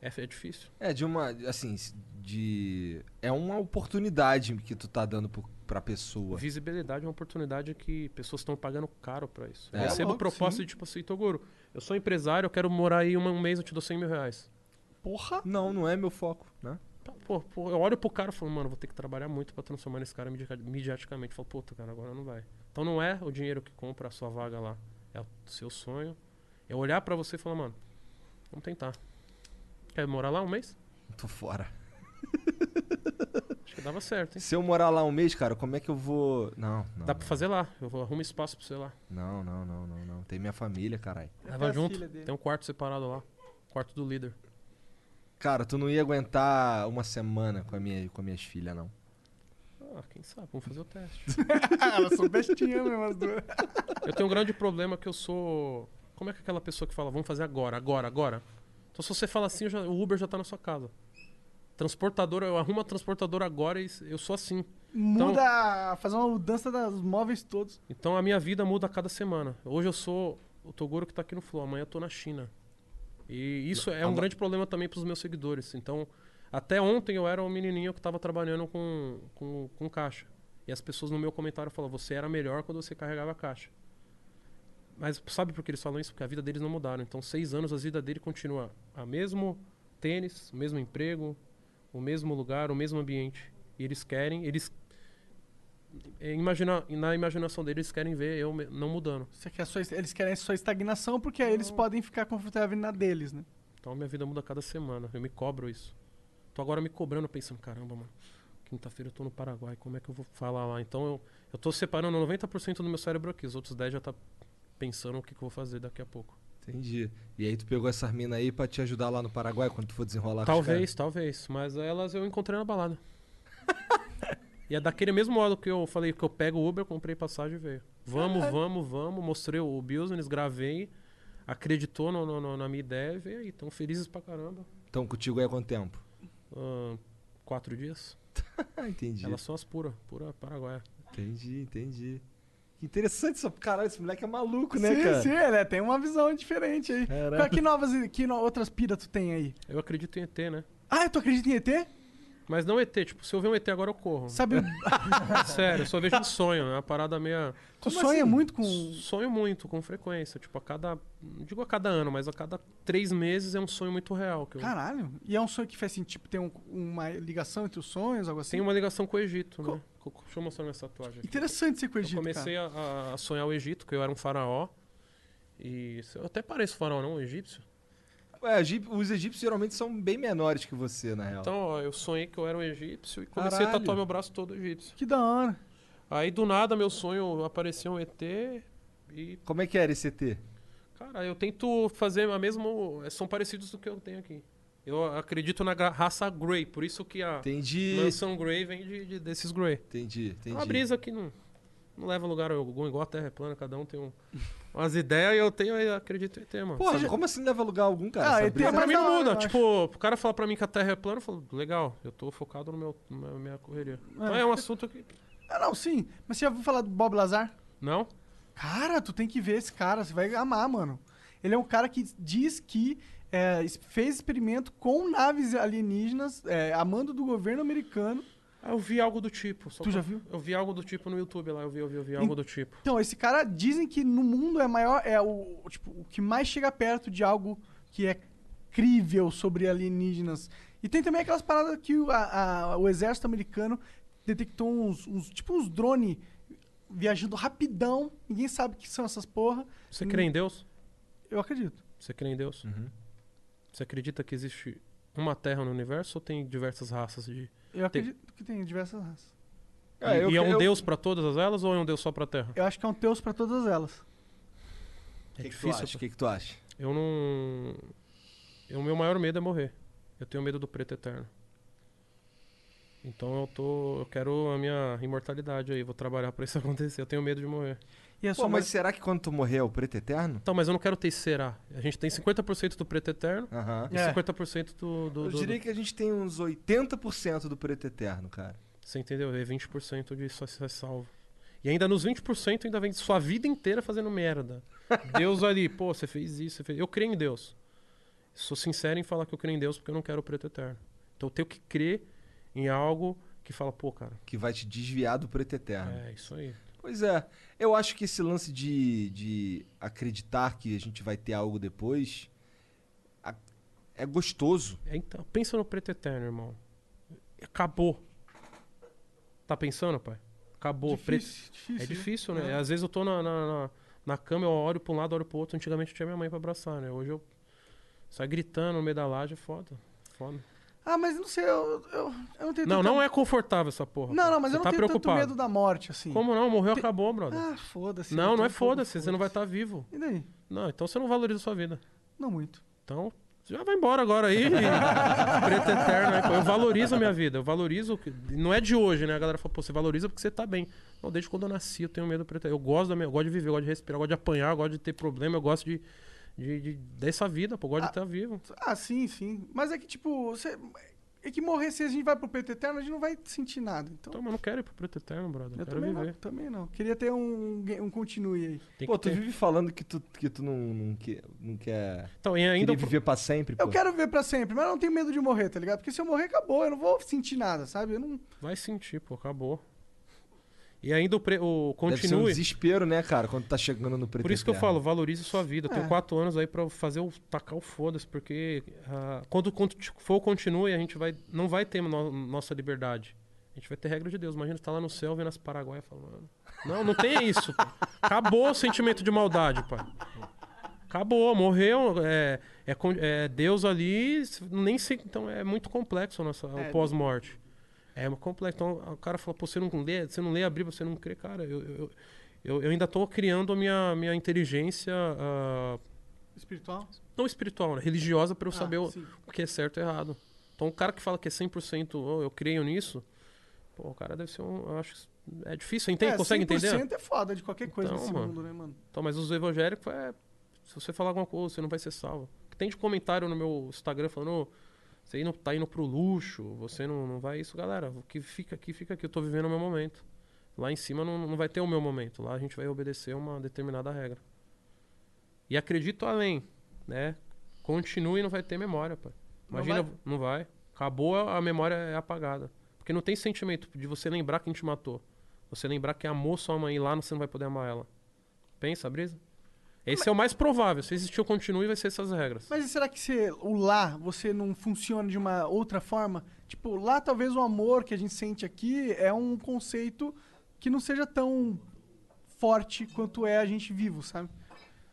[SPEAKER 4] É, é difícil.
[SPEAKER 3] lá. É de uma. Assim, de. É uma oportunidade que tu tá dando pro, pra pessoa.
[SPEAKER 4] Visibilidade é uma oportunidade que pessoas estão pagando caro pra isso.
[SPEAKER 3] É,
[SPEAKER 4] eu recebo
[SPEAKER 2] louco,
[SPEAKER 4] proposta
[SPEAKER 2] sim.
[SPEAKER 4] de tipo assim, Toguro, eu sou empresário, eu quero morar aí um, um mês, eu te dou 100 mil reais.
[SPEAKER 2] Porra!
[SPEAKER 3] Não, não é meu foco, né?
[SPEAKER 4] Tá, Pô, pô, eu olho pro cara e falo, mano, vou ter que trabalhar muito pra transformar esse cara midi- midiaticamente. Eu Falo, puta, cara, agora não vai. Então não é o dinheiro que compra a sua vaga lá. É o seu sonho. É olhar pra você e falar, mano, vamos tentar. Quer morar lá um mês?
[SPEAKER 3] Tô fora.
[SPEAKER 4] Acho que dava certo, hein?
[SPEAKER 3] Se eu morar lá um mês, cara, como é que eu vou. Não, não.
[SPEAKER 4] Dá pra fazer lá. Eu vou arrumo espaço pra você lá.
[SPEAKER 3] Não, não, não, não, não. Tem minha família, caralho.
[SPEAKER 4] Leva
[SPEAKER 2] a
[SPEAKER 4] junto.
[SPEAKER 2] filha dele.
[SPEAKER 4] Tem um quarto separado lá. Quarto do líder.
[SPEAKER 3] Cara, tu não ia aguentar uma semana com, a minha, com as minhas filhas, não.
[SPEAKER 4] Ah, quem sabe? Vamos fazer o teste.
[SPEAKER 2] Ah, elas são bestinhas mesmo, as duas.
[SPEAKER 4] Eu tenho um grande problema que eu sou. Como é que é aquela pessoa que fala, vamos fazer agora, agora, agora? Então se você fala assim, eu já- o Uber já tá na sua casa. Transportadora, eu arrumo a transportadora agora e eu sou assim.
[SPEAKER 2] Muda, faz uma mudança dos móveis todos.
[SPEAKER 4] Então a minha vida muda a cada semana. Hoje eu sou o Toguro que tá aqui no Flow, amanhã eu tô na China. E isso é um grande problema também pros meus seguidores. Então, até ontem eu era um menininho que tava trabalhando com, com, com caixa. E as pessoas no meu comentário falam, você era melhor quando você carregava a caixa. Mas sabe por que eles falam isso? Porque a vida deles não mudaram. Então, seis anos, a vida dele continua a mesmo tênis, o mesmo emprego, o mesmo lugar, o mesmo ambiente. E eles querem, eles é, imagina, na imaginação deles eles querem ver eu me- não mudando.
[SPEAKER 2] Isso aqui é só- eles querem só estagnação porque aí eles
[SPEAKER 4] Hum.
[SPEAKER 2] podem ficar confortáveis na deles, né?
[SPEAKER 4] Então minha vida muda a cada semana. Eu me cobro isso. Tô agora me cobrando, pensando, caramba, mano, quinta-feira eu tô no Paraguai, como é que eu vou falar lá? Então eu, eu tô separando 90% do meu cérebro aqui, os outros 10 já tá pensando o que, que eu vou fazer daqui a pouco.
[SPEAKER 3] Entendi. E aí tu pegou essas minas aí pra te ajudar lá no Paraguai quando tu for desenrolar com os
[SPEAKER 4] Talvez, talvez. Mas elas eu encontrei na balada. e é daquele mesmo modo que eu falei que eu pego o Uber, comprei passagem e veio. Vamos, vamos, vamos. Mostrei o business, gravei. Acreditou no- no- no- na minha ideia e veio aí. Estão felizes pra caramba.
[SPEAKER 3] caras? Então contigo aí há quanto tempo?
[SPEAKER 4] Ahn, quatro dias.
[SPEAKER 3] Ah, entendi.
[SPEAKER 4] Elas são as puras, pura paraguaia.
[SPEAKER 3] Entendi, entendi. Que interessante isso. Caralho, esse moleque é maluco, né,
[SPEAKER 2] sim,
[SPEAKER 3] cara?
[SPEAKER 2] sim, né? Tem uma visão diferente aí.
[SPEAKER 3] Caralho.
[SPEAKER 2] Qual- Que novas, que no- outras piras tu tem aí?
[SPEAKER 4] Eu acredito em ET, né?
[SPEAKER 2] Ah, tu acredita em ET?
[SPEAKER 4] Mas não ET, tipo, se eu ver um ET agora eu corro.
[SPEAKER 2] Sabe,
[SPEAKER 4] Sério, eu só vejo um sonho, é uma parada meia.
[SPEAKER 2] tu sonha muito com...
[SPEAKER 4] assim? Sonho muito, com frequência. Tipo, a cada. Não digo a cada ano, mas a cada três meses é um sonho muito real. Que eu...
[SPEAKER 2] Caralho. E é um sonho que faz assim, tipo, tem um- uma ligação entre os sonhos, algo assim?
[SPEAKER 4] Tem uma ligação com o Egito, né? Co- Deixa eu mostrar minha tatuagem aqui.
[SPEAKER 2] Interessante ser com o
[SPEAKER 4] Eu
[SPEAKER 2] Egito,
[SPEAKER 4] comecei
[SPEAKER 2] cara.
[SPEAKER 4] a, a- a sonhar o Egito, que eu era um faraó. E se- eu até pareço faraó, não? Um egípcio.
[SPEAKER 3] É, egip- os egípcios geralmente são bem menores que você, na real.
[SPEAKER 4] Então, ó, eu sonhei que eu era um egípcio e comecei a
[SPEAKER 3] Caralho.
[SPEAKER 4] tatuar meu braço todo egípcio.
[SPEAKER 2] Que da hora.
[SPEAKER 4] Aí do nada meu sonho apareceu um ET e,
[SPEAKER 3] Como é que era esse ET?
[SPEAKER 4] cara, eu tento fazer a mesma, são parecidos do que eu tenho aqui. Eu acredito na gra- raça Grey, por isso que a
[SPEAKER 3] Entendi.
[SPEAKER 4] mansão Grey vem de, de- desses Grey.
[SPEAKER 3] Entendi, entendi.
[SPEAKER 4] É uma brisa que não, não leva a lugar algum, igual a Terra é plana, cada um tem um- umas ideias e eu tenho, eu acredito em ET, mano.
[SPEAKER 3] Porra, como assim leva lugar algum, cara?
[SPEAKER 2] Ah,
[SPEAKER 3] essa
[SPEAKER 2] ET é
[SPEAKER 3] brisa?
[SPEAKER 4] Pra mim
[SPEAKER 2] Mas da
[SPEAKER 4] não
[SPEAKER 2] hora,
[SPEAKER 4] muda.
[SPEAKER 2] eu
[SPEAKER 4] Tipo, o cara fala pra mim que a Terra é plana, eu falo, legal, eu tô focado no meu, na minha correria. Então é um assunto que...
[SPEAKER 2] Ah, não, sim. Mas você já ouviu falar do Bob Lazar?
[SPEAKER 4] Não?
[SPEAKER 2] Cara, tu tem que ver esse cara, você vai amar, mano. Ele é um cara que diz que é, es- fez experimento com naves alienígenas, é, a mando do governo americano.
[SPEAKER 4] Ah, Eu vi algo do tipo. só
[SPEAKER 2] Tu já
[SPEAKER 4] pra-
[SPEAKER 2] viu?
[SPEAKER 4] Eu vi algo do tipo no YouTube lá, eu vi, eu vi, eu vi algo do tipo.
[SPEAKER 2] Então, esse cara dizem que no mundo é maior, é o, tipo, o que mais chega perto de algo que é crível sobre alienígenas. E tem também aquelas paradas que o, a- a- o exército americano detectou uns, uns- tipo uns drone viajando rapidão, ninguém sabe o que são essas porra.
[SPEAKER 4] Você crê em Deus?
[SPEAKER 2] Eu acredito.
[SPEAKER 4] Você crê em Deus? Você acredita que existe uma Terra no universo ou tem diversas raças de.
[SPEAKER 2] Eu
[SPEAKER 4] Tem-
[SPEAKER 2] acredito que tem diversas raças.
[SPEAKER 3] É,
[SPEAKER 4] e,
[SPEAKER 3] eu-
[SPEAKER 4] e é um
[SPEAKER 3] eu-
[SPEAKER 4] Deus pra todas elas ou é um Deus só pra Terra?
[SPEAKER 2] Eu acho que é um teus pra todas elas.
[SPEAKER 3] O que, que tu
[SPEAKER 4] difícil, É
[SPEAKER 3] acha? O que, que tu acha?
[SPEAKER 4] Eu não. eu- O meu maior medo é morrer. Eu tenho medo do preto eterno. Então eu tô. Eu quero a minha imortalidade aí, vou trabalhar pra isso acontecer. Eu tenho medo de morrer.
[SPEAKER 2] E a
[SPEAKER 3] Pô,
[SPEAKER 2] sua
[SPEAKER 3] mas
[SPEAKER 2] mãe-
[SPEAKER 3] será que quando tu morrer é o preto eterno?
[SPEAKER 4] Então, mas eu não quero ter esse será. A gente tem 50% do preto eterno
[SPEAKER 3] Aham.
[SPEAKER 4] e
[SPEAKER 2] É.
[SPEAKER 4] 50% do, do,
[SPEAKER 3] Eu
[SPEAKER 4] do-
[SPEAKER 3] diria que a gente tem uns 80% do preto eterno, cara.
[SPEAKER 4] Você entendeu? É 20% de só ser salvo. E ainda nos 20% ainda vem sua vida inteira fazendo merda. Deus ali, pô, você fez isso, você fez... Eu creio em Deus. Sou sincero em falar que eu creio em Deus porque eu não quero o preto eterno. Então eu tenho que crer em algo que fala, pô, cara,
[SPEAKER 3] Que vai te desviar do preto eterno.
[SPEAKER 4] é isso aí.
[SPEAKER 3] Pois é, eu acho que esse lance de, de acreditar que a gente vai ter algo depois a- é gostoso.
[SPEAKER 4] É, Então, pensa no preto eterno, irmão. Acabou. Tá pensando, pai? Acabou. preto... É difícil, né? Às vezes eu tô na, na, na, na cama, eu olho pra um lado, olho pro outro. Antigamente eu tinha minha mãe pra abraçar, né? Hoje eu saio gritando no meio da laje, é foda. Foda.
[SPEAKER 2] Ah, mas não sei, eu, eu, eu não tenho
[SPEAKER 4] Não,
[SPEAKER 2] tanto-
[SPEAKER 4] não é confortável essa porra.
[SPEAKER 2] um Não,
[SPEAKER 4] cara.
[SPEAKER 2] não, mas
[SPEAKER 4] Você
[SPEAKER 2] eu não
[SPEAKER 4] tá
[SPEAKER 2] tenho
[SPEAKER 4] preocupado.
[SPEAKER 2] tanto medo da morte, assim.
[SPEAKER 4] Como não? Morreu, acabou, brother.
[SPEAKER 2] Ah, foda-se.
[SPEAKER 4] não,
[SPEAKER 2] eu
[SPEAKER 4] não
[SPEAKER 2] tenho um
[SPEAKER 4] é
[SPEAKER 2] pouco
[SPEAKER 4] foda-se, você não vai estar vivo.
[SPEAKER 2] E daí?
[SPEAKER 4] Não, então você não valoriza a sua vida.
[SPEAKER 2] Não muito.
[SPEAKER 4] Então, Você já vai embora agora aí. preto eterno. Aí, pô, eu valorizo a minha vida. Eu valorizo. o que- Não é de hoje, né? A galera fala, pô, você valoriza porque você tá bem. Não, desde quando eu nasci, eu tenho medo do preto eterno. Eu gosto da minha. Eu gosto de viver, eu gosto de respirar, eu gosto de apanhar, eu gosto de ter problema, eu gosto de. de- de- dessa vida, pô, eu gosto de estar vivo.
[SPEAKER 2] Ah, sim, sim. Mas é que, tipo, você... é que morrer se a gente vai pro preto eterno, a gente não vai sentir nada. Então,
[SPEAKER 4] Então, mas eu não quero ir pro preto eterno, brother. Eu,
[SPEAKER 2] eu
[SPEAKER 4] Então, quero
[SPEAKER 2] também
[SPEAKER 4] viver.
[SPEAKER 2] não, também não. Queria ter um, um continue aí.
[SPEAKER 4] Tem
[SPEAKER 3] Pô, tu
[SPEAKER 4] que ter.
[SPEAKER 3] vive falando que tu, que tu não, não, que, não quer
[SPEAKER 4] Então, e ainda.
[SPEAKER 3] queria
[SPEAKER 4] o pro-
[SPEAKER 3] viver pra sempre,
[SPEAKER 4] Tá.
[SPEAKER 3] pô.
[SPEAKER 2] Eu quero viver pra sempre, mas eu não tenho medo de morrer, tá ligado? Porque se eu morrer, acabou. Eu não vou sentir nada, sabe? Eu não...
[SPEAKER 4] Vai sentir, pô, acabou. E ainda o, pre...
[SPEAKER 3] Deve ser
[SPEAKER 4] o
[SPEAKER 3] um
[SPEAKER 4] continue.
[SPEAKER 3] desespero, né, cara, quando tá chegando no preto
[SPEAKER 4] Por isso que eu
[SPEAKER 3] eterno.
[SPEAKER 4] falo, valorize sua vida. Tem
[SPEAKER 2] É.
[SPEAKER 4] quatro anos aí pra fazer o tacar o foda-se, porque ah, quando, quando for o continue, a gente vai, não vai ter no- nossa liberdade. A gente vai ter regra de Deus. Imagina você tá lá no céu vendo as Paraguaias falando. Não, não tem isso. pô. Acabou o sentimento de maldade, pai. Acabou, morreu. É, é con- é Deus ali. Nem sei. Então é muito complexo a nossa, o pós-morte. É complexo. Então o cara fala, pô, você não lê, você não lê a Bíblia, você não crê, cara. Eu, eu, eu, eu ainda tô criando a minha, minha inteligência. ah,
[SPEAKER 2] Espiritual?
[SPEAKER 4] não espiritual, né? religiosa, para eu
[SPEAKER 2] Ah,
[SPEAKER 4] saber o,
[SPEAKER 2] sim.
[SPEAKER 4] o que é certo e errado. Então, o cara que fala que é 100% oh, eu creio nisso, pô, o cara deve ser um. Eu acho que é difícil, entende?
[SPEAKER 2] é,
[SPEAKER 4] consegue entender?
[SPEAKER 2] 100% é foda de qualquer coisa
[SPEAKER 4] Então,
[SPEAKER 2] nesse
[SPEAKER 4] mano.
[SPEAKER 2] mundo, né, mano?
[SPEAKER 4] Então, mas os evangélicos é. Se você falar alguma coisa, você não vai ser salvo. Tem de comentário no meu Instagram falando. "Ô, você indo, tá indo pro luxo, você não, não vai isso, galera. O que fica aqui, fica aqui. Eu tô vivendo o meu momento. Lá em cima não, não vai ter o meu momento. Lá a gente vai obedecer uma determinada regra. E acredito além, né? Continue e não vai ter memória, pai.
[SPEAKER 2] Não
[SPEAKER 4] Imagina,
[SPEAKER 2] vai?
[SPEAKER 4] não vai. Acabou, a memória é apagada. Porque não tem sentimento de você lembrar quem te matou. Você lembrar que amou sua mãe e lá você não vai poder amar ela. Pensa, Brisa? Esse é o mais provável. Se existir o continue, vai ser essas regras.
[SPEAKER 2] Ah, Mas e será que você- o lá você não funciona de uma outra forma? Tipo, lá talvez o amor que a gente sente aqui é um conceito que não seja tão forte quanto é a gente vivo, sabe?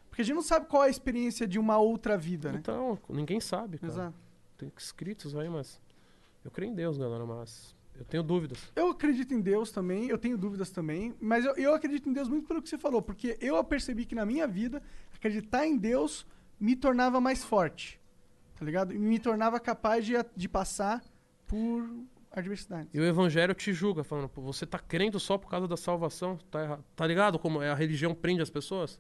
[SPEAKER 2] Porque a gente não sabe qual é a experiência de uma outra vida, né?
[SPEAKER 4] Então, ninguém sabe, cara.
[SPEAKER 2] Exato.
[SPEAKER 4] Tem escritos aí, mas. Eu creio em Deus, galera, mas. Eu tenho dúvidas.
[SPEAKER 2] Eu acredito em Deus também, eu tenho dúvidas também, mas eu, eu acredito em Deus muito pelo que você falou, porque eu percebi que na minha vida, acreditar em Deus me tornava mais forte, tá ligado? E me tornava capaz de, de passar por adversidades.
[SPEAKER 4] E o evangelho te julga, falando, "Pô, você tá crendo só por causa da salvação? Tá, erra- tá ligado como é a religião prende as pessoas?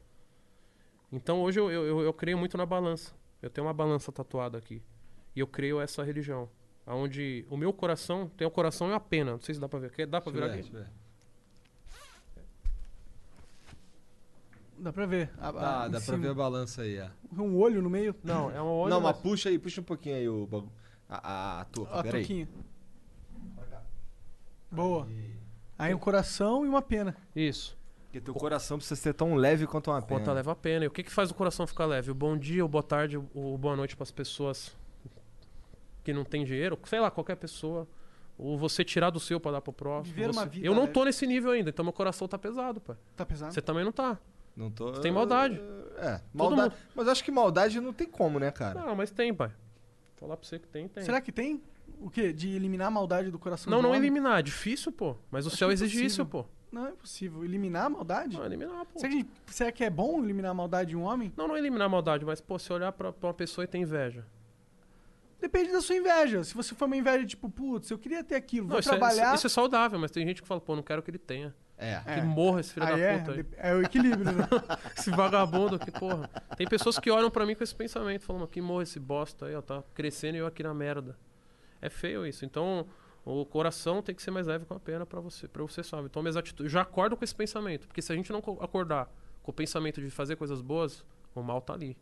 [SPEAKER 4] Então hoje eu, eu, eu- eu creio muito na balança. Eu tenho uma balança tatuada aqui. E eu creio essa religião. Onde o meu coração tem o coração e a pena. Não sei se dá pra ver. Quer- Dá pra virar aqui?
[SPEAKER 3] Deixa eu ver, deixa eu ver.
[SPEAKER 2] Dá pra ver. A- a-
[SPEAKER 3] Tá,
[SPEAKER 4] Tá
[SPEAKER 3] Dá,
[SPEAKER 2] em
[SPEAKER 3] dá pra
[SPEAKER 2] cima.
[SPEAKER 3] ver a balança aí, é.
[SPEAKER 2] Um olho no meio.
[SPEAKER 4] Não, é um olho.
[SPEAKER 3] não, mas
[SPEAKER 4] mas-
[SPEAKER 3] puxa aí, puxa um pouquinho aí o bagulho. A, a, a touca,
[SPEAKER 2] Ó, a
[SPEAKER 3] peraí.
[SPEAKER 2] toquinha. Boa. Aí um coração e uma pena.
[SPEAKER 4] Isso.
[SPEAKER 3] Porque teu coração precisa ser tão leve quanto uma
[SPEAKER 4] Conta
[SPEAKER 3] pena.
[SPEAKER 4] leva a pena. E o que, que faz o coração ficar leve? O bom dia, o boa tarde, o- o boa noite para as pessoas que não têm dinheiro, sei lá, qualquer pessoa. Ou você tirar do seu para dar pro próximo.
[SPEAKER 2] Viver uma
[SPEAKER 4] você-
[SPEAKER 2] vida né?
[SPEAKER 4] eu não
[SPEAKER 2] leve.
[SPEAKER 4] tô nesse nível ainda, então meu coração tá pesado, pai.
[SPEAKER 2] Tá pesado?
[SPEAKER 4] Você também não tá.
[SPEAKER 3] Não tô...
[SPEAKER 4] Você tem maldade.
[SPEAKER 3] É, maldade. Mas acho que maldade não tem como, né, cara?
[SPEAKER 4] Não, mas tem, pai. Falar pra você que tem, tem.
[SPEAKER 2] É. Será que tem? O quê? De eliminar a maldade do coração
[SPEAKER 4] não,
[SPEAKER 2] do
[SPEAKER 4] não
[SPEAKER 2] homem?
[SPEAKER 4] eliminar, é difícil, pô. Mas o
[SPEAKER 2] é
[SPEAKER 4] céu exige isso, pô.
[SPEAKER 2] Não é possível. Eliminar a maldade?
[SPEAKER 4] Não, eliminar, pô.
[SPEAKER 2] Será que, a gente- será que é bom eliminar a maldade de um homem?
[SPEAKER 4] Não, não eliminar a maldade, mas, pô, se olhar pra, pra uma pessoa e tem inveja.
[SPEAKER 2] Depende da sua inveja. Se você for uma inveja tipo, putz, eu queria ter aquilo, vou
[SPEAKER 4] Não, isso,
[SPEAKER 2] trabalhar.
[SPEAKER 4] é, isso é saudável, mas tem gente que fala, pô, não quero que ele tenha.
[SPEAKER 3] É.
[SPEAKER 4] Que morra esse filho
[SPEAKER 2] Aí
[SPEAKER 4] da
[SPEAKER 2] é,
[SPEAKER 4] puta aí.
[SPEAKER 2] de- é o equilíbrio, né?
[SPEAKER 4] Esse vagabundo aqui, porra. Tem pessoas que olham pra mim com esse pensamento, falando que morra esse bosta aí, ó, tá crescendo e eu aqui na merda. É feio isso. Então, o coração tem que ser mais leve com a pena pra você, para você sabe. Então, minhas atitudes, eu já acordo com esse pensamento, porque se a gente não co- acordar com o pensamento de fazer coisas boas, o mal tá ali.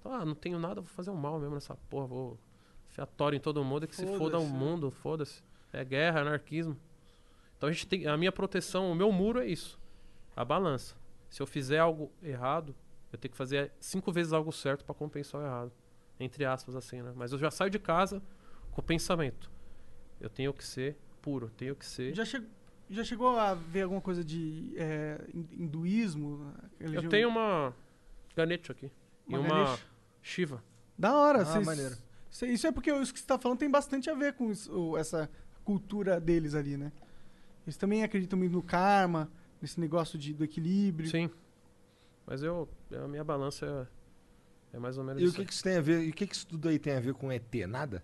[SPEAKER 4] Então, ah, não tenho nada, vou fazer o mal mesmo nessa porra, vou fiatório em todo mundo, é que se foda o
[SPEAKER 2] Foda-se, né?
[SPEAKER 4] mundo, foda-se. É guerra, anarquismo. Então a gente tem a minha proteção, o meu muro é isso. A balança. Se eu fizer algo errado, eu tenho que fazer cinco vezes algo certo pra compensar o errado. Entre aspas, assim, né? Mas eu já saio de casa com o pensamento. Eu tenho que ser puro, eu tenho que ser.
[SPEAKER 2] já, che- já chegou a ver alguma coisa de é, hin- hinduísmo?
[SPEAKER 4] eu
[SPEAKER 2] religião?
[SPEAKER 4] tenho uma Ganecho aqui.
[SPEAKER 2] Uma
[SPEAKER 4] e uma
[SPEAKER 2] Ganesha?
[SPEAKER 4] Shiva.
[SPEAKER 2] Da hora,
[SPEAKER 3] Ah,
[SPEAKER 2] vocês-
[SPEAKER 3] maneiro.
[SPEAKER 2] cê- isso é porque isso que você tá falando tem bastante a ver com isso- o- essa cultura deles ali, né? Eles também acreditam muito no karma, nesse negócio de, do equilíbrio.
[SPEAKER 4] Sim. Mas eu. A minha balança é. É mais ou menos
[SPEAKER 3] E o
[SPEAKER 4] isso.
[SPEAKER 3] que,
[SPEAKER 4] aí.
[SPEAKER 3] que isso tem a ver? E o que, que isso tudo aí tem a ver com ET? Nada?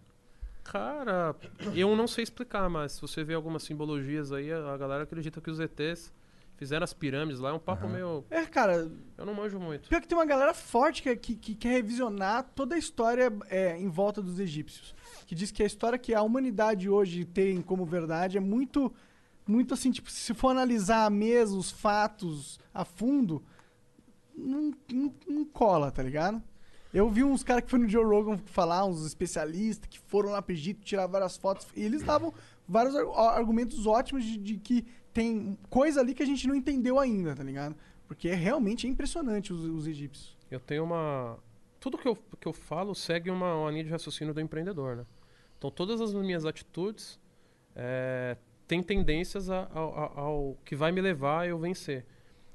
[SPEAKER 4] Cara, eu não sei explicar, mas se você vê algumas simbologias aí, a a galera acredita que os ETs fizeram as pirâmides lá. É um papo meio.
[SPEAKER 2] É, cara,
[SPEAKER 4] Eu não manjo muito.
[SPEAKER 2] pior que tem uma galera forte que, que, que quer revisionar toda a história é, em volta dos egípcios. Que diz que a história que a humanidade hoje tem como verdade é muito, muito assim, tipo, se for analisar mesmo os fatos a fundo, não, não, não cola, tá ligado? Eu vi uns caras que foram no Joe Rogan falar, uns especialistas que foram lá pro Egito tirar várias fotos, e eles davam vários ar- argumentos ótimos de, de que tem coisa ali que a gente não entendeu ainda, tá ligado? Porque é realmente impressionante os, os egípcios.
[SPEAKER 4] Eu tenho uma. Tudo que eu, que eu falo segue uma, uma linha de raciocínio do empreendedor, né? Então todas as minhas atitudes eh, têm tendências a- ao- ao- ao que vai me levar a eu vencer.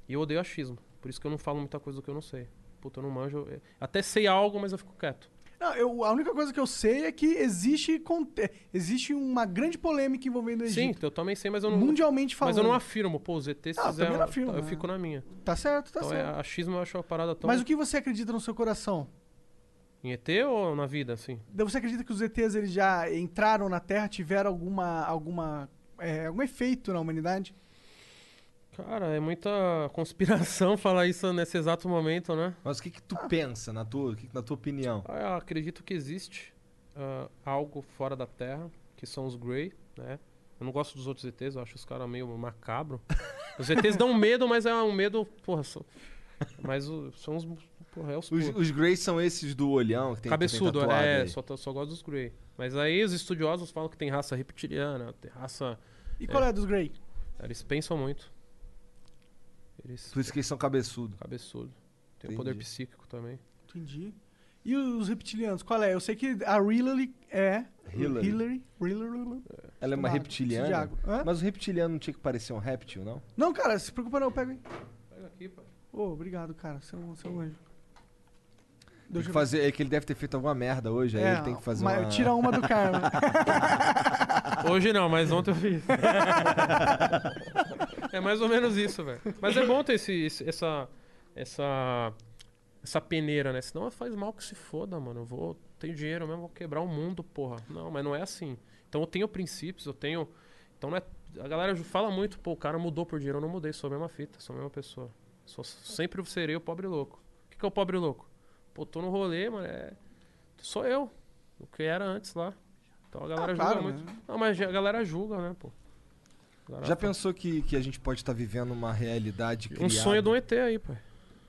[SPEAKER 4] E eu odeio achismo. Por isso que eu não falo muita coisa do que eu não sei. Puta, eu não manjo. eu- Até sei algo, mas eu fico quieto.
[SPEAKER 2] Não, eu, a única coisa que eu sei é que existe, conte- existe uma grande polêmica envolvendo o
[SPEAKER 4] Sim,
[SPEAKER 2] Egito.
[SPEAKER 4] eu também sei, mas eu não.
[SPEAKER 2] mundialmente falando.
[SPEAKER 4] Mas eu não afirmo, pô, os ETs
[SPEAKER 2] Ah, eu
[SPEAKER 4] fizeram.
[SPEAKER 2] também não afirmo,
[SPEAKER 4] eu
[SPEAKER 2] né?
[SPEAKER 4] fico na minha.
[SPEAKER 2] Tá certo, tá
[SPEAKER 4] então, é, então
[SPEAKER 2] certo.
[SPEAKER 4] achismo eu acho a parada tão.
[SPEAKER 2] Mas o que você acredita no seu coração?
[SPEAKER 4] Em ET ou na vida, assim?
[SPEAKER 2] Você acredita que os ETs eles já entraram na Terra, tiveram alguma, alguma, é, algum efeito na humanidade?
[SPEAKER 4] Cara, é muita conspiração falar isso nesse exato momento, né?
[SPEAKER 3] Mas o que, que tu pensa na tua, o que que- na tua opinião?
[SPEAKER 4] Ah, Eu acredito que existe ah, algo fora da Terra, que são os Grey, né? Eu não gosto dos outros ETs, eu acho os caras meio macabro. Os ETs dão medo, mas é um medo, porra, são- mas o- são os, porra, é os,
[SPEAKER 3] Os,
[SPEAKER 4] puros.
[SPEAKER 3] os Greys são esses do olhão que tem que
[SPEAKER 4] Cabeçudo,
[SPEAKER 3] tem tá tatuado
[SPEAKER 4] é,
[SPEAKER 3] aí.
[SPEAKER 4] só, to- só gosto dos Grey. Mas aí os estudiosos falam que tem raça reptiliana, tem raça...
[SPEAKER 2] E qual é, dos Grey?
[SPEAKER 4] Eles pensam muito. Eles...
[SPEAKER 3] Por isso que eles são cabeçudo.
[SPEAKER 4] Cabeçudo. Tem um poder
[SPEAKER 3] Entendi.
[SPEAKER 4] psíquico também.
[SPEAKER 2] Entendi. E os reptilianos, qual é? Eu sei que a Hillary é...
[SPEAKER 3] Hillary.
[SPEAKER 2] Hillary. Hillary.
[SPEAKER 3] Ela é uma
[SPEAKER 2] Tomara,
[SPEAKER 3] reptiliana.
[SPEAKER 2] Thiago. Hã?
[SPEAKER 3] Mas o reptiliano não tinha que parecer um réptil, não?
[SPEAKER 2] Não, cara, se preocupa não, eu pego aí.
[SPEAKER 4] Pega aqui, pai.
[SPEAKER 2] Ô, obrigado, cara, você é um, você é um anjo.
[SPEAKER 3] Tem
[SPEAKER 2] Deixa
[SPEAKER 3] que
[SPEAKER 2] eu-
[SPEAKER 3] fazer, é que ele deve ter feito alguma merda hoje,
[SPEAKER 4] É,
[SPEAKER 3] aí ele tem que
[SPEAKER 2] É,
[SPEAKER 3] fazer
[SPEAKER 2] mas
[SPEAKER 3] uma...
[SPEAKER 2] Tira uma do karma.
[SPEAKER 4] Hoje não, mas ontem eu fiz. é mais ou menos isso, velho. Mas é bom ter esse, esse- essa, essa, essa peneira, né? Senão faz mal que se foda, mano. Eu vou, tenho dinheiro mesmo, vou quebrar o mundo, porra. Não, mas não é assim. Então eu tenho princípios, eu tenho. Então não é. A galera fala muito, pô, o cara mudou por dinheiro. Eu não mudei, sou a mesma fita, sou a mesma pessoa. Sou, sempre serei o pobre louco. O que, que é o pobre louco? Pô, tô no rolê, mano, é. Sou eu. O que era antes lá. Então a galera julga
[SPEAKER 2] claro,
[SPEAKER 4] muito.
[SPEAKER 2] né?
[SPEAKER 4] Não, mas a galera julga, né, pô? A galera
[SPEAKER 3] Já
[SPEAKER 4] fala-
[SPEAKER 3] pensou que, que a gente pode estar vivendo uma realidade criada?
[SPEAKER 4] Um sonho de um ET aí, pai.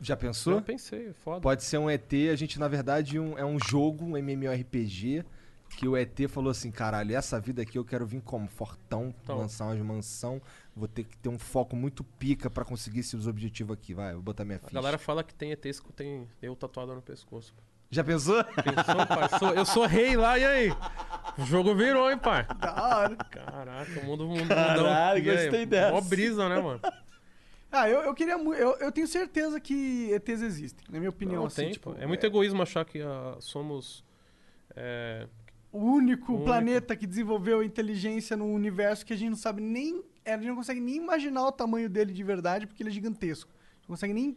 [SPEAKER 3] Já
[SPEAKER 4] Eu
[SPEAKER 3] pensou?
[SPEAKER 4] pensei, foda.
[SPEAKER 3] Pode ser um ET, a gente, na verdade, um- é um jogo, um MMORPG, que o ET falou assim, caralho, essa vida aqui eu quero vir como? Fortão,
[SPEAKER 4] Então.
[SPEAKER 3] lançar umas mansão, vou ter que ter um foco muito pica pra conseguir esses objetivos aqui. Vai, vou botar minha
[SPEAKER 4] A
[SPEAKER 3] ficha.
[SPEAKER 4] galera fala que tem ETs que tem eu tatuado no pescoço. pai.
[SPEAKER 3] Já pensou?
[SPEAKER 4] Pensou, pai? Sou- eu sou rei lá, e aí? O jogo virou, hein, pai?
[SPEAKER 3] Ah,
[SPEAKER 2] da hora.
[SPEAKER 4] Caraca, o mundo mudou.
[SPEAKER 9] Caralho,
[SPEAKER 4] E aí?
[SPEAKER 9] gostei dessa.
[SPEAKER 4] Mó brisa, né, mano?
[SPEAKER 2] Ah, eu, eu queria muito. Eu, eu tenho certeza que ETs existem, na minha opinião.
[SPEAKER 4] Não,
[SPEAKER 2] assim,
[SPEAKER 4] tem,
[SPEAKER 2] tipo,
[SPEAKER 4] pô. É muito egoísmo achar que ah, somos... é,
[SPEAKER 2] O único,
[SPEAKER 4] Único.
[SPEAKER 2] planeta que desenvolveu inteligência num universo que a gente não sabe nem. é, A gente não consegue nem imaginar o tamanho dele de verdade, porque ele é gigantesco. Não consegue nem.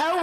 [SPEAKER 5] Oh,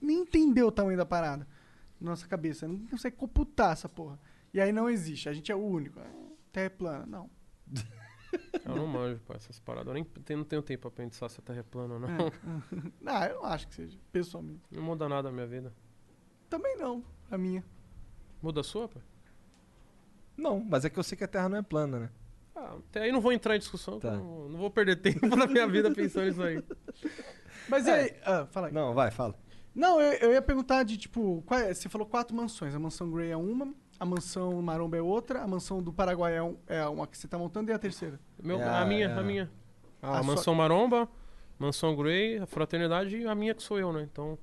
[SPEAKER 2] nem entender o tamanho da parada. Na nossa cabeça. Não consegue computar essa porra. E aí não existe. A gente é o único. É, Terra é plana. Não.
[SPEAKER 4] eu não manjo, pai, essas paradas. Eu nem tenho- não tenho tempo pra pensar se a Terra é plana ou não.
[SPEAKER 2] Ah, eu não acho que seja, pessoalmente.
[SPEAKER 4] Não muda nada a minha vida.
[SPEAKER 2] Também não, a minha.
[SPEAKER 4] Muda a sua, pai?
[SPEAKER 3] Não, mas é que eu sei que a Terra não é plana, né?
[SPEAKER 4] Ah, até aí não vou entrar em discussão, que
[SPEAKER 3] Tá.
[SPEAKER 4] eu não, não vou perder tempo na minha vida pensando nisso aí. É.
[SPEAKER 2] Mas e aí? Ah, fala aí. Não,
[SPEAKER 3] Não, vai, fala.
[SPEAKER 2] eu, eu ia perguntar de tipo. qual é- você falou quatro mansões. A mansão Grey é uma, a mansão Maromba é outra, a mansão do Paraguai é, um- é uma que você tá montando e a terceira.
[SPEAKER 4] Meu-
[SPEAKER 3] É,
[SPEAKER 4] a minha,
[SPEAKER 3] é.
[SPEAKER 4] a minha. A,
[SPEAKER 2] A
[SPEAKER 4] mansão maromba, mansão Grey, a fraternidade e a minha que sou eu, né? Então,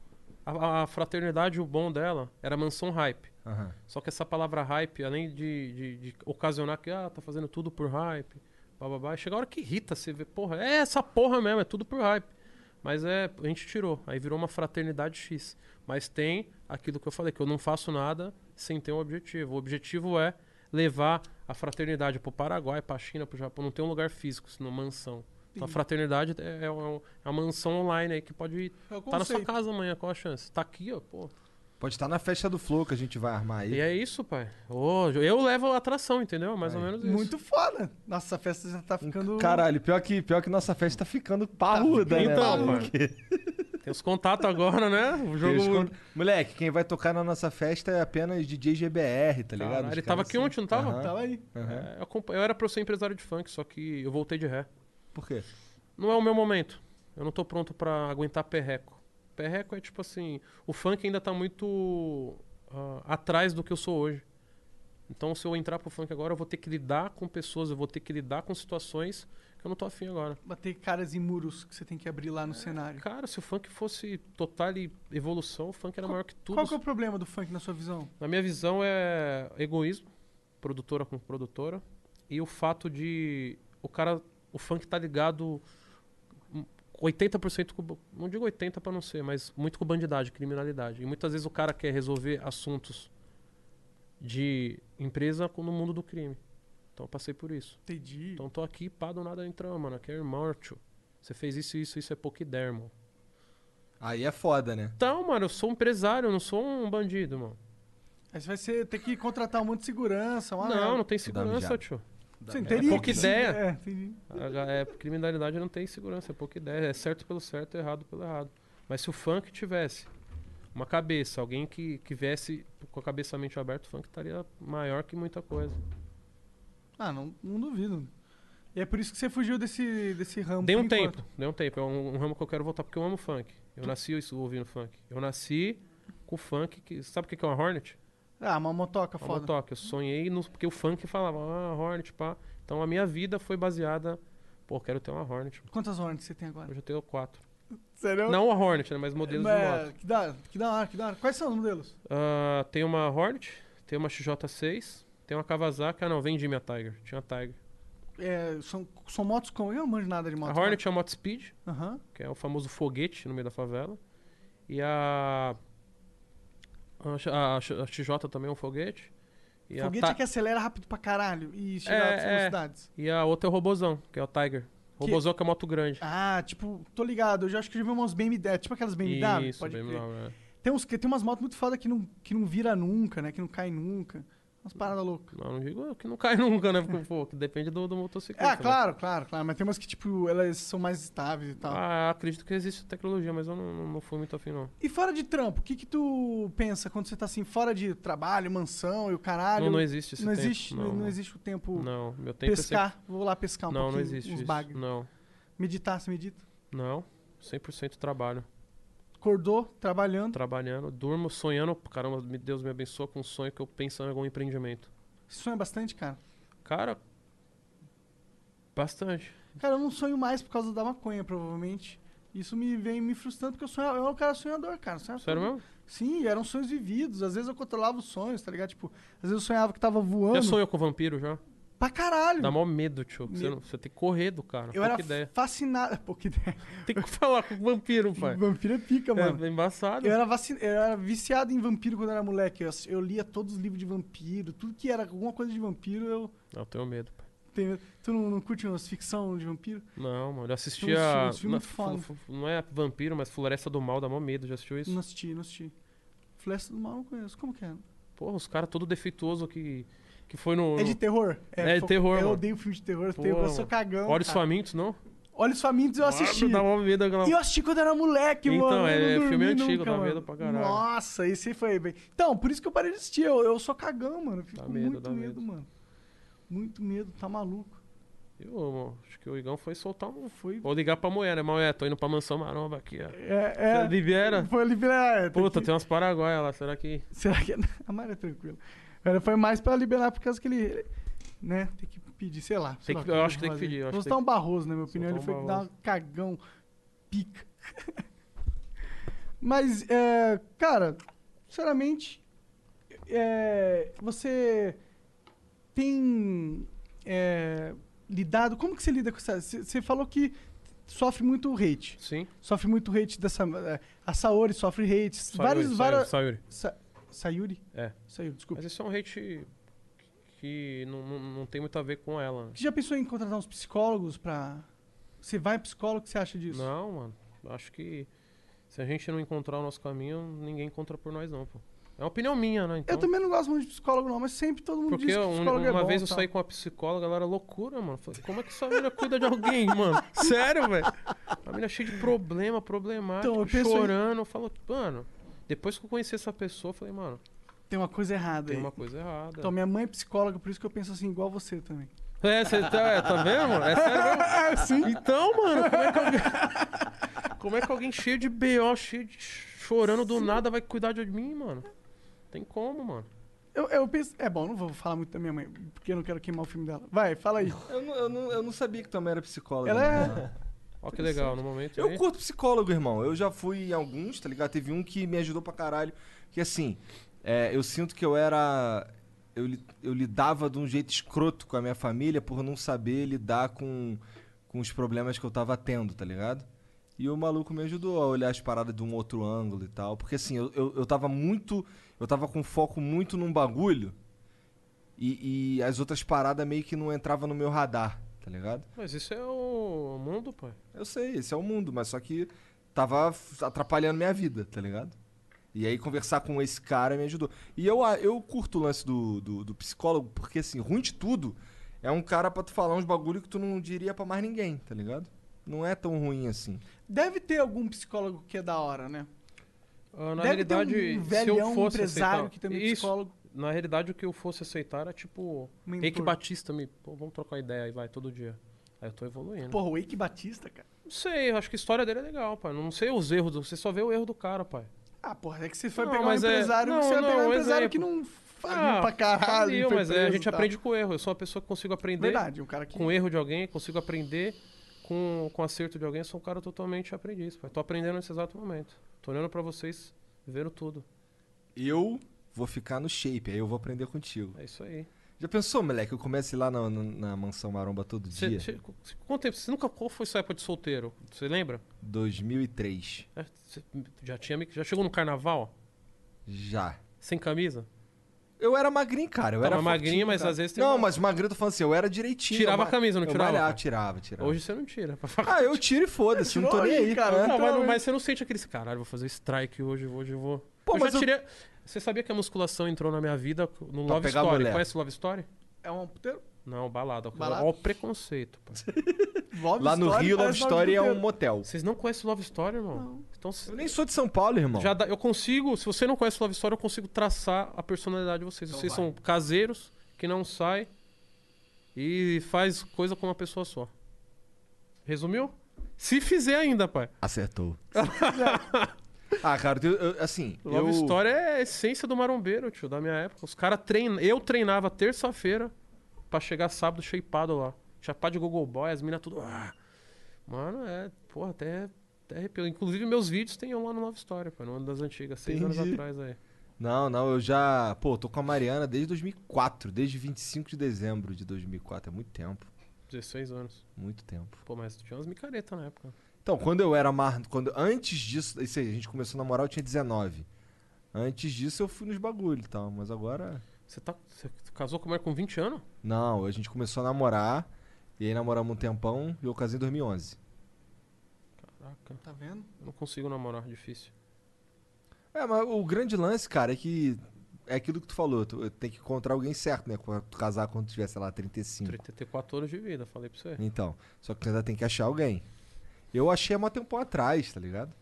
[SPEAKER 4] a, a fraternidade, o bom dela era mansão hype.
[SPEAKER 3] Aham.
[SPEAKER 4] Só que essa palavra hype, além de, de- de ocasionar que, ah, tá fazendo tudo por hype, bababá, chega a hora que irrita, você vê, porra, é essa porra mesmo, é tudo por hype. Mas é, a gente tirou, aí virou uma fraternidade X. Mas tem aquilo que eu falei, que eu não faço nada sem ter um objetivo. O objetivo é levar a fraternidade pro Paraguai, pra China, pro Japão, não tem um lugar físico, senão mansão. Então, a fraternidade é, é, um- é uma mansão online aí que pode
[SPEAKER 2] É o
[SPEAKER 4] estar tá na sua
[SPEAKER 2] conceito.
[SPEAKER 4] casa amanhã, qual a chance? Tá aqui, ó, pô.
[SPEAKER 3] Pode estar na festa do Flow que a gente vai armar aí.
[SPEAKER 4] E é isso, pai. Ô, eu levo a atração, entendeu? Mais ou menos isso.
[SPEAKER 2] Muito foda. Nossa, a festa já tá
[SPEAKER 4] Um
[SPEAKER 2] ficando.
[SPEAKER 3] Caralho, pior que, pior que nossa festa tá ficando parruda, né?
[SPEAKER 4] Então,
[SPEAKER 3] mano?
[SPEAKER 4] mano. Tem os contatos agora, né? O
[SPEAKER 3] Tem
[SPEAKER 4] jogo.
[SPEAKER 3] os tá con- Moleque, quem vai tocar na nossa festa é apenas DJ GBR, tá ligado?
[SPEAKER 4] Caralho,
[SPEAKER 3] Os
[SPEAKER 4] ele
[SPEAKER 3] caras
[SPEAKER 4] tava aqui
[SPEAKER 3] assim.
[SPEAKER 4] ontem, não tava?
[SPEAKER 3] Aham.
[SPEAKER 2] Tava aí.
[SPEAKER 3] Aham.
[SPEAKER 4] É, eu acompa- eu era pra eu ser empresário de funk, só que eu voltei de ré.
[SPEAKER 3] Por quê?
[SPEAKER 4] Não é o meu momento. Eu não tô pronto pra aguentar perreco. Perreco é tipo assim. O funk ainda tá muito ah, atrás do que eu sou hoje. Então, se eu entrar pro funk agora, eu vou ter que lidar com pessoas, eu vou ter que lidar com situações que eu não tô afim agora.
[SPEAKER 2] Bater caras em muros que você tem que abrir lá no cenário.
[SPEAKER 4] É, Cara, se o funk fosse total e evolução, o funk era maior que tudo.
[SPEAKER 2] Qual que é o problema do funk na sua visão?
[SPEAKER 4] Na minha visão é egoísmo, produtora com produtora, e o fato de o cara, o funk tá ligado hum, 80% com, não digo 80 pra não ser, mas muito com bandidagem, criminalidade. E muitas vezes o cara quer resolver assuntos de empresa com- no mundo do crime. Então eu passei por isso.
[SPEAKER 2] Entendi.
[SPEAKER 4] Então tô aqui, pá, do nada entra, mano, aqui é irmão, tio. Você fez isso, isso, isso é poquidermo.
[SPEAKER 3] Aí é foda, né?
[SPEAKER 4] Então, mano, eu sou um empresário, eu não sou um bandido, mano.
[SPEAKER 2] Aí você vai ser- ter que contratar um monte de segurança. Uma
[SPEAKER 4] não, não tem
[SPEAKER 3] dá uma
[SPEAKER 4] segurança,
[SPEAKER 3] mijada.
[SPEAKER 4] tio.
[SPEAKER 2] Sim, teria
[SPEAKER 4] pouca
[SPEAKER 2] que-
[SPEAKER 4] ideia.
[SPEAKER 2] É, entendi.
[SPEAKER 4] A ga- É, criminalidade não tem segurança, é pouca ideia. É certo pelo certo, errado pelo errado. Mas se o funk tivesse uma cabeça, alguém que, que viesse com a cabeça e a mente aberta, o funk estaria maior que muita coisa.
[SPEAKER 2] Ah, não, não duvido. E é por isso que você fugiu desse, desse ramo.
[SPEAKER 4] dei
[SPEAKER 2] por
[SPEAKER 4] um
[SPEAKER 2] enquanto.
[SPEAKER 4] tempo, dei um tempo. É um, um ramo que eu quero voltar porque eu amo funk. Eu nasci isso, ouvindo funk. Eu nasci com funk. Que, sabe o que que é uma Hornet?
[SPEAKER 2] Ah, uma motoca
[SPEAKER 4] Uma
[SPEAKER 2] foda.
[SPEAKER 4] motoca. Eu sonhei no, porque o funk falava, ah, Hornet, pá. Então a minha vida foi baseada. Pô, quero ter uma Hornet.
[SPEAKER 2] Quantas hornets você tem agora?
[SPEAKER 4] Hoje eu tenho quatro.
[SPEAKER 2] Sério?
[SPEAKER 4] Não a Hornet, né? Mas modelos de moto.
[SPEAKER 2] Mas, que da, que da hora, que da hora. Quais são os modelos?
[SPEAKER 4] Ah, tem uma Hornet, tem uma XJ6, tem uma Kawasaki. Ah, não, vendi minha Tiger. Tinha a Tiger.
[SPEAKER 2] É, são, são motos como? Eu não manjo nada de moto.
[SPEAKER 4] a Hornet é a Moto Speed,
[SPEAKER 2] Aham.
[SPEAKER 4] que é o famoso foguete no meio da favela. E a. A, X- a X- a XJ também é um foguete. E
[SPEAKER 2] Foguete
[SPEAKER 4] a
[SPEAKER 2] é
[SPEAKER 4] Ti-
[SPEAKER 2] que acelera rápido pra caralho e chega
[SPEAKER 4] tá É,
[SPEAKER 2] a altas
[SPEAKER 4] é.
[SPEAKER 2] velocidades.
[SPEAKER 4] E a outra é o Robozão, que é o Tiger. Robozão que é a moto grande.
[SPEAKER 2] Ah, tipo, tô ligado. Eu já acho que eu já vi umas BMW, tipo aquelas BMW,
[SPEAKER 4] Isso,
[SPEAKER 2] pode
[SPEAKER 4] BMW,
[SPEAKER 2] crer.
[SPEAKER 4] é.
[SPEAKER 2] Tem, uns, que- tem umas motos muito foda que não, que não vira nunca, né? Que não cai nunca. Umas paradas loucas.
[SPEAKER 4] Não, não digo que não cai nunca, né? Porque, pô, que depende do, do motociclista.
[SPEAKER 2] Ah,
[SPEAKER 4] né?
[SPEAKER 2] claro, claro, claro. Mas tem umas que, tipo, elas são mais estáveis e tal.
[SPEAKER 4] Ah, acredito que existe tecnologia, mas eu não, não, não fui muito afim, não.
[SPEAKER 2] E fora de trampo, o que que tu pensa quando você tá assim, fora de trabalho, mansão e o caralho?
[SPEAKER 4] Não, não existe esse
[SPEAKER 2] Não
[SPEAKER 4] tempo,
[SPEAKER 2] existe, não, não existe o tempo
[SPEAKER 4] Não, meu tempo é
[SPEAKER 2] pescar. Vou lá pescar um
[SPEAKER 4] não, não
[SPEAKER 2] pouquinho,
[SPEAKER 4] existe
[SPEAKER 2] uns
[SPEAKER 4] isso.
[SPEAKER 2] bagre.
[SPEAKER 4] Não,
[SPEAKER 2] Meditar, você medita?
[SPEAKER 4] não. 100% trabalho.
[SPEAKER 2] Acordou, trabalhando,
[SPEAKER 4] Trabalhando, durmo sonhando. Caramba, me- Deus me abençoa com um sonho que eu penso em algum empreendimento.
[SPEAKER 2] Você sonha bastante, cara?
[SPEAKER 4] Cara, bastante.
[SPEAKER 2] Cara, eu não sonho mais por causa da maconha, provavelmente. Isso me vem me frustrando, porque eu, sonho, eu era um cara sonhador, cara. Sonhava
[SPEAKER 4] Sério
[SPEAKER 2] tudo.
[SPEAKER 4] mesmo?
[SPEAKER 2] Sim, eram sonhos vividos. Às vezes eu controlava os sonhos, tá ligado? Tipo, às vezes eu sonhava que tava voando.
[SPEAKER 4] Já sonhou com vampiro já?
[SPEAKER 2] Pra caralho.
[SPEAKER 4] Dá mó medo, tio. que Você,
[SPEAKER 2] Medo.
[SPEAKER 4] não- você tem que correr do cara.
[SPEAKER 2] eu
[SPEAKER 4] pouca
[SPEAKER 2] era
[SPEAKER 4] ideia.
[SPEAKER 2] fascinado. Pô, que ideia.
[SPEAKER 4] Tem que falar com o vampiro, pai.
[SPEAKER 2] Vampiro é pica, mano.
[SPEAKER 4] É embaçado.
[SPEAKER 2] Eu era, vaci- eu era viciado em vampiro quando eu era moleque. Eu, ass- eu lia todos os livros de vampiro. Tudo que era alguma coisa de vampiro, eu.
[SPEAKER 4] Não, eu tenho medo, pai.
[SPEAKER 2] tenho- Tu não, não curte umas ficção de vampiro?
[SPEAKER 4] Não, mano. Eu
[SPEAKER 2] Tem
[SPEAKER 4] assistia.
[SPEAKER 2] uns filmes- filmes
[SPEAKER 4] na-
[SPEAKER 2] muito foda.
[SPEAKER 4] fu- fu- Não é vampiro, mas Floresta do Mal, dá mó medo. Já assistiu isso?
[SPEAKER 2] Não assisti, não assisti. Floresta do Mal eu não conheço. Como que é?
[SPEAKER 4] Porra, os caras todo defeituoso que, que foi no.
[SPEAKER 2] É de
[SPEAKER 4] no-
[SPEAKER 2] terror?
[SPEAKER 4] É de
[SPEAKER 2] fo-
[SPEAKER 4] terror,
[SPEAKER 2] Eu
[SPEAKER 4] mano.
[SPEAKER 2] odeio filme de terror.
[SPEAKER 4] Pô,
[SPEAKER 2] terror eu sou
[SPEAKER 4] mano.
[SPEAKER 2] cagão.
[SPEAKER 4] Olhos
[SPEAKER 2] cara.
[SPEAKER 4] Famintos, não?
[SPEAKER 2] Olhos Famintos eu assisti.
[SPEAKER 4] Dá uma vida aquela...
[SPEAKER 2] E eu assisti quando era moleque,
[SPEAKER 4] Então,
[SPEAKER 2] mano.
[SPEAKER 4] é
[SPEAKER 2] eu não
[SPEAKER 4] filme
[SPEAKER 2] dormi
[SPEAKER 4] antigo,
[SPEAKER 2] nunca,
[SPEAKER 4] dá
[SPEAKER 2] mano.
[SPEAKER 4] medo pra caralho.
[SPEAKER 2] Nossa, esse foi bem. Então, por isso que eu parei de assistir. Eu, eu sou cagão, mano. Eu fico
[SPEAKER 4] Dá
[SPEAKER 2] com
[SPEAKER 4] medo,
[SPEAKER 2] muito
[SPEAKER 4] dá
[SPEAKER 2] medo,
[SPEAKER 4] medo.
[SPEAKER 2] mano. Muito medo, tá maluco.
[SPEAKER 4] Eu, mano, acho que o Igão foi soltar um.
[SPEAKER 2] Foi.
[SPEAKER 4] Ou ligar pra mulher, né? Mulher, tô indo pra mansão maromba aqui, ó.
[SPEAKER 2] É, é.
[SPEAKER 4] Libera.
[SPEAKER 2] Foi liberar. é, tem
[SPEAKER 4] Puta,
[SPEAKER 2] que-
[SPEAKER 4] tem umas paraguaias lá, será que.
[SPEAKER 2] Será que. A Mari é tranquila. Ela foi mais pra liberar por causa que ele. Né? Tem que pedir, sei lá. sei
[SPEAKER 4] Tem
[SPEAKER 2] lá
[SPEAKER 4] que-
[SPEAKER 2] o
[SPEAKER 4] eu acho que tem que
[SPEAKER 2] fazer.
[SPEAKER 4] pedir, eu acho que
[SPEAKER 2] Soltar
[SPEAKER 4] tem
[SPEAKER 2] um Barroso, na minha opinião. Ele
[SPEAKER 4] Soltar
[SPEAKER 2] foi
[SPEAKER 4] um
[SPEAKER 2] dar um
[SPEAKER 4] Barroso.
[SPEAKER 2] cagão pica. Mas, é, cara, sinceramente, é, você tem é, lidado. Como que você lida com essa. Você você falou que sofre muito hate.
[SPEAKER 4] Sim.
[SPEAKER 2] Sofre muito hate dessa. é, A Saori sofre hate.
[SPEAKER 4] Sayuri,
[SPEAKER 2] vários,
[SPEAKER 4] Sayuri,
[SPEAKER 2] vários,
[SPEAKER 4] Sayuri.
[SPEAKER 2] Sa Sayuri?
[SPEAKER 4] É.
[SPEAKER 2] Sayuri, desculpa.
[SPEAKER 4] Mas isso é um hate que não, não, não tem muito a ver com ela. né?
[SPEAKER 2] Você é já pensou em contratar uns psicólogos pra. Você vai psicólogo, o que você acha disso?
[SPEAKER 4] Não, mano. Eu Acho que se a gente não encontrar o nosso caminho, ninguém encontra por nós, não, pô. É uma opinião minha, né? Então,
[SPEAKER 2] Eu também não gosto muito de psicólogo, não, mas sempre todo mundo
[SPEAKER 4] Porque
[SPEAKER 2] diz que
[SPEAKER 4] um-
[SPEAKER 2] psicólogo é
[SPEAKER 4] uma
[SPEAKER 2] bom,
[SPEAKER 4] vez eu
[SPEAKER 2] tal.
[SPEAKER 4] saí com uma psicóloga, ela era loucura, mano. Falei, como é que essa menina cuida de alguém, mano? Sério, velho? A menina cheia de problema, problemática,
[SPEAKER 2] Então, eu penso em-
[SPEAKER 4] chorando. Eu falo, mano, depois que eu conheci essa pessoa, eu falei, mano,
[SPEAKER 2] Tem uma coisa errada
[SPEAKER 4] tem
[SPEAKER 2] aí.
[SPEAKER 4] uma coisa errada.
[SPEAKER 2] Então, minha mãe é psicóloga, por isso que eu penso assim, igual você também.
[SPEAKER 4] É, você tá, é, tá vendo? mano? É sério mesmo? Então, mano, como é que alguém, como é que alguém cheio de BO, cheio de chorando do nada vai cuidar de mim, mano? Tem como, mano?
[SPEAKER 2] Eu, eu penso. É bom, não vou falar muito da minha mãe, porque eu não quero queimar o filme dela. Vai, fala aí.
[SPEAKER 3] Eu não, eu não- eu não sabia que tua mãe era psicóloga.
[SPEAKER 2] Ela
[SPEAKER 3] né?
[SPEAKER 2] é.
[SPEAKER 4] Ó, que legal, no momento.
[SPEAKER 3] Eu
[SPEAKER 4] aí-
[SPEAKER 3] curto psicólogo, irmão. Eu já fui em alguns, tá ligado? Teve um que me ajudou pra caralho. Que assim, é, eu sinto que eu era. Eu, li- eu lidava de um jeito escroto com a minha família por não saber lidar com, com os problemas que eu tava tendo, tá ligado? E o maluco me ajudou a olhar as paradas de um outro ângulo e tal. Porque assim, eu, eu, eu tava muito. Eu tava com foco muito num bagulho. E, e as outras paradas meio que não entravam no meu radar, tá ligado?
[SPEAKER 4] Mas isso é o mundo, pai.
[SPEAKER 3] Eu sei, esse é o mundo, mas só que tava f- atrapalhando minha vida, tá ligado? E aí conversar com esse cara me ajudou. E eu, a- eu curto o lance do, do, do psicólogo, porque assim, ruim de tudo é um cara pra tu falar uns bagulho que tu não diria pra mais ninguém, tá ligado? Não é tão ruim assim.
[SPEAKER 2] Deve ter algum psicólogo que é da hora, né?
[SPEAKER 4] Ah, Na
[SPEAKER 2] Deve ter um
[SPEAKER 4] realidade, se eu
[SPEAKER 2] velhão
[SPEAKER 4] fosse
[SPEAKER 2] empresário
[SPEAKER 4] aceitar...
[SPEAKER 2] que também é
[SPEAKER 4] Isso.
[SPEAKER 2] psicólogo. Um
[SPEAKER 4] Na realidade, o que eu fosse aceitar era tipo.
[SPEAKER 2] Mentor.
[SPEAKER 4] Rick Batista me. Pô, vamos trocar ideia aí, vai, todo dia. Aí eu tô evoluindo.
[SPEAKER 2] Porra, o Eike Batista, cara.
[SPEAKER 4] Não sei, eu acho que a história dele é legal, pai. Não sei os erros, do- você só vê o erro do cara, pai.
[SPEAKER 2] Ah, porra, é que você foi
[SPEAKER 4] Não,
[SPEAKER 2] pegar um
[SPEAKER 4] mas é-
[SPEAKER 2] empresário,
[SPEAKER 4] não,
[SPEAKER 2] você vai
[SPEAKER 4] não,
[SPEAKER 2] pegar um
[SPEAKER 4] um
[SPEAKER 2] empresário que
[SPEAKER 4] exemplo. Ah,
[SPEAKER 2] não faliu pra caralho.
[SPEAKER 4] faliu,
[SPEAKER 2] foi
[SPEAKER 4] mas é, a
[SPEAKER 2] preso
[SPEAKER 4] gente
[SPEAKER 2] e tal.
[SPEAKER 4] aprende com o erro. Eu sou uma pessoa que consigo aprender
[SPEAKER 2] Verdade, um cara que.
[SPEAKER 4] com o erro de alguém, consigo aprender com, com o acerto de alguém. Eu sou um cara totalmente aprendiz, pai. Tô aprendendo nesse exato momento. Tô olhando pra vocês, vendo tudo.
[SPEAKER 3] Eu vou ficar no shape, aí eu vou aprender contigo.
[SPEAKER 4] É isso aí.
[SPEAKER 3] Já pensou, moleque, eu comece lá na, na, na mansão maromba todo
[SPEAKER 4] Cê,
[SPEAKER 3] dia?
[SPEAKER 4] cê- cu- quanto tempo? Você nunca. Qual foi sua época de solteiro? Você lembra?
[SPEAKER 3] 2003.
[SPEAKER 4] É, cê Já, tinha, me- já chegou no carnaval?
[SPEAKER 3] Já.
[SPEAKER 4] Sem camisa?
[SPEAKER 3] Eu era magrinho, cara. Eu
[SPEAKER 4] Tava
[SPEAKER 3] era
[SPEAKER 4] magrinho,
[SPEAKER 3] fortinho,
[SPEAKER 4] mas
[SPEAKER 3] cara.
[SPEAKER 4] às vezes tem
[SPEAKER 3] Não,
[SPEAKER 4] uma-
[SPEAKER 3] mas magrinho, eu tô falando assim, eu era direitinho.
[SPEAKER 4] Tirava
[SPEAKER 3] eu ma-
[SPEAKER 4] a camisa, não
[SPEAKER 3] eu
[SPEAKER 4] tirava,
[SPEAKER 3] malhava,
[SPEAKER 4] cara?
[SPEAKER 3] tirava, tirava.
[SPEAKER 4] Hoje você não tira. pra falar.
[SPEAKER 3] Ah, eu tiro e foda-se, eu não tô
[SPEAKER 2] Tirou
[SPEAKER 3] nem
[SPEAKER 2] aí,
[SPEAKER 3] aí, né?
[SPEAKER 2] cara.
[SPEAKER 3] cara.
[SPEAKER 4] Não, mas,
[SPEAKER 2] Então,
[SPEAKER 4] mas você não sente aquele esse caralho, vou fazer strike hoje, hoje eu vou.
[SPEAKER 3] Pô,
[SPEAKER 4] eu já
[SPEAKER 3] mas eu-
[SPEAKER 4] tirei. Você sabia que a musculação entrou na minha vida no Love
[SPEAKER 3] pegar
[SPEAKER 4] Story?
[SPEAKER 3] mulher.
[SPEAKER 4] Conhece Love Story?
[SPEAKER 2] É um puteiro.
[SPEAKER 4] Não, balada.
[SPEAKER 2] Balada.
[SPEAKER 4] Olha o preconceito, pai.
[SPEAKER 2] Love
[SPEAKER 3] Lá no
[SPEAKER 2] Story
[SPEAKER 3] Rio, Love
[SPEAKER 2] parece nome
[SPEAKER 3] Story
[SPEAKER 2] de
[SPEAKER 3] é um
[SPEAKER 2] puteiro.
[SPEAKER 3] motel.
[SPEAKER 4] Vocês não conhecem Love Story, irmão? Então,
[SPEAKER 3] Eu nem sou de São Paulo, irmão.
[SPEAKER 4] já dá- eu consigo, se você não conhece Love Story, eu consigo traçar a personalidade de vocês.
[SPEAKER 3] Então
[SPEAKER 4] vocês são caseiros, que não sai e faz coisa com uma pessoa só. Resumiu? Se fizer ainda, pai.
[SPEAKER 3] Acertou. ah, cara, eu, eu- assim,
[SPEAKER 4] Love
[SPEAKER 3] eu...
[SPEAKER 4] Story é a essência do marombeiro, tio, da minha época. Os caras treinam. Eu treinava terça-feira pra chegar sábado shapeado lá. Chapado de Google Boy, as minas tudo. "Ah". Mano, é. Porra, até, até arrepio. Inclusive, meus vídeos tem eu lá no Love Story, pô, numa das antigas, seis anos
[SPEAKER 3] Entendi.
[SPEAKER 4] atrás aí.
[SPEAKER 3] Não, não, eu já... Pô, tô com a Mariana desde 2004, desde 25 de dezembro de 2004. É muito tempo,
[SPEAKER 4] 16 anos.
[SPEAKER 3] muito tempo.
[SPEAKER 4] Pô, mas tinha umas micaretas na época.
[SPEAKER 3] Então, quando eu era mar... quando Antes disso, isso aí, a gente começou a namorar, eu tinha 19. Antes disso, eu fui nos bagulho e tal, mas agora...
[SPEAKER 4] Você tá. Você casou com a mulher com 20 anos?
[SPEAKER 3] Não, a gente começou a namorar, e aí namoramos um tempão, e eu casei em 2011.
[SPEAKER 4] Caraca,
[SPEAKER 2] Tá vendo?
[SPEAKER 4] eu não consigo namorar, difícil.
[SPEAKER 3] É, mas o grande lance, cara, é que é aquilo que tu falou, tu tem que encontrar alguém certo, né? Pra tu casar quando tiver, sei lá, 35.
[SPEAKER 4] 34 anos de vida, falei pra você.
[SPEAKER 3] Então, só que tu ainda tem que achar alguém. Eu achei há mó tempo atrás, tá ligado?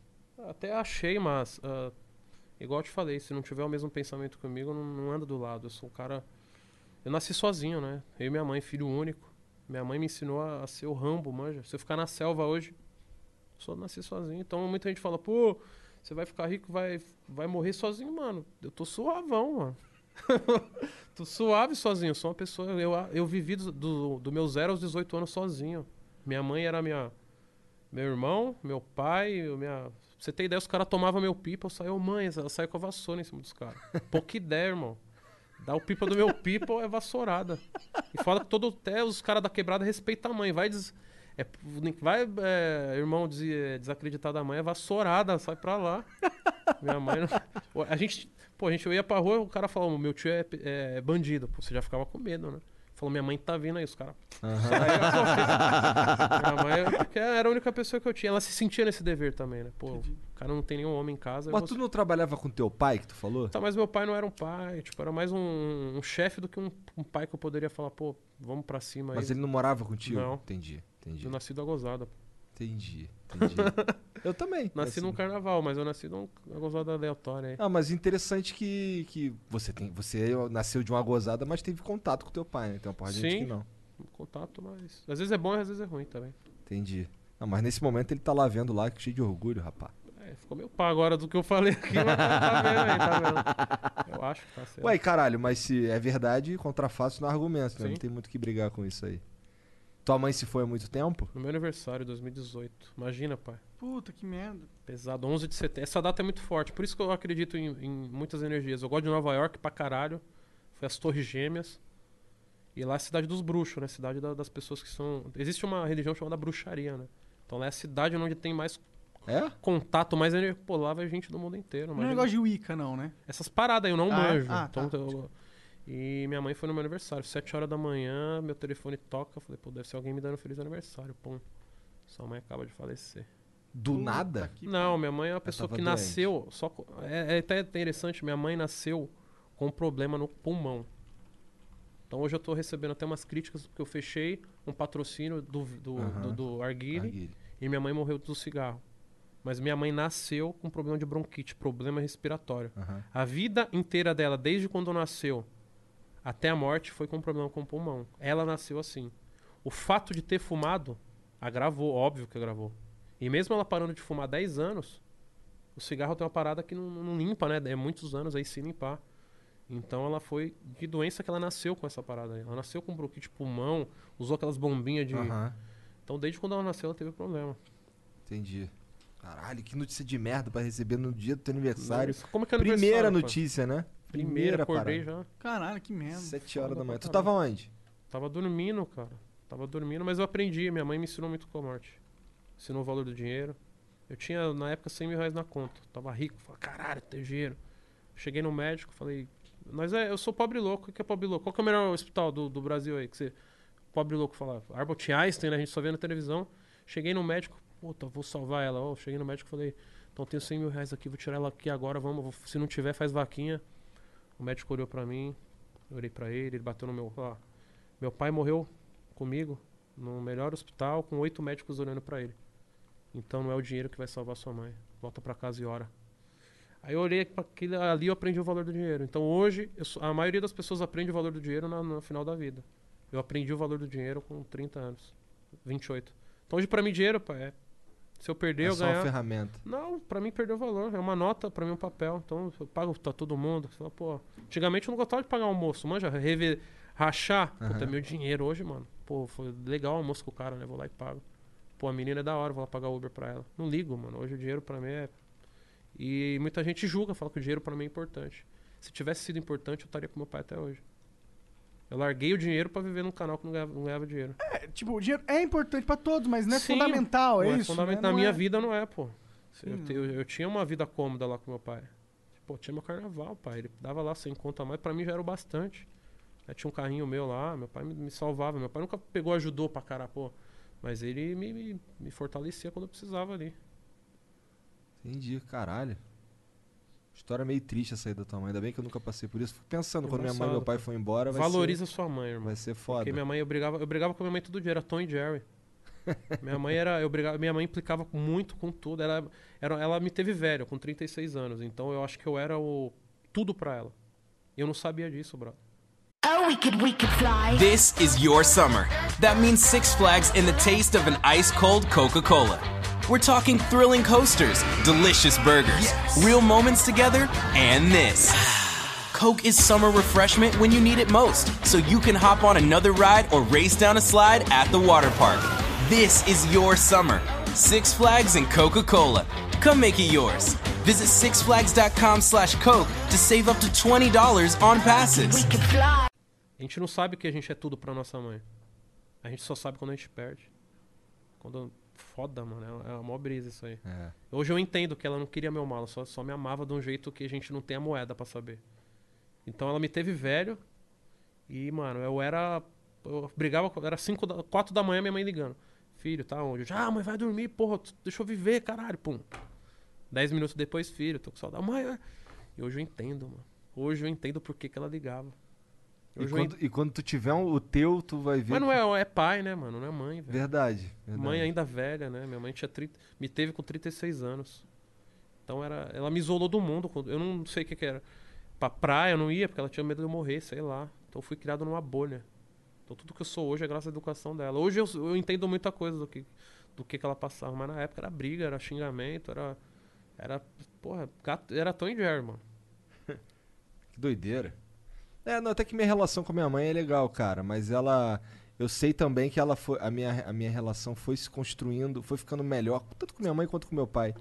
[SPEAKER 4] Até achei, mas. ah, igual eu te falei, se não tiver o mesmo pensamento comigo, não, não anda do lado. Eu sou um cara. Eu nasci sozinho, né? Eu e minha mãe, filho único. Minha mãe me ensinou a, a ser o rambo, manja. Se eu ficar na selva hoje, eu só nasci sozinho. Então muita gente fala, pô, você vai ficar rico, vai, vai morrer sozinho, mano. Eu tô suavão, mano. tô suave sozinho, sou uma pessoa. Eu, eu vivi do, do, do meu zero aos 18 anos sozinho. Minha mãe era minha. Meu irmão, meu pai, eu- minha. Você tem ideia, os caras tomavam meu pipa, eu saía, "Ô, mãe, ela saiu com a vassoura em cima dos caras. Pouca ideia, irmão. Dá o pipa do meu pipa ou é vassourada. E fala que todo até os caras da quebrada respeitam a mãe. Vai, des... é, vai é, irmão des... é, desacreditar da mãe, é vassourada, sai pra lá. Minha mãe não... A gente, pô, a gente eu ia pra rua, o cara falou, meu tio é, pe- é bandido. Pô, você já ficava com medo, né? Falou, minha mãe tá vindo aí, os caras. Minha mãe, porque era a única pessoa que eu tinha. Ela se sentia nesse dever também, né? Pô, o cara não tem nenhum homem em casa. eu
[SPEAKER 3] Mas
[SPEAKER 4] vou
[SPEAKER 3] tu não trabalhava com teu pai, que tu falou?
[SPEAKER 4] Tá, mas meu pai não era um pai, tipo, era mais um, um chefe do que um, um pai que eu poderia falar, pô, vamos pra cima
[SPEAKER 3] Mas
[SPEAKER 4] aí.
[SPEAKER 3] ele não morava contigo?
[SPEAKER 4] Não.
[SPEAKER 3] Entendi, entendi.
[SPEAKER 4] Eu nasci da gozada. pô.
[SPEAKER 3] Entendi, entendi. eu também.
[SPEAKER 4] Nasci num carnaval, mas eu nasci num- né? numa gozada aleatória aí.
[SPEAKER 3] Ah, mas interessante que, que você tem, você é, nasceu de uma gozada, mas teve contato com teu pai, né? Tem uma porra de gente
[SPEAKER 4] Sim.
[SPEAKER 3] que não.
[SPEAKER 4] Um Contato, mas. Às vezes é bom e às vezes é ruim também.
[SPEAKER 3] Entendi. Não, mas nesse momento ele tá lá vendo lá, cheio de orgulho, rapaz.
[SPEAKER 4] É, ficou meio pá agora do que eu falei aqui, mas tá vendo aí, tá vendo. Eu acho que tá certo.
[SPEAKER 3] Ué, caralho, mas se é verdade, contrafaço não é argumento, né?
[SPEAKER 4] Sim.
[SPEAKER 3] Não tem muito o que brigar com isso aí. Tua mãe se foi há muito tempo?
[SPEAKER 4] No meu aniversário, 2018. Imagina, pai.
[SPEAKER 2] Puta que merda.
[SPEAKER 4] Pesado, 11 de setembro. Essa data é muito forte. Por isso que eu acredito em, em muitas energias. Eu gosto de Nova York pra caralho. Foi as Torres Gêmeas. E lá é a cidade dos bruxos, né? Cidade da- das pessoas que são. Existe uma religião chamada bruxaria, né? Então lá é a cidade onde tem mais
[SPEAKER 3] É?
[SPEAKER 4] contato, mais energia. Pô, lá vai gente do mundo inteiro.
[SPEAKER 2] Não é
[SPEAKER 4] imagina.
[SPEAKER 2] negócio de Wicca, não, né?
[SPEAKER 4] Essas paradas aí, eu não
[SPEAKER 2] Ah,
[SPEAKER 4] manjo.
[SPEAKER 2] ah, tá.
[SPEAKER 4] Então, eu- E minha mãe foi no meu aniversário, 7 horas da manhã, meu telefone toca. Eu falei, pô, deve ser alguém me dando um feliz aniversário. Pum. Sua mãe acaba de falecer.
[SPEAKER 3] Do
[SPEAKER 2] Puta
[SPEAKER 3] nada?
[SPEAKER 2] que-
[SPEAKER 4] Não, minha mãe é uma pessoa
[SPEAKER 3] tava
[SPEAKER 4] que
[SPEAKER 3] doente.
[SPEAKER 4] nasceu. Só co- é, é até interessante, minha mãe nasceu com um problema no pulmão. Então hoje eu tô recebendo até umas críticas porque eu fechei um patrocínio do, do,
[SPEAKER 3] Aham.
[SPEAKER 4] do, do Arguile
[SPEAKER 3] Arguile.
[SPEAKER 4] e minha mãe morreu do cigarro. Mas minha mãe nasceu com problema de bronquite, problema respiratório.
[SPEAKER 3] Aham.
[SPEAKER 4] A vida inteira dela, desde quando nasceu até a morte, foi com problema com o pulmão. Ela nasceu assim. O fato de ter fumado agravou, óbvio que agravou. E mesmo ela parando de fumar 10 anos, o cigarro tem uma parada que não, não limpa, né? É muitos anos aí sem limpar. Então ela foi de doença que ela nasceu com essa parada aí. Ela nasceu com bronquite pulmão, usou aquelas bombinhas de.
[SPEAKER 3] Aham.
[SPEAKER 4] Então desde quando ela nasceu ela teve problema.
[SPEAKER 3] Entendi. Caralho, que notícia de merda pra receber no dia do teu aniversário.
[SPEAKER 4] Como é que é
[SPEAKER 3] Primeira
[SPEAKER 4] aniversário, pô?
[SPEAKER 3] notícia, né?
[SPEAKER 4] Primeira, acordei
[SPEAKER 3] parada.
[SPEAKER 4] já.
[SPEAKER 2] Caralho, que merda.
[SPEAKER 3] Sete horas
[SPEAKER 4] Foda
[SPEAKER 3] da manhã.
[SPEAKER 4] pra
[SPEAKER 3] Tu
[SPEAKER 4] caralho.
[SPEAKER 3] tava onde?
[SPEAKER 4] Tava dormindo, cara. Tava dormindo, mas eu aprendi. Minha mãe me ensinou muito com a morte. Ensinou o valor do dinheiro. Eu tinha, na época, 100 mil reais na conta. Tava rico. Falei, caralho, tem dinheiro. Cheguei no médico, falei... Mas é, eu sou pobre louco. O que é pobre louco? Qual que é o melhor hospital do, do Brasil aí? Que você... Pobre louco fala. Albert Einstein, né? A gente só vê na televisão. Cheguei no médico. Puta, vou salvar ela. Ó, cheguei no médico e falei... Então tenho 100 mil reais aqui, vou tirar ela aqui agora. Vamos, vou- se não tiver, faz vaquinha. O médico olhou pra mim. Eu olhei pra ele, ele bateu no meu... Ó, meu pai morreu comigo no melhor hospital com oito médicos olhando pra ele. Então não é o dinheiro que vai salvar sua mãe. Volta pra casa e ora. Aí eu olhei para aquilo ali eu aprendi o valor do dinheiro. Então hoje eu sou- a maioria das pessoas aprende o valor do dinheiro na- no final da vida. Eu aprendi o valor do dinheiro com 30 anos, 28. Então hoje pra mim dinheiro, pai, é se eu perder
[SPEAKER 3] é
[SPEAKER 4] eu
[SPEAKER 3] só uma
[SPEAKER 4] ganhar.
[SPEAKER 3] ferramenta.
[SPEAKER 4] Não, pra mim perdeu valor. É uma nota, pra mim é um papel. Então eu pago pra todo mundo. Você fala, pô, antigamente eu não gostava de pagar almoço. Manja, rever, rachar. Puta, é meu dinheiro hoje, mano. Pô, foi legal o almoço com o cara, né? Vou lá e pago. Pô, a menina é da hora, vou lá pagar Uber pra ela. Não ligo, mano. Hoje o dinheiro pra mim é. E muita gente julga, fala que o dinheiro pra mim é importante. Se tivesse sido importante, eu estaria com meu pai até hoje. Eu larguei o dinheiro pra viver num canal que não ganhava, não ganhava dinheiro.
[SPEAKER 2] É, tipo, o dinheiro é importante pra todos, mas não é
[SPEAKER 4] Sim,
[SPEAKER 2] fundamental, é
[SPEAKER 4] Não
[SPEAKER 2] isso?
[SPEAKER 4] fundamenta-
[SPEAKER 2] né?
[SPEAKER 4] Na
[SPEAKER 2] Não
[SPEAKER 4] minha
[SPEAKER 2] é-
[SPEAKER 4] vida não é, pô.
[SPEAKER 2] Sim,
[SPEAKER 4] Eu,
[SPEAKER 2] não.
[SPEAKER 4] te- eu- eu tinha uma vida cômoda lá com meu pai. Pô, tinha meu carnaval, pai. Ele dava lá sem conta a mais, pra mim já era o bastante. Aí tinha um carrinho meu lá, meu pai me, me salvava. Meu pai nunca pegou, ajudou pra caralho, pô. Mas ele me, me, me fortalecia quando eu precisava ali.
[SPEAKER 3] Entendi, caralho. História meio triste essa aí da tua mãe. Ainda bem que eu nunca passei por isso. Fico pensando, quando minha mãe e
[SPEAKER 4] Embaçado,
[SPEAKER 3] meu pai foi embora, vai
[SPEAKER 4] Valoriza sua mãe,
[SPEAKER 3] ser,
[SPEAKER 4] irmão.
[SPEAKER 3] vai ser foda.
[SPEAKER 4] Porque minha mãe, eu brigava, eu brigava com minha mãe todo dia, era Tom e Jerry. minha mãe era, eu brigava, minha mãe implicava muito com tudo. Era, era, ela me teve velho, com 36 anos, então eu acho que eu era o tudo pra ela. Eu não sabia disso, brother.
[SPEAKER 5] Oh, we could, we could fly.
[SPEAKER 6] This is your summer. That means Six Flags and the taste of an ice cold Coca Cola. We're talking thrilling coasters, delicious burgers, real moments together, and this. Coke is summer refreshment when you need it most, so you can hop on another ride or race down a slide at the water park. This is your summer. Six Flags and Coca Cola. Come make it yours. Visit sixflags.com slash Coke to save up to $20 on passes.
[SPEAKER 5] We could fly.
[SPEAKER 4] A gente não sabe que a gente é tudo pra nossa mãe. A gente só sabe quando a gente perde. Quando foda, mano, é é a maior brisa isso aí.
[SPEAKER 3] É.
[SPEAKER 4] Hoje eu entendo que ela não queria meu mal, ela só, só me amava de um jeito que a gente não tem a moeda pra saber. Então ela me teve velho e, mano, eu era. Eu brigava, com- era 4 da manhã minha mãe ligando. Filho, tá onde? Eu já, ah, mãe, vai dormir, porra, tu- deixa eu viver, caralho, pum. 10 minutos depois, filho, tô com saudade. Mãe, ah. e hoje eu entendo, mano. Hoje eu entendo por que, que ela ligava.
[SPEAKER 3] E
[SPEAKER 4] Hoje eu
[SPEAKER 3] quando, e quando tu tiver um- o teu, tu vai ver.
[SPEAKER 4] Mas não
[SPEAKER 3] que-
[SPEAKER 4] é, é pai, né, mano? Não é mãe, velho.
[SPEAKER 3] Verdade. verdade.
[SPEAKER 4] Mãe ainda velha, né? Minha mãe tinha 30, me teve com 36 anos. Então era, ela me isolou do mundo. quando- Eu não sei o que, que era. Pra praia eu não ia, porque ela tinha medo de eu morrer, sei lá. Então eu fui criado numa bolha. Então tudo que eu sou hoje é graças à educação dela. Hoje eu, eu entendo muita coisa do que, do que, que ela passava, mas na época era briga, era xingamento, era. Era. Porra, gato, era Tom e Jerry, mano.
[SPEAKER 3] Que doideira. É, não, até que minha relação com a minha mãe é legal, cara, mas ela. Eu sei também que ela foi, a, minha, a minha relação foi se construindo, foi ficando melhor, tanto com minha mãe quanto com meu pai.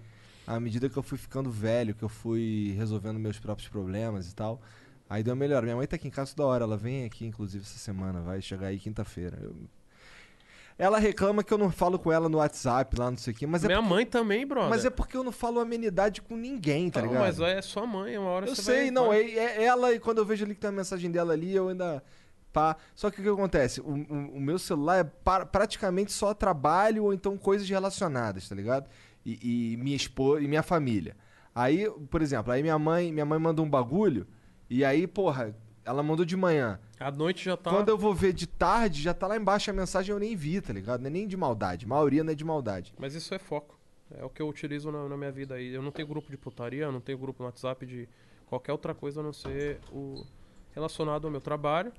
[SPEAKER 3] À medida que eu fui ficando velho, que eu fui resolvendo meus próprios problemas e tal. Aí deu melhor. Minha mãe tá aqui em casa toda hora, ela vem aqui, inclusive, essa semana, vai chegar aí quinta-feira. Eu- Ela reclama que eu não falo com ela no WhatsApp, lá, não sei o quê, mas é,
[SPEAKER 4] Minha mãe também, brother.
[SPEAKER 3] mas é porque eu não falo amenidade com ninguém, tá
[SPEAKER 4] Não,
[SPEAKER 3] ligado?
[SPEAKER 4] mas é sua mãe, uma hora
[SPEAKER 3] Eu
[SPEAKER 4] você
[SPEAKER 3] sei,
[SPEAKER 4] vai-
[SPEAKER 3] não,
[SPEAKER 4] vai-
[SPEAKER 3] é, é ela e quando eu vejo ali que tem uma mensagem dela ali, eu ainda. Pá. Só que o que acontece? O, o- o meu celular é par- praticamente só trabalho ou então coisas relacionadas, tá ligado? E, e minha esposa e minha família. Aí, por exemplo, aí minha mãe, minha mãe manda um bagulho, e aí, porra, ela mandou de manhã.
[SPEAKER 4] A noite já tá.
[SPEAKER 3] é Quando eu vou ver de tarde, já tá lá embaixo a mensagem eu nem vi, tá ligado? Não é nem de maldade. A maioria não é de maldade.
[SPEAKER 4] Mas isso é foco. É o que eu utilizo na, na minha vida aí. Eu não tenho grupo de putaria, eu não tenho grupo no WhatsApp de qualquer outra coisa a não ser o relacionado ao meu trabalho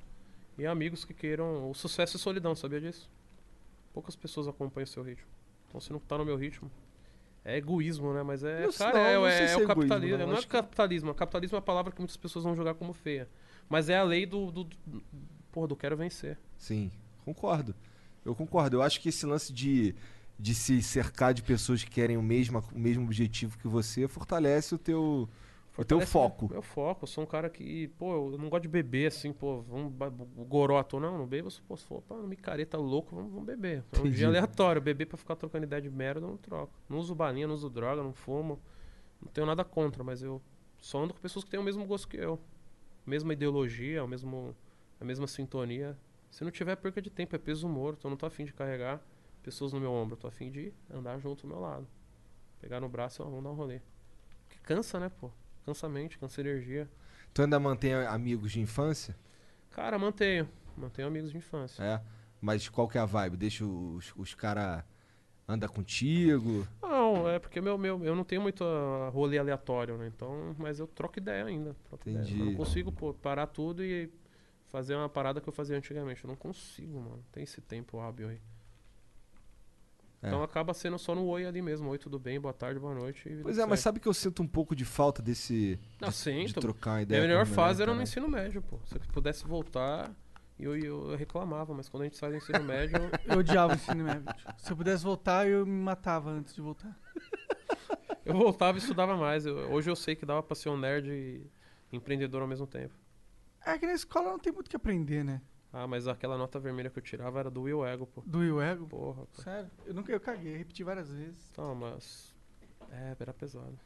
[SPEAKER 4] e amigos que queiram o sucesso e solidão, sabia disso? Poucas pessoas acompanham o seu ritmo. Então se não tá no meu ritmo, é egoísmo, né? Mas é,
[SPEAKER 3] Não sei-
[SPEAKER 4] cara, é-
[SPEAKER 3] não, não
[SPEAKER 4] é,
[SPEAKER 3] sei
[SPEAKER 4] é
[SPEAKER 3] se é
[SPEAKER 4] o
[SPEAKER 3] egoísmo,
[SPEAKER 4] capitalismo.
[SPEAKER 3] não.
[SPEAKER 4] Não é
[SPEAKER 3] Acho que-
[SPEAKER 4] capitalismo. Capitalismo é a palavra que muitas pessoas vão jogar como feia. Mas é a lei do, do, do porra, do quero vencer.
[SPEAKER 3] Sim, concordo. Eu concordo. Eu acho que esse lance de, de se cercar de pessoas que querem o mesmo, o mesmo objetivo que você fortalece o teu, o teu
[SPEAKER 4] Parece né?
[SPEAKER 3] foco.
[SPEAKER 4] Meu, meu foco. Eu sou um cara que, pô, eu não gosto de beber assim, pô, vamos ba- o goró à toa. Não, não bebo. Se pô, se for pra uma micareta louco, vamos, vamos beber. É um
[SPEAKER 3] Entendi.
[SPEAKER 4] dia aleatório. Beber pra ficar trocando ideia de merda, eu não troco. Não uso balinha, não uso droga, não fumo. Não tenho nada contra, mas eu só ando com pessoas que têm o mesmo gosto que eu. Mesma ideologia, o mesmo, a mesma sintonia. Se não tiver, é perca de tempo, é peso morto. Eu não tô afim de carregar pessoas no meu ombro. Eu tô afim de andar junto ao meu lado. Pegar no braço e ó, vamos dar um rolê. Que cansa, né, pô? Cansa a mente, cansa a energia.
[SPEAKER 3] Tu ainda mantém amigos de infância?
[SPEAKER 4] Cara, mantenho. Mantenho amigos de infância.
[SPEAKER 3] É. Mas qual que é a vibe? Deixa os, os caras andar contigo.
[SPEAKER 4] Não, é porque meu, meu, eu não tenho muito ah, rolê aleatório, né? Então, mas eu troco ideia ainda. Troco ideia. Eu não
[SPEAKER 3] Entendi.
[SPEAKER 4] consigo pô, parar tudo e fazer uma parada que eu fazia antigamente. Eu não consigo, mano. Tem esse tempo hábil aí.
[SPEAKER 3] É.
[SPEAKER 4] Então acaba sendo só no oi ali mesmo. Oi, tudo bem, boa tarde, boa noite. e vida
[SPEAKER 3] Pois
[SPEAKER 4] que
[SPEAKER 3] é, mas
[SPEAKER 4] segue.
[SPEAKER 3] sabe que eu sinto um pouco de falta desse.
[SPEAKER 4] Não,
[SPEAKER 3] de
[SPEAKER 4] sinto.
[SPEAKER 3] trocar uma ideia.
[SPEAKER 4] Então, Minha
[SPEAKER 3] com
[SPEAKER 4] melhor
[SPEAKER 3] mulher,
[SPEAKER 4] fase era no
[SPEAKER 3] caralho.
[SPEAKER 4] ensino médio, pô. Se eu pudesse voltar, eu, eu, eu reclamava, mas quando a gente sai do ensino médio,
[SPEAKER 2] Eu odiava o ensino médio. Se eu pudesse voltar, eu me matava antes de voltar.
[SPEAKER 4] Eu voltava e estudava mais. Eu- hoje eu sei que dava pra ser um nerd e empreendedor ao mesmo tempo.
[SPEAKER 2] É que na escola não tem muito o que aprender, né?
[SPEAKER 4] Ah, mas aquela nota vermelha que eu tirava era do Will Ego, pô.
[SPEAKER 2] Do eu ego.
[SPEAKER 4] Porra, pô.
[SPEAKER 2] Sério? Eu nunca eu caguei, repeti várias vezes.
[SPEAKER 4] Então, mas. É, era pesado.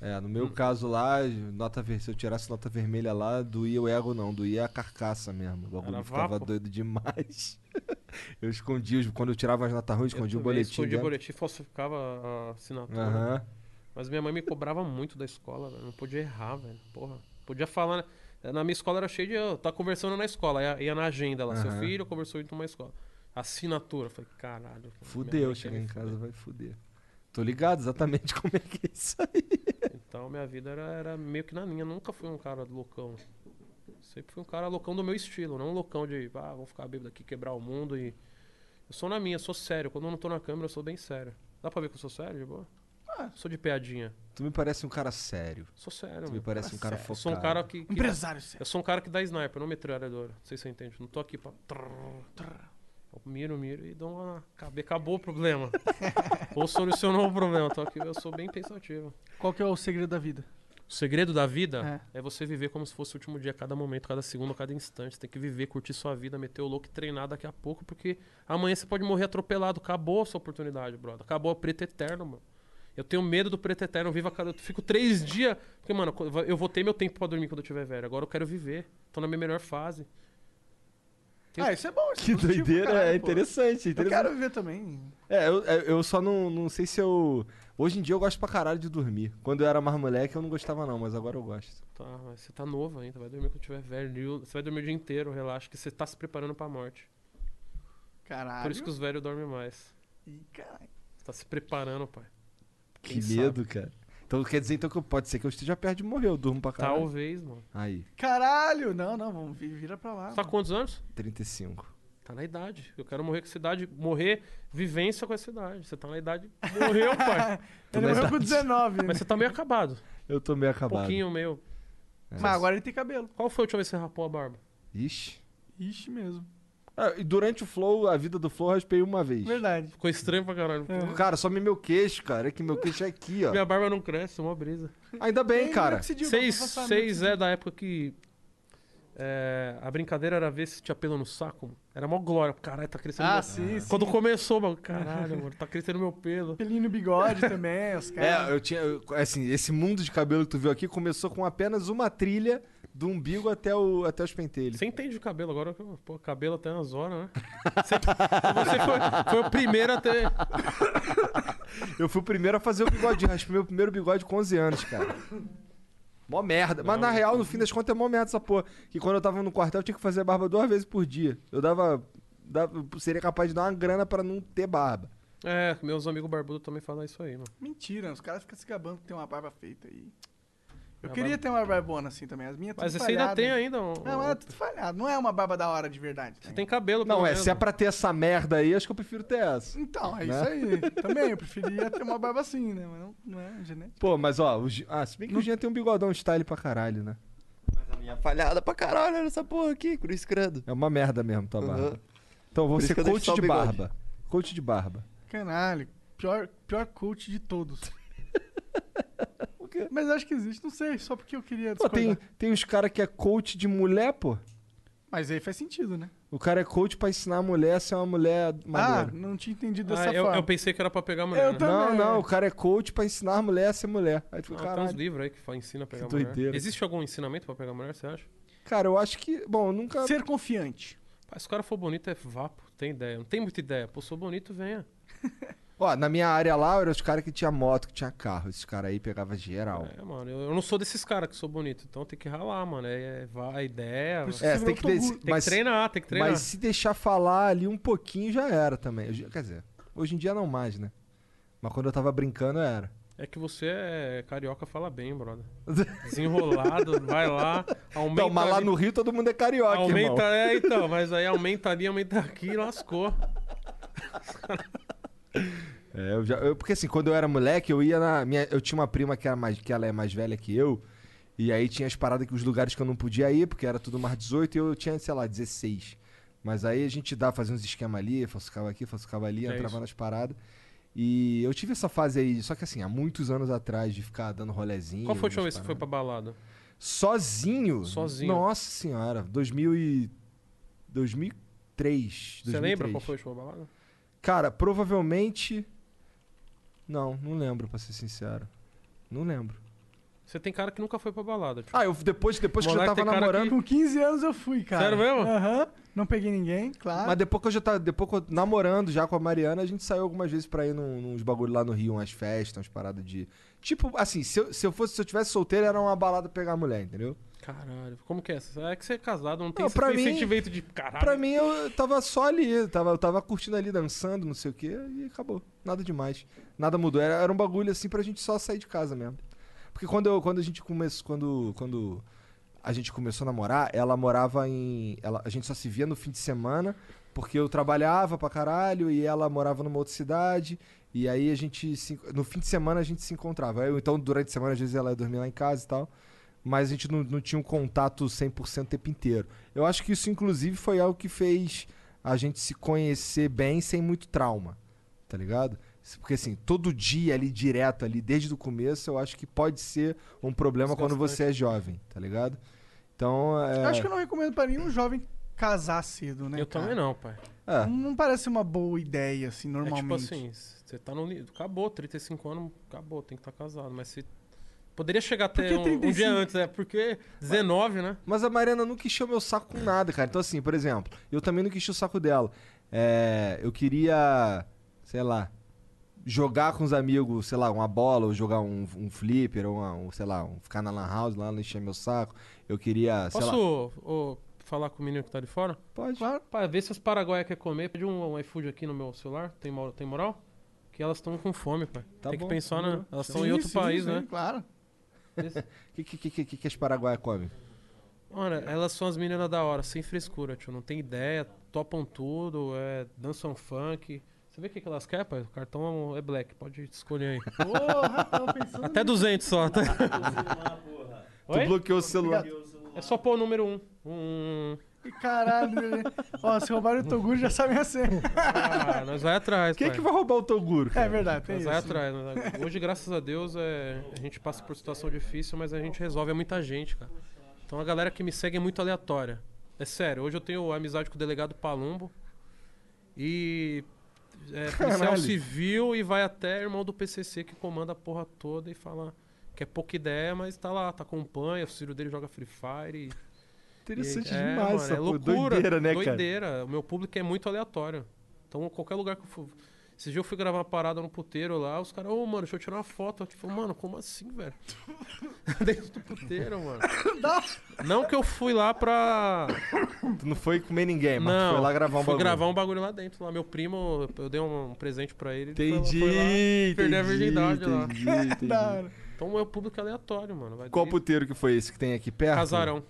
[SPEAKER 3] É, no meu
[SPEAKER 4] Hum.
[SPEAKER 3] caso lá, nota ver... se eu tirasse nota vermelha lá, doía o ego não, doía a carcaça mesmo. O bagulho
[SPEAKER 4] Era
[SPEAKER 3] ficava
[SPEAKER 4] vácuo?
[SPEAKER 3] doido demais. eu escondia, os- quando eu tirava as notas ruins,
[SPEAKER 4] Eu
[SPEAKER 3] escondia o
[SPEAKER 4] também
[SPEAKER 3] boletim.
[SPEAKER 4] Escondia o
[SPEAKER 3] dentro.
[SPEAKER 4] boletim, falsificava a assinatura.
[SPEAKER 3] Aham.
[SPEAKER 4] Mas minha mãe me cobrava muito da escola, velho. Não podia errar, velho. Porra. Podia falar. né? Na minha escola era cheio de. Eu tá conversando na escola. Ia, ia na agenda lá. Seu filho conversou com uma escola. Assinatura. Eu Falei, caralho. minha
[SPEAKER 3] Fudeu,
[SPEAKER 4] mãe
[SPEAKER 3] chegar
[SPEAKER 4] quer
[SPEAKER 3] em
[SPEAKER 4] me
[SPEAKER 3] casa
[SPEAKER 4] fuder.
[SPEAKER 3] vai fuder. Tô ligado exatamente como é que é isso aí.
[SPEAKER 4] Então minha vida era, era meio que na linha. Nunca fui um cara loucão. Sempre fui um cara loucão do meu estilo, não um loucão de, ah, vou ficar bêbado aqui, quebrar o mundo e. Eu sou na minha, eu sou sério. Quando eu não tô na câmera, eu sou bem sério. Dá pra ver que eu sou sério, de boa? Ah, sou de piadinha.
[SPEAKER 3] Tu me parece um cara sério.
[SPEAKER 4] Sou sério,
[SPEAKER 3] Tu me
[SPEAKER 4] meu.
[SPEAKER 3] parece um cara
[SPEAKER 4] Eu
[SPEAKER 3] focado.
[SPEAKER 4] sou um cara que. que-
[SPEAKER 2] Empresário, sério.
[SPEAKER 4] Eu sou um cara que dá sniper, não metralhadora. Não sei se você entende. Não tô aqui pra. trrr, trrr. Eu miro, miro e dou uma. Acabe- Acabou o problema. Ou solucionou o problema. Tô aqui, eu sou bem pensativo.
[SPEAKER 2] Qual que é o segredo da vida?
[SPEAKER 4] O segredo da vida é. você viver como se fosse o último dia, cada momento, cada segundo, cada instante. Você tem que viver, curtir sua vida, meter o louco e treinar daqui a pouco, porque amanhã você pode morrer atropelado. Acabou a sua oportunidade, brother. Acabou o preto eterno, mano. Eu tenho medo do preto eterno. Eu, vivo a cada... eu fico três dias. Porque, mano, eu vou ter meu tempo pra dormir quando eu tiver velho. Agora eu quero viver. Tô na minha melhor fase. Tem-
[SPEAKER 2] Ah, isso é bom. Isso
[SPEAKER 3] Que
[SPEAKER 2] é positivo,
[SPEAKER 3] doideira,
[SPEAKER 2] caralho,
[SPEAKER 3] é
[SPEAKER 2] pô.
[SPEAKER 3] interessante. é
[SPEAKER 2] Eu
[SPEAKER 3] interessante.
[SPEAKER 2] quero viver também.
[SPEAKER 3] É, eu, é, eu só não, não sei se eu. Hoje em dia eu gosto pra caralho de dormir. Quando eu era mais moleque eu não gostava, não, mas agora eu gosto.
[SPEAKER 4] Tá, mas você tá novo ainda. Vai dormir quando tiver velho. Você vai dormir o dia inteiro, relaxa, que você tá se preparando pra morte.
[SPEAKER 2] Caralho.
[SPEAKER 4] Por isso que os velhos dormem mais.
[SPEAKER 2] Ih, caralho.
[SPEAKER 4] Você tá se preparando, pai.
[SPEAKER 3] que medo, cara. Então quer dizer então, que eu- pode ser que eu esteja perto de morrer, eu durmo
[SPEAKER 4] Tá
[SPEAKER 3] pra caralho.
[SPEAKER 4] Talvez, mano.
[SPEAKER 3] Aí,
[SPEAKER 2] Caralho! Não, não, vamos vi- vira pra lá.
[SPEAKER 4] Você tá com quantos anos?
[SPEAKER 3] 35.
[SPEAKER 4] Tá na idade. Eu quero morrer com essa idade. Morrer, vivência com essa idade. Você tá na idade. Morreu, pai.
[SPEAKER 2] Ele
[SPEAKER 3] na
[SPEAKER 2] morreu
[SPEAKER 3] idade.
[SPEAKER 2] com 19.
[SPEAKER 4] Mas
[SPEAKER 2] Mas,
[SPEAKER 4] você tá meio acabado.
[SPEAKER 3] Eu tô meio
[SPEAKER 4] Um
[SPEAKER 3] acabado. É.
[SPEAKER 4] pouquinho meio.
[SPEAKER 2] mas agora ele tem cabelo.
[SPEAKER 4] Qual foi a última vez que você rapou a barba?
[SPEAKER 3] Ixi.
[SPEAKER 2] Ixi mesmo.
[SPEAKER 3] Ah, e durante o flow, a vida do flow, eu raspei uma vez.
[SPEAKER 2] Verdade.
[SPEAKER 4] Ficou estranho pra caralho.
[SPEAKER 2] É.
[SPEAKER 3] Cara, some meu queixo, cara. É que meu queixo é aqui, ó.
[SPEAKER 4] Minha barba não cresce, uma brisa.
[SPEAKER 3] Ainda bem,
[SPEAKER 2] Ele
[SPEAKER 3] cara.
[SPEAKER 2] não decidiu,
[SPEAKER 4] Seis,
[SPEAKER 2] não, vou passar
[SPEAKER 4] seis
[SPEAKER 2] muito.
[SPEAKER 4] é da época que. é, a brincadeira era ver se tinha pelo no saco. mano. Era mó glória. Caralho, tá crescendo.
[SPEAKER 2] Ah,
[SPEAKER 4] meu...
[SPEAKER 2] sim, sim.
[SPEAKER 4] Quando começou, mano, caralho, mano, tá crescendo meu pelo.
[SPEAKER 2] Pelinho no bigode também, os caras.
[SPEAKER 3] É, eu tinha. eu- Assim, esse mundo de cabelo que tu viu aqui começou com apenas uma trilha do umbigo até, o, até os pentelhos.
[SPEAKER 4] Você entende de cabelo agora? que eu- Pô, cabelo até nas horas, né? Você, você foi, foi o primeiro a ter.
[SPEAKER 3] Eu fui o primeiro a fazer o bigode, raspei meu primeiro bigode com 11 anos, cara. Mó merda. Mas na real, no fim das contas, é mó merda essa porra. Que quando eu tava no quartel, eu tinha que fazer barba duas vezes por dia. Eu dava. dava- seria capaz de dar uma grana pra não ter barba.
[SPEAKER 4] É, meus amigos barbudos também falam isso aí, mano.
[SPEAKER 2] Mentira, os caras ficam se gabando que tem uma barba feita aí. Eu
[SPEAKER 4] Minha
[SPEAKER 2] queria
[SPEAKER 4] barba-
[SPEAKER 2] ter uma barbona assim também. As minhas
[SPEAKER 4] Mas
[SPEAKER 2] tudo
[SPEAKER 3] é
[SPEAKER 4] você ainda
[SPEAKER 2] falhada.
[SPEAKER 4] tem ainda. Um,
[SPEAKER 2] Não, é tudo falhado. Não é uma barba da hora de verdade.
[SPEAKER 4] Você tem cabelo, pelo
[SPEAKER 3] Não, é,
[SPEAKER 4] menos.
[SPEAKER 3] se é pra ter essa merda aí, acho que eu prefiro ter essa.
[SPEAKER 2] Então, é
[SPEAKER 3] Né?
[SPEAKER 2] isso aí. Também, eu preferia ter uma barba assim, né? Mas não, não é genético.
[SPEAKER 3] Pô, mas ó, o Gi- ah, se bem que o Jean tem um bigodão style pra caralho, né?
[SPEAKER 9] Mas a minha falhada pra caralho olha essa porra aqui, cruz credo.
[SPEAKER 3] É uma merda mesmo tua barba.
[SPEAKER 9] Uhum.
[SPEAKER 3] Então eu vou
[SPEAKER 9] Por
[SPEAKER 3] ser
[SPEAKER 9] isso que eu deixo
[SPEAKER 3] coach
[SPEAKER 9] só o
[SPEAKER 3] de
[SPEAKER 9] bigode.
[SPEAKER 3] barba. Coach de barba.
[SPEAKER 2] Caralho, pior, pior coach de todos. Mas eu acho que existe, não sei, só porque eu queria
[SPEAKER 3] Pô, tem,
[SPEAKER 2] discordar.
[SPEAKER 3] tem uns caras que é coach de mulher, pô.
[SPEAKER 2] Mas aí faz sentido, né?
[SPEAKER 3] O cara é coach pra ensinar a mulher a ser uma mulher
[SPEAKER 2] Ah,
[SPEAKER 3] maneira.
[SPEAKER 2] não tinha entendido
[SPEAKER 4] Ah,
[SPEAKER 2] dessa
[SPEAKER 4] eu,
[SPEAKER 2] forma.
[SPEAKER 4] eu pensei que era pra pegar mulher.
[SPEAKER 2] Eu
[SPEAKER 4] né?
[SPEAKER 2] também.
[SPEAKER 3] não, não, o cara é coach pra ensinar a mulher a ser mulher. Aí tu fica,
[SPEAKER 4] Ah, tem uns
[SPEAKER 3] caralho.
[SPEAKER 4] livros aí que fa- ensina a pegar
[SPEAKER 3] Que
[SPEAKER 4] mulher.
[SPEAKER 3] doideira.
[SPEAKER 4] Existe algum ensinamento pra pegar mulher, você acha?
[SPEAKER 3] Cara, eu acho que. Bom, eu nunca.
[SPEAKER 2] Ser confiante.
[SPEAKER 4] Pai, se o cara for bonito, é vapo, tem ideia. Não tem muita ideia. Pô, sou bonito, venha.
[SPEAKER 3] Ó, na minha área lá, eram os caras que tinha moto, que tinha carro. Esses caras aí pegava geral.
[SPEAKER 4] É, mano, eu, eu não sou desses caras que sou bonito, então tem que ralar, mano. É, é va- a ideia.
[SPEAKER 2] Por isso
[SPEAKER 3] É,
[SPEAKER 2] Você
[SPEAKER 3] você tem que,
[SPEAKER 2] virou
[SPEAKER 3] des-
[SPEAKER 2] Togu-
[SPEAKER 4] Tem
[SPEAKER 3] mas,
[SPEAKER 4] que treinar, tem que treinar.
[SPEAKER 3] mas se deixar falar ali um pouquinho já era também. Hoje- Quer dizer, hoje em dia não mais, né? Mas quando eu tava brincando era.
[SPEAKER 4] É que você é carioca, fala bem, brother. Desenrolado, vai lá, aumenta.
[SPEAKER 3] Não, mas lá
[SPEAKER 4] ali-
[SPEAKER 3] no Rio todo mundo é carioca, irmão.
[SPEAKER 4] Aumenta, é, então, mas aí aumenta ali, aumenta aqui, lascou.
[SPEAKER 3] É, eu já, eu- porque assim, quando eu era moleque, eu ia na minha, eu tinha uma prima que era mais, que ela é mais velha que eu, e aí tinha as paradas que os lugares que eu não podia ir, porque era tudo mais 18 e eu tinha, sei lá, 16. Mas aí a gente dá fazia uns esquema ali, falsificava aqui, falsificava ali,
[SPEAKER 4] É
[SPEAKER 3] entrava
[SPEAKER 4] isso.
[SPEAKER 3] nas paradas. E eu tive essa fase aí, só que assim, há muitos anos atrás de ficar dando rolezinho.
[SPEAKER 4] Qual foi a última
[SPEAKER 3] umas
[SPEAKER 4] vez que você foi pra
[SPEAKER 3] paradas.
[SPEAKER 4] balada?
[SPEAKER 3] Sozinho?
[SPEAKER 4] Sozinho.
[SPEAKER 3] Nossa senhora, 2000 e 2003.
[SPEAKER 4] Você lembra
[SPEAKER 3] 2003.
[SPEAKER 4] qual foi a última balada?
[SPEAKER 3] Cara, provavelmente. Não, não lembro, pra ser sincero. Não lembro.
[SPEAKER 4] Você tem cara que nunca foi pra balada, tipo.
[SPEAKER 3] Ah, eu depois, depois que eu já tava
[SPEAKER 4] Moleque tem cara
[SPEAKER 3] namorando.
[SPEAKER 4] que-
[SPEAKER 2] Com 15 anos eu fui, cara.
[SPEAKER 4] Sério mesmo?
[SPEAKER 2] Aham. Não peguei ninguém, claro.
[SPEAKER 3] Mas depois que eu já tava. Depois que eu namorando já com a Mariana, a gente saiu algumas vezes pra ir num, nos bagulho lá no Rio, umas festas, umas paradas de. Tipo, assim, se eu, se eu fosse, se eu tivesse solteiro, era uma balada pegar mulher, entendeu?
[SPEAKER 4] Caralho, como que é essa? É que você é casado, não tem
[SPEAKER 3] Não,
[SPEAKER 4] esse
[SPEAKER 3] pra mim-
[SPEAKER 4] sentimento de caralho.
[SPEAKER 3] Pra mim, eu tava só ali, eu tava, eu tava curtindo ali, dançando, não sei o quê, e acabou. Nada demais. Nada mudou. Era, era um bagulho assim pra gente só sair de casa mesmo. Porque quando, eu, quando a gente começou. Quando, quando a gente começou a namorar, ela morava em. Ela, a gente só se via no fim de semana, porque eu trabalhava pra caralho e ela morava numa outra cidade. E aí a gente. se- no fim de semana a gente se encontrava. Eu, então, durante a semana, às vezes ela ia dormir lá em casa e tal. Mas a gente não, não tinha um contato 100% o tempo inteiro. Eu acho que isso, inclusive, foi algo que fez a gente se conhecer bem sem muito trauma. Tá ligado? Porque assim, todo dia ali direto ali, desde o começo, eu acho que pode ser um problema quando você é jovem, tá ligado? Então, é...
[SPEAKER 2] Eu acho que eu não recomendo pra nenhum jovem casar cedo, né?
[SPEAKER 4] Eu
[SPEAKER 2] cara?
[SPEAKER 4] também não, pai.
[SPEAKER 3] é.
[SPEAKER 2] Não- Não parece uma boa ideia, assim,
[SPEAKER 4] É tipo
[SPEAKER 2] normalmente.
[SPEAKER 4] assim, você tá no. li- Acabou, 35 anos, acabou, tem que estar casado. Mas você. Poderia chegar até
[SPEAKER 2] que
[SPEAKER 4] um, um
[SPEAKER 2] 35?
[SPEAKER 4] dia antes, é porque 19, né?
[SPEAKER 3] Mas a Mariana nunca encheu meu saco com nada, cara. Então, assim, por exemplo, eu também nunca enchi o saco dela. É, eu queria, sei lá, jogar com os amigos, sei lá, uma bola, ou jogar um, um flipper, ou uma- um, sei lá, um, ficar na Lan House lá, não encher meu saco. Eu queria, sei
[SPEAKER 4] Posso
[SPEAKER 3] lá.
[SPEAKER 4] ô, falar com o menino que tá ali fora?
[SPEAKER 3] Pode.
[SPEAKER 4] Pai, vê se os paraguaias querem comer. Pedi um, um iFood aqui no meu celular, tem, mor- tem moral? Que elas estão com fome, pai.
[SPEAKER 3] Tá
[SPEAKER 4] tem
[SPEAKER 3] bom,
[SPEAKER 4] que
[SPEAKER 3] tá
[SPEAKER 4] pensar, né?
[SPEAKER 3] bom.
[SPEAKER 4] Elas
[SPEAKER 2] Sim,
[SPEAKER 4] estão em outro
[SPEAKER 2] sim,
[SPEAKER 4] país,
[SPEAKER 2] sim,
[SPEAKER 4] né?
[SPEAKER 2] Claro.
[SPEAKER 3] O que, que, que, que, que as paraguaias comem?
[SPEAKER 4] Mano, elas são as meninas da hora, sem frescura, tio. Não tem ideia, topam tudo, é, dançam funk. Você vê o que, que elas querem, pai? O cartão é black, pode escolher aí.
[SPEAKER 2] Porra, tava pensando.
[SPEAKER 4] Até 200 só, tá?
[SPEAKER 3] Tu
[SPEAKER 4] Oi?
[SPEAKER 3] bloqueou o celular.
[SPEAKER 4] É só pôr o número 1. Um. Um.
[SPEAKER 2] Caralho, bebê. Ó, se roubarem o Toguro, já sabem a senha.
[SPEAKER 4] Ah, nós vai atrás,
[SPEAKER 3] Quem é
[SPEAKER 4] pai.
[SPEAKER 3] que vai roubar o Toguro?
[SPEAKER 2] É
[SPEAKER 3] cara?
[SPEAKER 2] verdade, tem
[SPEAKER 4] Nós
[SPEAKER 2] isso.
[SPEAKER 4] vai atrás. nós vai- né? Hoje, graças a Deus, é... a gente passa por situação difícil, mas a gente resolve. É muita gente, cara. Então a galera que me segue é muito aleatória. É sério, hoje eu tenho amizade com o delegado Palumbo. E. É policial
[SPEAKER 3] Caralho.
[SPEAKER 4] civil e vai até irmão do PCC que comanda a porra toda e fala que é pouca ideia, mas tá lá, tá acompanha, o filho dele joga Free Fire. e-
[SPEAKER 3] Interessante
[SPEAKER 4] e aí- é,
[SPEAKER 3] demais
[SPEAKER 4] mano,
[SPEAKER 3] essa
[SPEAKER 4] é
[SPEAKER 3] pô,
[SPEAKER 4] loucura,
[SPEAKER 3] doideira, né, cara?
[SPEAKER 4] doideira. O meu público é muito aleatório. Então, qualquer lugar que eu for. Esse dia eu fui gravar uma parada no puteiro lá, os caras, ô, mano, deixa eu tirar uma foto. Eu tipo, mano, como assim, velho? Dentro do puteiro, mano. Não que eu fui lá pra.
[SPEAKER 3] Tu não foi comer ninguém, mas tu
[SPEAKER 4] Não.
[SPEAKER 3] foi lá gravar um
[SPEAKER 4] fui
[SPEAKER 3] bagulho.
[SPEAKER 4] gravar um bagulho lá dentro. Lá. Meu primo, eu dei um presente pra ele. ele foi lá-
[SPEAKER 3] Entendi,
[SPEAKER 4] Foi lá, perdi a
[SPEAKER 3] entendi,
[SPEAKER 4] virgindade lá.
[SPEAKER 3] entendi, entendi.
[SPEAKER 2] Da hora.
[SPEAKER 4] Então, o meu público é aleatório, mano. Vai
[SPEAKER 3] Qual
[SPEAKER 4] desde-
[SPEAKER 3] puteiro que foi esse que tem aqui perto?
[SPEAKER 4] Casarão,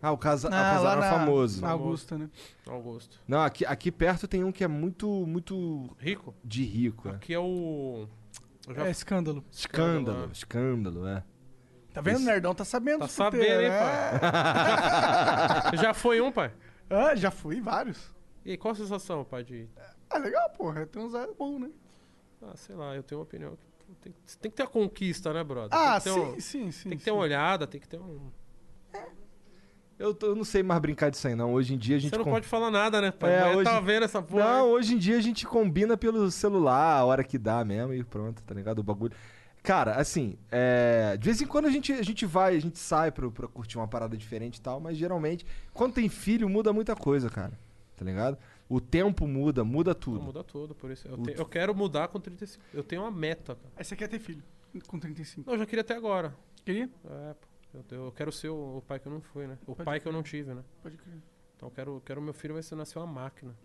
[SPEAKER 3] Ah, o, casa... ah,
[SPEAKER 2] Ah,
[SPEAKER 3] o
[SPEAKER 2] lá
[SPEAKER 3] Casarão
[SPEAKER 2] na-
[SPEAKER 3] famoso.
[SPEAKER 2] Na Augusta, né?
[SPEAKER 4] Augusto.
[SPEAKER 3] Não, aqui, aqui perto tem um que é muito, muito
[SPEAKER 4] Rico?
[SPEAKER 3] de rico. É.
[SPEAKER 4] Aqui é o. Eu já
[SPEAKER 2] É escândalo.
[SPEAKER 3] Escândalo,
[SPEAKER 4] né?
[SPEAKER 3] escândalo, é.
[SPEAKER 2] Tá vendo? O Nerdão tá sabendo.
[SPEAKER 4] Tá
[SPEAKER 2] dos puteiros,
[SPEAKER 4] sabendo, hein,
[SPEAKER 2] né?
[SPEAKER 4] pai? Já foi um, pai?
[SPEAKER 2] Ah, já fui vários.
[SPEAKER 4] E aí, qual a sensação, pai, de...
[SPEAKER 2] Ah, legal, porra. Tem uns é bom, né?
[SPEAKER 4] Ah, sei lá, eu tenho uma opinião. que, pô, Tem, que- tem que ter a conquista, né, brother?
[SPEAKER 2] Ah,
[SPEAKER 4] tem que ter um-
[SPEAKER 2] sim, sim, sim.
[SPEAKER 4] Tem
[SPEAKER 2] sim.
[SPEAKER 4] que ter uma olhada, tem que ter um...
[SPEAKER 3] Eu, tô- eu não sei mais brincar disso aí, não. Hoje em dia a gente...
[SPEAKER 4] Você não
[SPEAKER 3] com-
[SPEAKER 4] pode falar nada, né, pai?
[SPEAKER 3] É,
[SPEAKER 4] Mulher
[SPEAKER 3] hoje-
[SPEAKER 4] tá vendo essa porra.
[SPEAKER 3] Não,
[SPEAKER 4] né?
[SPEAKER 3] hoje em dia a gente combina pelo celular, a hora que dá mesmo e pronto, tá ligado? O bagulho. Cara, assim, é, de vez em quando a gente, a gente vai, a gente sai pra, pra curtir uma parada diferente e tal, mas geralmente, quando tem filho, muda muita coisa, cara. Tá ligado? O tempo muda, muda
[SPEAKER 4] Não,
[SPEAKER 3] tudo.
[SPEAKER 4] Muda tudo, por isso. Eu,
[SPEAKER 3] Tudo.
[SPEAKER 4] te- eu quero mudar com 35. Eu tenho uma meta, cara.
[SPEAKER 2] Aí você quer é ter filho com 35.
[SPEAKER 4] Não, eu já queria até agora.
[SPEAKER 2] Queria?
[SPEAKER 4] É, pô. Eu, eu quero ser o, o pai que eu não fui, né? O pai que eu não tive, né?
[SPEAKER 2] Pode crer.
[SPEAKER 4] Então eu quero, eu quero meu filho vai ser nascer uma máquina.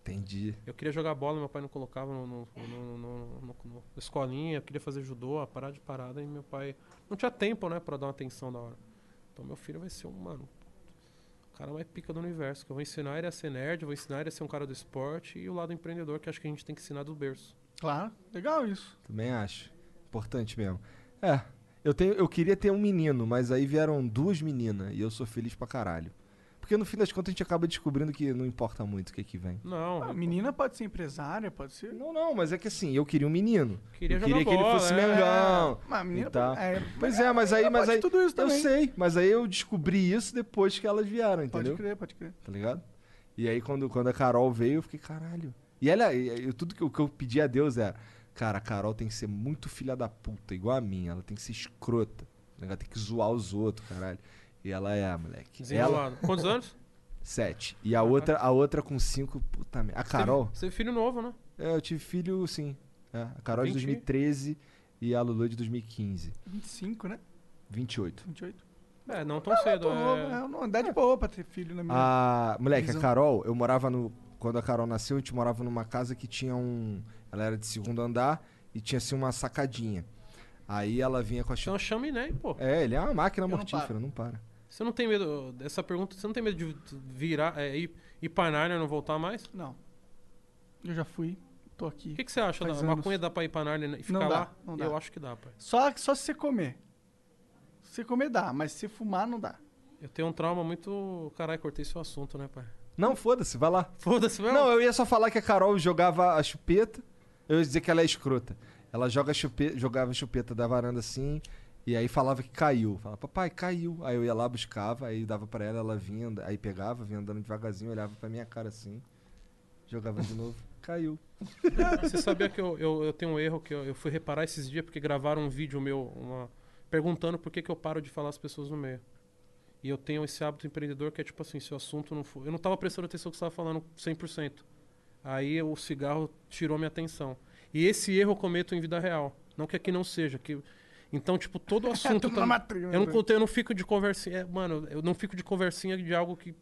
[SPEAKER 3] Entendi.
[SPEAKER 4] Eu queria jogar bola, meu pai não colocava no, no, no- no- no- no- no- escolinha, eu queria fazer judô, a parada de parada, e meu pai não tinha tempo, né, pra dar uma atenção da hora. Então meu filho vai ser um, mano, o cara mais pica do universo, que eu vou ensinar ele a ser nerd, eu vou ensinar ele a ser um cara do esporte e o lado empreendedor, que acho que a gente tem que ensinar do berço.
[SPEAKER 2] Claro. Legal isso.
[SPEAKER 3] Também acho. Importante mesmo. É. Eu, tenho, eu queria ter um menino, mas aí vieram duas meninas e eu sou feliz pra caralho. Porque no fim das contas a gente acaba descobrindo que não importa muito o que que vem.
[SPEAKER 4] Não,
[SPEAKER 2] Ah,
[SPEAKER 4] eu
[SPEAKER 2] menina pode ser empresária, pode ser.
[SPEAKER 3] Não, não, mas é que assim, eu queria um menino.
[SPEAKER 4] Queria
[SPEAKER 3] eu
[SPEAKER 4] jogar
[SPEAKER 3] queria que ele
[SPEAKER 4] bola,
[SPEAKER 3] fosse
[SPEAKER 4] é.
[SPEAKER 3] Mengão.
[SPEAKER 2] Mas a menina
[SPEAKER 3] e tal.
[SPEAKER 4] tá.
[SPEAKER 2] pode- é,
[SPEAKER 3] pois é, mas aí, mas
[SPEAKER 2] pode
[SPEAKER 3] aí.
[SPEAKER 2] tudo isso
[SPEAKER 3] eu
[SPEAKER 2] também.
[SPEAKER 3] sei, mas aí eu descobri isso depois que elas vieram,
[SPEAKER 2] Pode
[SPEAKER 3] entendeu?
[SPEAKER 2] crer, pode crer.
[SPEAKER 3] Tá ligado? E aí quando, quando a Carol veio, eu fiquei, caralho. E ela, e- eu, tudo que eu, que eu pedi a Deus era, cara, a Carol tem que ser muito filha da puta, igual a minha. Ela tem que ser escrota. Ela tem que zoar os outros, caralho. E ela é, moleque. Ela,
[SPEAKER 4] Desenrolado. Quantos anos?
[SPEAKER 3] sete. E a outra, a outra com cinco, puta merda. A Carol?
[SPEAKER 4] Você teve filho novo, né?
[SPEAKER 3] É, eu tive filho, sim. É, a Carol de
[SPEAKER 4] 20?
[SPEAKER 3] 2013 e a Lulu é de 2015.
[SPEAKER 2] 25, né?
[SPEAKER 3] 28.
[SPEAKER 2] 28.
[SPEAKER 4] É, não tão cedo.
[SPEAKER 2] Tô novo,
[SPEAKER 4] é...
[SPEAKER 2] é uma idade boa pra ter filho né, na minha.
[SPEAKER 3] A, Ah, moleque,
[SPEAKER 2] Hum.
[SPEAKER 3] a
[SPEAKER 2] Visão.
[SPEAKER 3] Carol, eu morava no. Quando a Carol nasceu, a gente morava numa casa que tinha um. Ela era de segundo andar e tinha assim uma sacadinha. Aí ela vinha com a
[SPEAKER 4] Então
[SPEAKER 3] chave.
[SPEAKER 4] chame nem, pô.
[SPEAKER 3] É, ele é uma máquina
[SPEAKER 2] não
[SPEAKER 3] mortífera, não para.
[SPEAKER 4] Você não tem medo dessa pergunta? Você não tem medo de virar, é, ir, ir pra Nárnia e não voltar mais?
[SPEAKER 2] Não. Eu já fui, tô aqui.
[SPEAKER 4] O Ah. que, que você acha?
[SPEAKER 2] Faz
[SPEAKER 4] da
[SPEAKER 2] anos.
[SPEAKER 4] maconha dá pra ir pra Nárnia e ficar
[SPEAKER 2] Não dá,
[SPEAKER 4] lá?
[SPEAKER 2] não dá.
[SPEAKER 4] Eu acho que dá, pai.
[SPEAKER 2] Só, só se você comer. Se você comer dá, mas se fumar não dá.
[SPEAKER 4] Eu tenho um trauma muito. Caralho, cortei seu assunto, né, pai?
[SPEAKER 3] Não, foda-se, vai lá.
[SPEAKER 4] Foda-se, velho.
[SPEAKER 3] Não, eu ia só falar que a Carol jogava a chupeta. Eu ia dizer que ela é escrota. Ela joga a chupe- jogava a chupeta da varanda assim. E aí falava que caiu. Falava, papai, caiu. Aí eu ia lá, buscava, aí dava pra ela, ela vinha, and- aí pegava, vinha andando devagarzinho, olhava pra minha cara assim, jogava de novo, caiu.
[SPEAKER 4] Você sabia que eu, eu, eu tenho um erro que eu, eu fui reparar esses dias porque gravaram um vídeo meu uma- perguntando por que, que eu paro de falar as pessoas no meio. E eu tenho esse hábito empreendedor que é tipo assim, se o assunto não for... Eu não tava prestando atenção no que você tava falando 100%. Aí o cigarro tirou minha atenção. E esse erro eu cometo em vida real. Não que aqui não seja. Que... Então, tipo, todo o assunto...
[SPEAKER 2] Tamo É na matriz, né,
[SPEAKER 4] eu, não,
[SPEAKER 2] velho?
[SPEAKER 4] con- eu não fico de conversinha... é, Mano, eu não fico de conversinha de algo que...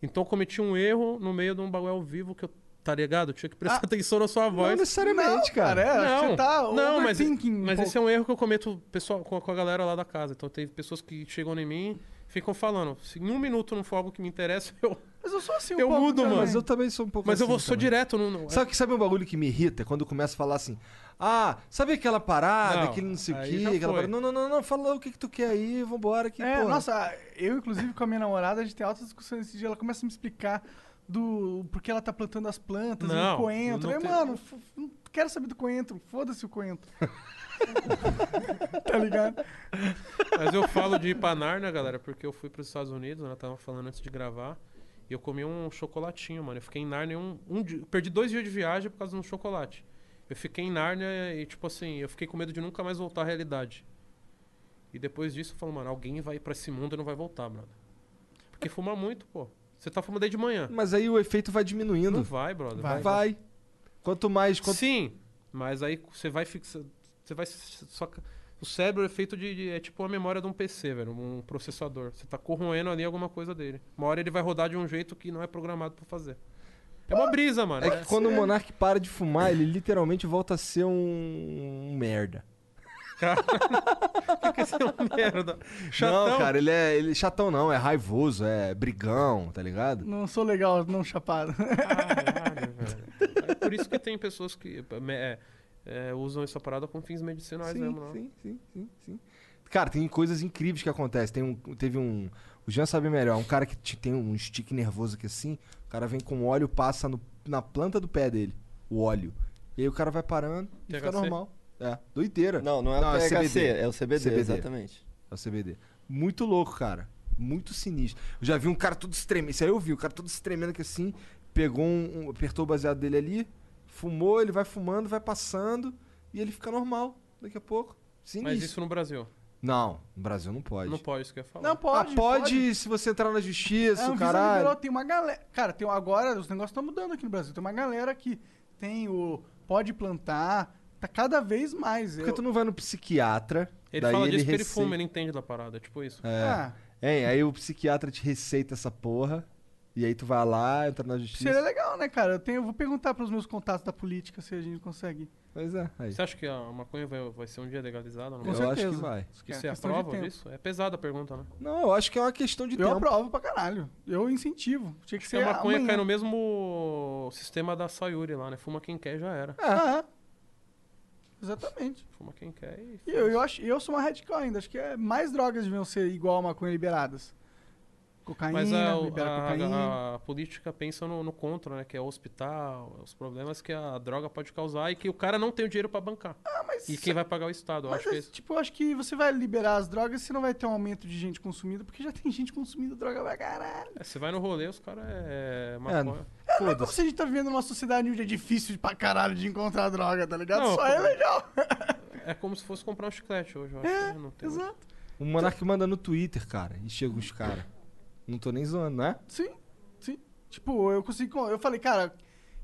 [SPEAKER 4] Então eu cometi um erro no meio de um bagulho ao vivo que eu... Tá ligado? Eu tinha que
[SPEAKER 2] Ah,
[SPEAKER 4] prestar atenção na sua
[SPEAKER 3] Não
[SPEAKER 4] voz.
[SPEAKER 3] necessariamente, cara.
[SPEAKER 2] é, acho que
[SPEAKER 4] Não,
[SPEAKER 2] você tá
[SPEAKER 4] não mas,
[SPEAKER 2] overthinking um
[SPEAKER 4] mas
[SPEAKER 2] pouco.
[SPEAKER 4] esse é um erro que eu cometo pessoal, com, a- com a galera lá da casa. Então teve pessoas que chegam em mim ficam falando. Se em um minuto não for algo que me interessa, eu.
[SPEAKER 2] Mas eu sou assim um
[SPEAKER 4] Eu
[SPEAKER 2] pouco,
[SPEAKER 4] mudo,
[SPEAKER 2] também.
[SPEAKER 4] mano.
[SPEAKER 3] Mas eu também sou um pouco
[SPEAKER 4] Mas eu
[SPEAKER 3] assim
[SPEAKER 4] vou, sou
[SPEAKER 3] também.
[SPEAKER 4] direto. Não, não.
[SPEAKER 3] Sabe, que- sabe um bagulho que me irrita? Quando começa a falar assim, ah, sabe aquela parada,
[SPEAKER 4] Não,
[SPEAKER 3] aquele não sei o
[SPEAKER 4] aí
[SPEAKER 3] quê,
[SPEAKER 4] já
[SPEAKER 3] aquela
[SPEAKER 4] foi.
[SPEAKER 3] parada. Não, não, não, não, fala o que, que tu quer aí, vambora. Que,
[SPEAKER 2] É,
[SPEAKER 3] porra.
[SPEAKER 2] nossa, eu inclusive com a minha namorada, a gente tem altas discussões esse dia, ela começa a me explicar do por que ela tá plantando as plantas, e
[SPEAKER 4] Não,
[SPEAKER 2] o coentro.
[SPEAKER 4] não
[SPEAKER 2] Eu,
[SPEAKER 4] tem-
[SPEAKER 2] mano, f- não quero saber do coentro, foda-se o coentro. tá ligado?
[SPEAKER 4] Mas eu falo de ir pra Narnia, galera, porque eu fui pros Estados Unidos, ela tava falando antes de gravar. E eu comi um chocolatinho, mano. Eu fiquei em Narnia um, um dia. Perdi dois dias de viagem por causa de um chocolate. Eu fiquei em Nárnia e, tipo assim, eu fiquei com medo de nunca mais voltar à realidade. E depois disso eu falo, mano, alguém vai pra esse mundo e não vai voltar, brother. Porque fuma muito, pô. Você tá fumando desde de manhã.
[SPEAKER 3] Mas aí o efeito vai diminuindo.
[SPEAKER 4] Não vai, brother.
[SPEAKER 3] Vai. Quanto mais. Quanto...
[SPEAKER 4] Sim, mas aí você vai fixar. Você vai. Só, o cérebro é feito de, de- É tipo a memória de um PC, velho. Um processador. Você tá corroendo ali alguma coisa dele. Uma hora ele vai rodar de um jeito que não é programado pra fazer. É uma brisa, mano.
[SPEAKER 3] É que quando o Monark para de fumar, ele literalmente volta a ser um, um merda.
[SPEAKER 4] que esse é uma merda. Chatão.
[SPEAKER 3] Não, cara, ele é. Ele, chatão não, é raivoso, é brigão, tá ligado?
[SPEAKER 2] Não sou legal, não chapado.
[SPEAKER 3] Ah,
[SPEAKER 4] Caralho, velho. É por isso que tem pessoas que me- é, é, usam essa parada com fins medicinais
[SPEAKER 3] sim,
[SPEAKER 4] mesmo, não.
[SPEAKER 3] sim, sim, sim, sim. Cara, tem coisas incríveis que acontecem. Tem um, teve um. O Jean sabe melhor, um cara que te- tem um stick nervoso aqui assim, o cara vem com óleo, passa no- na planta do pé dele, o óleo. E aí o cara vai parando e fica
[SPEAKER 4] THC?
[SPEAKER 3] normal. É, doideira.
[SPEAKER 9] Não, não é o THC,
[SPEAKER 3] CBD.
[SPEAKER 9] é o CBD,
[SPEAKER 3] CBD.
[SPEAKER 9] exatamente.
[SPEAKER 3] É o CBD. Muito louco, cara. Muito sinistro. Eu já vi um cara todo estremendo. Isso aí eu vi, o cara todo estremendo que assim, pegou um, um- apertou o baseado dele ali, fumou, ele vai fumando, vai passando e ele fica normal daqui a pouco. Sinistro.
[SPEAKER 4] Mas isso no Brasil.
[SPEAKER 3] Não, no Brasil não pode.
[SPEAKER 4] Não pode, É, isso que eu ia falar.
[SPEAKER 2] Não, pode.
[SPEAKER 3] ah, pode, se você entrar na justiça,
[SPEAKER 2] A Anvisa liberou,
[SPEAKER 3] caralho.
[SPEAKER 2] tem uma galera. Cara, tem, agora os negócios estão mudando aqui no Brasil. Tem uma galera que tem o pode plantar, tá cada vez mais.
[SPEAKER 3] Porque
[SPEAKER 2] Eu-
[SPEAKER 3] tu não vai no psiquiatra.
[SPEAKER 4] Ele
[SPEAKER 3] daí
[SPEAKER 4] fala
[SPEAKER 3] ele
[SPEAKER 4] disso que ele
[SPEAKER 3] receita-
[SPEAKER 4] fuma, ele entende da parada. É tipo isso.
[SPEAKER 3] É.
[SPEAKER 2] Ah,
[SPEAKER 3] Hein, aí o psiquiatra te receita essa porra. E aí tu vai lá, entra na
[SPEAKER 4] é
[SPEAKER 3] justiça.
[SPEAKER 2] seria legal, né, cara? Eu, tenho, eu vou perguntar pros meus contatos da política se a gente consegue.
[SPEAKER 3] Pois é. Aí.
[SPEAKER 4] Você acha que a maconha vai, vai ser um dia legalizada? Não?
[SPEAKER 3] Eu
[SPEAKER 4] vai?
[SPEAKER 3] acho que
[SPEAKER 2] certeza.
[SPEAKER 3] vai.
[SPEAKER 2] Isso que
[SPEAKER 4] Isso é a
[SPEAKER 2] questão de
[SPEAKER 4] prova
[SPEAKER 2] tempo.
[SPEAKER 4] disso? É pesada a pergunta, né?
[SPEAKER 3] Não, eu acho que é uma questão de
[SPEAKER 2] Eu
[SPEAKER 3] tempo.
[SPEAKER 2] aprovo pra caralho. Eu incentivo. Tinha que
[SPEAKER 4] Porque
[SPEAKER 2] ser
[SPEAKER 4] a
[SPEAKER 2] é
[SPEAKER 4] maconha
[SPEAKER 2] amanhã.
[SPEAKER 4] cai no mesmo sistema da Sayuri lá, né? Fuma quem quer já era.
[SPEAKER 2] Ah, exatamente.
[SPEAKER 4] Fuma quem quer e...
[SPEAKER 2] E eu, eu, acho, eu sou uma radical ainda. Acho que é, mais drogas deviam ser igual a maconha liberadas. Cocaína,
[SPEAKER 4] Mas a,
[SPEAKER 2] libera
[SPEAKER 4] a-
[SPEAKER 2] cocaína.
[SPEAKER 4] a- a política pensa no, no contra, né? Que é o hospital, os problemas que a droga pode causar e que o cara não tem o dinheiro pra bancar.
[SPEAKER 2] Ah, mas
[SPEAKER 4] E quem vai pagar é o Estado, eu
[SPEAKER 2] Mas,
[SPEAKER 4] acho que é
[SPEAKER 2] é,
[SPEAKER 4] isso.
[SPEAKER 2] tipo, eu acho que você vai liberar as drogas, você não vai ter um aumento de gente consumida, porque já tem gente consumindo droga pra caralho.
[SPEAKER 4] É, você vai no rolê, os caras é maconha.
[SPEAKER 2] Não é como se a gente tá vivendo numa sociedade onde é difícil pra caralho de encontrar droga, tá ligado?
[SPEAKER 4] Não,
[SPEAKER 2] Só
[SPEAKER 4] pô.
[SPEAKER 2] é legal.
[SPEAKER 4] É como se fosse comprar um chiclete hoje, eu acho. né? Não tem muito.
[SPEAKER 2] Exato.
[SPEAKER 3] O Monark manda no Twitter, cara, e chega os caras. Não tô nem zoando, né?
[SPEAKER 2] Sim, sim. Tipo, eu consegui. con- Eu falei, cara,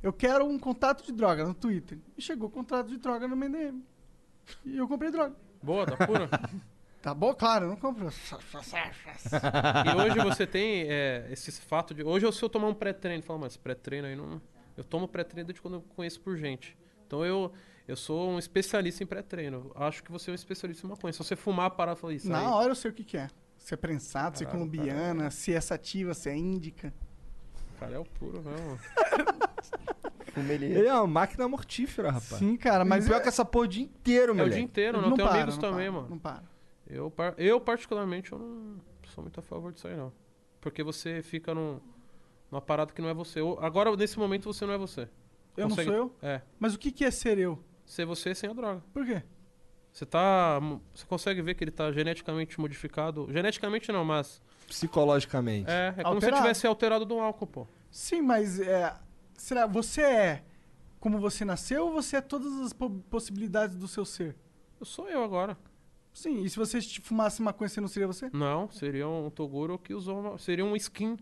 [SPEAKER 2] eu quero um contato de droga no Twitter. E chegou o contato de droga no meu DM. E eu comprei droga.
[SPEAKER 4] Boa, tá pura.
[SPEAKER 2] Tá bom? Claro, eu não compro.
[SPEAKER 4] E hoje você tem é, esse fato de. Hoje, se eu tomar um pré-treino, fala, mas pré-treino aí não. Eu tomo pré-treino desde quando eu conheço por gente. Então eu, eu sou um especialista em pré-treino. Acho que você é um especialista em maconha. Se você fumar, parar e falar isso. aí,
[SPEAKER 2] Na hora eu sei o que, que é. Se é prensado, se é
[SPEAKER 4] Caralho,
[SPEAKER 2] colombiana, se é sativa, se é índica.
[SPEAKER 4] Cara, é o puro, não.
[SPEAKER 3] Ele é uma máquina mortífera, rapaz.
[SPEAKER 2] Sim, cara, mas.
[SPEAKER 3] Mas
[SPEAKER 2] é-
[SPEAKER 3] pior que essa porra o dia inteiro,
[SPEAKER 4] É o
[SPEAKER 3] moleque.
[SPEAKER 4] dia inteiro, não,
[SPEAKER 2] não
[SPEAKER 4] tem
[SPEAKER 2] para,
[SPEAKER 4] amigos
[SPEAKER 2] não
[SPEAKER 4] também,
[SPEAKER 2] para,
[SPEAKER 4] mano.
[SPEAKER 2] Não para.
[SPEAKER 4] Eu, par- eu, particularmente, eu não sou muito a favor disso aí, não. Porque você fica num, numa parada que não é você. Ou- Agora, nesse momento, você não é você.
[SPEAKER 2] Eu
[SPEAKER 4] Consegue-
[SPEAKER 2] não sou eu?
[SPEAKER 4] É.
[SPEAKER 2] Mas o que, que é ser eu?
[SPEAKER 4] Ser você sem a droga.
[SPEAKER 2] Por quê?
[SPEAKER 4] Você tá. Você consegue ver que ele tá geneticamente modificado. Geneticamente não, mas.
[SPEAKER 3] Psicologicamente.
[SPEAKER 4] É, é como se ele
[SPEAKER 2] Alterado.
[SPEAKER 4] tivesse alterado do álcool, pô.
[SPEAKER 2] Sim, mas é, será você é como você nasceu ou você é todas as po- possibilidades do seu ser?
[SPEAKER 4] Eu sou eu agora.
[SPEAKER 2] Sim, e se você te fumasse maconha, você não seria você?
[SPEAKER 4] Não, seria um Toguro que usou. Uma, seria um skin.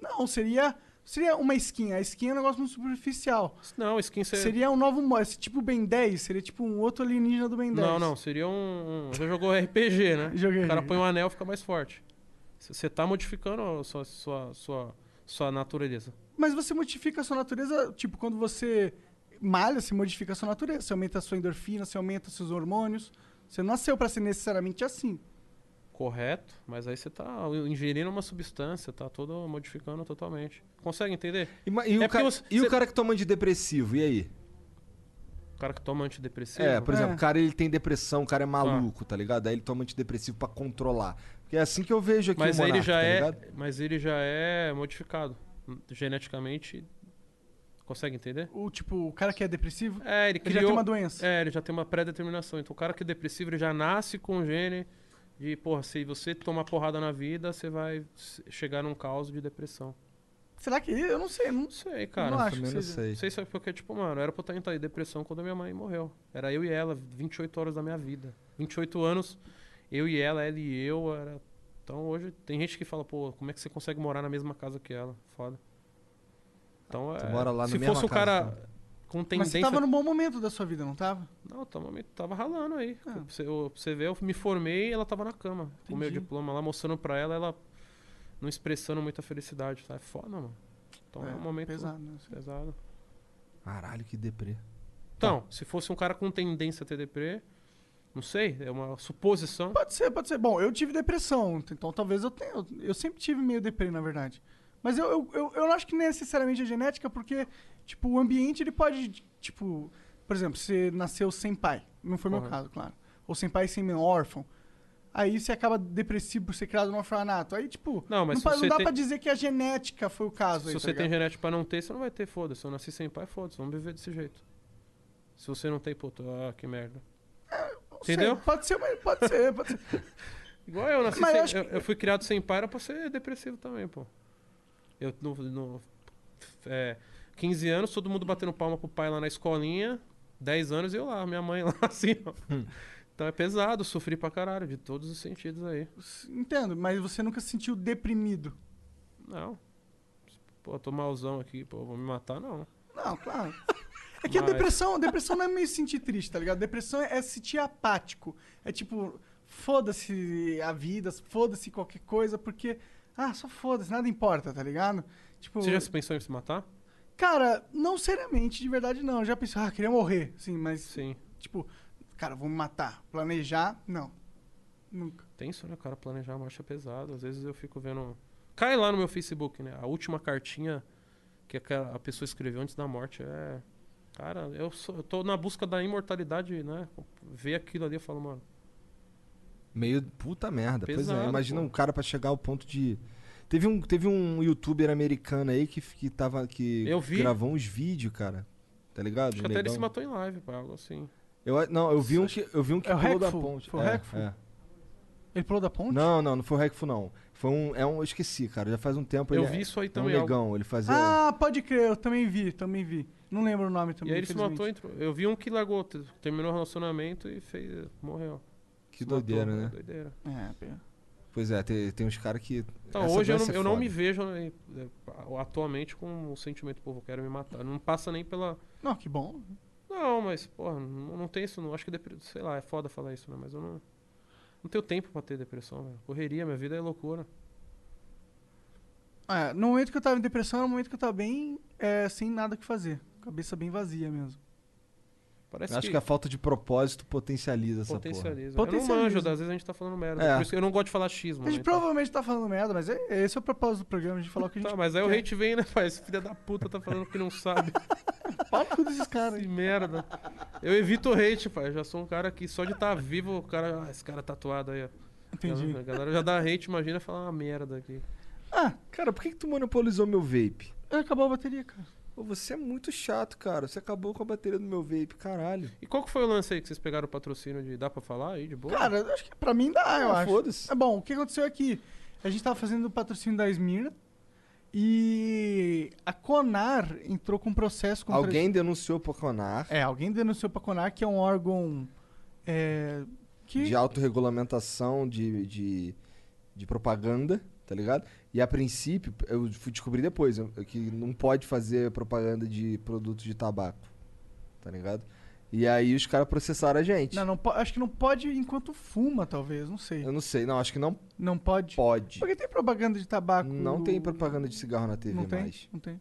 [SPEAKER 2] Não, seria seria uma skin. A skin é um negócio muito superficial.
[SPEAKER 4] Não, skin seria.
[SPEAKER 2] Seria um novo mo- esse tipo Ben 10, seria tipo um outro alienígena do Ben 10.
[SPEAKER 4] Não, não, seria um. um- Já jogou RPG, né?
[SPEAKER 2] Joguei,
[SPEAKER 4] O cara
[SPEAKER 2] joguei.
[SPEAKER 4] põe um anel fica mais forte. C- Você tá modificando a sua, sua, sua, sua natureza.
[SPEAKER 2] Mas você modifica a sua natureza, tipo, quando você malha, você modifica a sua natureza. Você aumenta a sua endorfina, você aumenta seus hormônios. Você não nasceu pra ser necessariamente assim.
[SPEAKER 4] Correto, mas aí você tá ingerindo uma substância, tá todo modificando totalmente. Consegue entender?
[SPEAKER 3] E, ma- e o,
[SPEAKER 4] É porque
[SPEAKER 3] ca-
[SPEAKER 4] você-
[SPEAKER 3] e o
[SPEAKER 4] você-
[SPEAKER 3] cara que toma antidepressivo, e aí?
[SPEAKER 4] O cara que toma antidepressivo.
[SPEAKER 3] É, por exemplo,
[SPEAKER 2] É.
[SPEAKER 3] o cara ele tem depressão, o cara é maluco, tá ligado? Aí ele toma antidepressivo pra controlar. Porque é assim que eu vejo aqui
[SPEAKER 4] mas
[SPEAKER 3] o
[SPEAKER 4] aí ele
[SPEAKER 3] Monark,
[SPEAKER 4] já
[SPEAKER 3] tá
[SPEAKER 4] é,
[SPEAKER 3] ligado?
[SPEAKER 4] mas ele já é modificado geneticamente. Consegue entender?
[SPEAKER 2] O tipo, o cara que é depressivo,
[SPEAKER 4] É, ele
[SPEAKER 2] Ele já
[SPEAKER 4] criou.
[SPEAKER 2] tem uma doença.
[SPEAKER 4] É, ele já tem uma pré-determinação. Então o cara que é depressivo, ele já nasce com o gene de, porra, se você tomar porrada na vida, você vai s- chegar num caos de depressão.
[SPEAKER 2] será que eu não sei, eu não
[SPEAKER 4] Não sei, cara.
[SPEAKER 2] Não acho
[SPEAKER 3] Também
[SPEAKER 2] que
[SPEAKER 3] não
[SPEAKER 2] seja-
[SPEAKER 3] sei.
[SPEAKER 4] Não sei se é porque, tipo, mano, era pra eu estar em ta- depressão quando minha mãe morreu. Era eu e ela, 28 horas da minha vida. 28 anos, eu e ela, ela e eu, era... Então hoje tem gente que fala, pô, como é que você consegue morar na mesma casa que ela? Foda. Então é...
[SPEAKER 3] Tu mora lá na
[SPEAKER 4] se
[SPEAKER 3] mesma
[SPEAKER 4] fosse um
[SPEAKER 3] casa,
[SPEAKER 4] cara
[SPEAKER 3] então.
[SPEAKER 4] com
[SPEAKER 2] Mas
[SPEAKER 4] tendência...
[SPEAKER 2] você tava num bom momento da sua vida, não tava?
[SPEAKER 4] Não, tava, me- tava ralando aí.
[SPEAKER 2] Ah.
[SPEAKER 4] Pra você, eu- pra você ver, eu me formei e ela tava na cama. Com o meu
[SPEAKER 2] Entendi.
[SPEAKER 4] diploma lá, mostrando pra ela, ela não expressando muita felicidade. Tá? É foda, mano. Então é, um momento
[SPEAKER 2] Pesado, né?
[SPEAKER 4] pesado.
[SPEAKER 3] Caralho, que deprê.
[SPEAKER 4] Então, se fosse um cara com tendência a ter deprê, não sei, é uma suposição.
[SPEAKER 2] Pode ser, pode ser. Bom, eu tive depressão, então talvez eu tenha. Eu sempre tive meio deprê, na verdade. Mas eu, eu, eu, eu não acho que necessariamente é genética, porque, tipo, o ambiente ele pode, tipo... Por exemplo, você nasceu sem pai. Não foi meu
[SPEAKER 4] Correto.
[SPEAKER 2] caso, claro. Ou sem pai, sem mãe, órfão. Aí você acaba depressivo por ser criado no orfanato. Aí, tipo,
[SPEAKER 4] Não, mas se
[SPEAKER 2] pa-
[SPEAKER 4] você
[SPEAKER 2] dá
[SPEAKER 4] tem-
[SPEAKER 2] pra dizer que a genética foi o caso.
[SPEAKER 4] Se
[SPEAKER 2] aí, tá
[SPEAKER 4] você tem
[SPEAKER 2] ligado?
[SPEAKER 4] genética pra não ter, você não vai ter, foda-se. Eu nasci sem pai, foda-se, vamos viver desse jeito. Se você não tem, puto, ah, que merda.
[SPEAKER 2] Não sei,
[SPEAKER 4] entendeu?
[SPEAKER 2] Pode ser, mas pode ser, pode ser.
[SPEAKER 4] Igual eu nasci
[SPEAKER 2] Mas eu
[SPEAKER 4] sem,
[SPEAKER 2] acho
[SPEAKER 4] eu, eu fui criado sem pai, era pra ser depressivo também, pô. Eu no, no- é, 15 anos, todo mundo batendo palma pro pai lá na escolinha. 10 anos eu lá, minha mãe lá assim, ó.
[SPEAKER 2] Hum.
[SPEAKER 4] Então é pesado, sofri pra caralho, de todos os sentidos aí.
[SPEAKER 2] Entendo, mas você nunca se sentiu deprimido.
[SPEAKER 4] Não. Pô, tô malzão aqui, pô, vou me matar, não.
[SPEAKER 2] Não, claro. É que a
[SPEAKER 4] Mas-
[SPEAKER 2] depressão, depressão não é me sentir triste, tá ligado? Depressão é, é se sentir apático. É tipo, foda-se a vida, foda-se qualquer coisa, porque. Ah, só foda-se, nada importa, tá ligado? Tipo,
[SPEAKER 4] Você já se pensou em se matar?
[SPEAKER 2] cara, não seriamente, de verdade não. Eu já pensei, ah, queria morrer, sim, mas,
[SPEAKER 4] Sim.
[SPEAKER 2] tipo, cara, vou me matar. Planejar, não. Nunca.
[SPEAKER 4] Tenso, né, cara? Planejar a marcha é pesado. Às vezes eu fico vendo. um- Cai lá no meu Facebook, né? A última cartinha que aquela- a pessoa escreveu antes da morte é. Cara, eu, sou, eu tô na busca da imortalidade, né? Ver aquilo ali, eu falo, mano.
[SPEAKER 3] Meio puta merda. pois é,
[SPEAKER 4] Pesado,
[SPEAKER 3] imagina
[SPEAKER 4] pô.
[SPEAKER 3] um cara pra chegar ao ponto de. Teve um, teve um youtuber americano aí que, f- que tava. Que
[SPEAKER 4] Eu vi.
[SPEAKER 3] gravou uns vídeos, cara. Tá ligado?
[SPEAKER 4] Acho que até ele
[SPEAKER 3] Negão.
[SPEAKER 4] se matou em live, pá, algo assim.
[SPEAKER 3] Eu, a- não, eu vi um que, eu vi um que
[SPEAKER 2] É o
[SPEAKER 3] pulou da
[SPEAKER 2] Hackful?
[SPEAKER 3] ponte.
[SPEAKER 2] Foi o
[SPEAKER 3] É,
[SPEAKER 2] Hackful?
[SPEAKER 3] é.
[SPEAKER 2] Ele pulou da ponte?
[SPEAKER 3] Não, não, não foi o Hackful, não. Foi um. É um. Eu esqueci, cara. Já faz um tempo
[SPEAKER 4] Eu
[SPEAKER 3] ele é-
[SPEAKER 4] vi isso aí
[SPEAKER 3] é
[SPEAKER 4] também,
[SPEAKER 3] Um
[SPEAKER 4] algo-
[SPEAKER 3] negão, ele fazia.
[SPEAKER 2] Ah, pode crer, eu também vi, também vi. Não lembro o nome
[SPEAKER 4] E
[SPEAKER 2] também.
[SPEAKER 4] aí ele se
[SPEAKER 2] infelizmente.
[SPEAKER 4] matou, entrou. Eu vi um que largou, te- terminou o relacionamento e fez. Morreu.
[SPEAKER 3] Que doideira,
[SPEAKER 4] matou,
[SPEAKER 3] né?
[SPEAKER 4] Doideira.
[SPEAKER 2] É, pega.
[SPEAKER 3] Pois é, tem, tem uns caras que.
[SPEAKER 4] Então,
[SPEAKER 3] Essa
[SPEAKER 4] hoje eu
[SPEAKER 3] vai
[SPEAKER 4] não,
[SPEAKER 3] ser
[SPEAKER 4] eu não
[SPEAKER 3] foda.
[SPEAKER 4] me vejo eh, eh, atualmente com o sentimento, pô, eu quero me matar. Não passa nem pela.
[SPEAKER 2] Não, que bom.
[SPEAKER 4] Não, mas, porra, não, não tem isso, não. Acho que depressão. Sei lá, é foda falar isso, né? Mas eu não. Não tenho tempo pra ter depressão, velho. Correria, minha vida é loucura.
[SPEAKER 2] É, no momento que eu tava em depressão, era um momento que eu tava bem é, sem nada o que fazer. Cabeça bem vazia mesmo.
[SPEAKER 4] Parece
[SPEAKER 3] Eu Acho que a falta de propósito potencializa essa porra.
[SPEAKER 4] potencializa. Eu não
[SPEAKER 2] Potencializa.
[SPEAKER 4] manjo, às vezes a gente tá falando merda.
[SPEAKER 3] É.
[SPEAKER 4] Por isso que eu não gosto de falar xismo.
[SPEAKER 2] A
[SPEAKER 4] né?
[SPEAKER 2] gente
[SPEAKER 4] Então-
[SPEAKER 2] provavelmente tá falando merda, mas é- esse é o propósito do programa, a gente falar o Tipo, que é? a gente
[SPEAKER 4] Tá, mas aí o
[SPEAKER 2] quer.
[SPEAKER 4] hate vem, né, pai? Esse filho da puta tá falando que não sabe.
[SPEAKER 2] Pau no cu desses caras.
[SPEAKER 4] Que merda. Eu evito o hate, pai. Eu já sou um cara que só de estar vivo, o cara. Ah, esse cara tatuado aí, ó.
[SPEAKER 2] Entendi.
[SPEAKER 4] A galera já dá hate, imagina falar uma merda aqui.
[SPEAKER 2] Ah,
[SPEAKER 3] Cara, por que, que tu monopolizou meu vape?
[SPEAKER 2] acabou a bateria, cara.
[SPEAKER 3] Pô, você é muito chato, cara. Você acabou com a bateria do meu vape, caralho.
[SPEAKER 4] E qual que foi o lance aí que vocês pegaram o patrocínio de. Dá pra falar aí, de boa?
[SPEAKER 2] Cara, eu acho que pra mim dá, eu
[SPEAKER 3] Ah,
[SPEAKER 2] acho.
[SPEAKER 3] foda-se.
[SPEAKER 2] É bom, o que aconteceu é que a gente tava fazendo o patrocínio da Esmirna e a Conar entrou com um processo contra...
[SPEAKER 3] Alguém denunciou pro Conar
[SPEAKER 2] É, alguém denunciou pra Conar, que é um órgão... É, que...
[SPEAKER 3] de autorregulamentação de, de, de propaganda, tá ligado? E a princípio, eu fui descobrir depois eu- que não pode fazer propaganda de produtos de tabaco, tá ligado? E aí os caras processaram a gente.
[SPEAKER 2] Não, não po- acho que não pode enquanto fuma, talvez, não sei.
[SPEAKER 3] Eu não sei, Tipo, não, acho que não
[SPEAKER 2] Não pode.
[SPEAKER 3] pode.
[SPEAKER 2] Porque tem propaganda de tabaco...
[SPEAKER 3] Não tem propaganda de cigarro na TV
[SPEAKER 2] Não tem?
[SPEAKER 3] mais.
[SPEAKER 2] Não tem.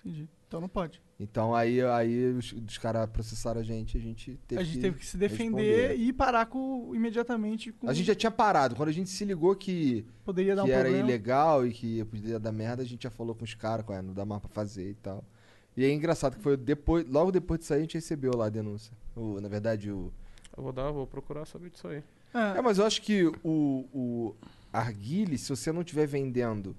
[SPEAKER 2] Entendi. Então não pode.
[SPEAKER 3] Então aí, aí os, os caras processaram a gente, a gente teve
[SPEAKER 2] a gente
[SPEAKER 3] que
[SPEAKER 2] teve que se defender
[SPEAKER 3] responder.
[SPEAKER 2] e parar com, imediatamente com...
[SPEAKER 3] A gente já tinha parado. Quando a gente se ligou que,
[SPEAKER 2] Poderia dar
[SPEAKER 3] que
[SPEAKER 2] um
[SPEAKER 3] era
[SPEAKER 2] problema.
[SPEAKER 3] ilegal e que podia dar merda, a gente já falou com os caras, "Ué, não dá mais pra fazer e tal. E é engraçado que foi depois, logo depois disso aí a gente recebeu lá a denúncia. O- na verdade, o.
[SPEAKER 4] Eu vou dar, vou procurar saber disso aí.
[SPEAKER 2] Ah,
[SPEAKER 3] É, mas eu acho que o, o Arguile, se você não estiver vendendo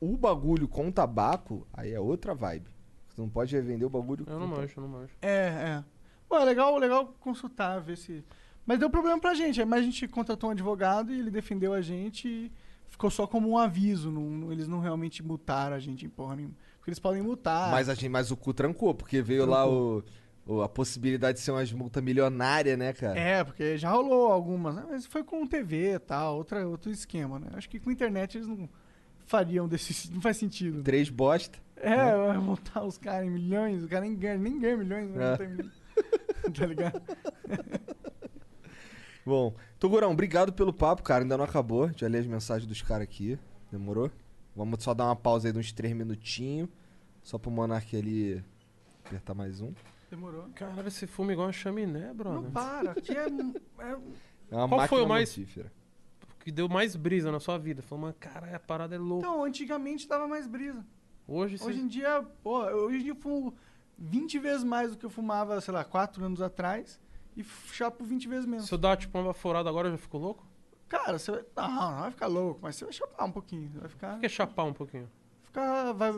[SPEAKER 3] o bagulho com tabaco, aí é outra vibe. Você não pode vender o bagulho
[SPEAKER 4] Eu
[SPEAKER 3] com
[SPEAKER 4] não
[SPEAKER 3] tabaco.
[SPEAKER 4] manjo, eu não manjo.
[SPEAKER 2] É, é. Bom, é legal, legal consultar, ver se. Mas deu problema pra gente. aí, Mas a gente contratou um advogado e ele defendeu a gente e ficou só como um aviso. não- não- eles não realmente multaram a gente em porra nenhuma. Porque eles podem multar.
[SPEAKER 3] Mas, a gente, mas o cu trancou, porque veio lá o, o- a possibilidade de ser umas multa milionária, né, cara?
[SPEAKER 2] É, porque já rolou algumas, né? Mas foi com TV e tal, outra, outro esquema, né? Acho que com internet eles não fariam desse. Não faz sentido. né?
[SPEAKER 3] Três bosta.
[SPEAKER 2] É, vai multar os caras em milhões, o cara nem ganha, nem ganha milhões, né?
[SPEAKER 3] É.
[SPEAKER 2] Não tem milhões. tá ligado?
[SPEAKER 3] Bom, Togurão, obrigado pelo papo, cara. Ainda não acabou. Já li as mensagens dos caras aqui. Demorou? Vamos só dar uma pausa aí de uns três minutinhos. Só pro Monark ali apertar mais um.
[SPEAKER 2] Demorou.
[SPEAKER 4] Caralho, esse fumo é igual uma chaminé,
[SPEAKER 2] Não
[SPEAKER 4] brother.
[SPEAKER 2] para, aqui é- é
[SPEAKER 3] É uma
[SPEAKER 4] Qual foi
[SPEAKER 3] máquina
[SPEAKER 4] o mais-
[SPEAKER 3] mortífera.
[SPEAKER 4] Que deu mais brisa na sua vida. Falou, mano, caralho, a parada é louca.
[SPEAKER 2] Então, antigamente dava mais brisa.
[SPEAKER 4] Hoje, você-
[SPEAKER 2] Hoje em dia, pô, hoje em dia eu fumo 20 vezes mais do que eu fumava, sei lá, 4 anos atrás. E f- chapo 20 vezes menos.
[SPEAKER 4] se eu dar tipo uma baforada agora, eu já fico louco?
[SPEAKER 2] Cara, você vai. Não, não vai ficar louco, mas você vai chapar um pouquinho. Vai ficar.
[SPEAKER 4] Por que chapar um pouquinho?
[SPEAKER 2] ficar vai,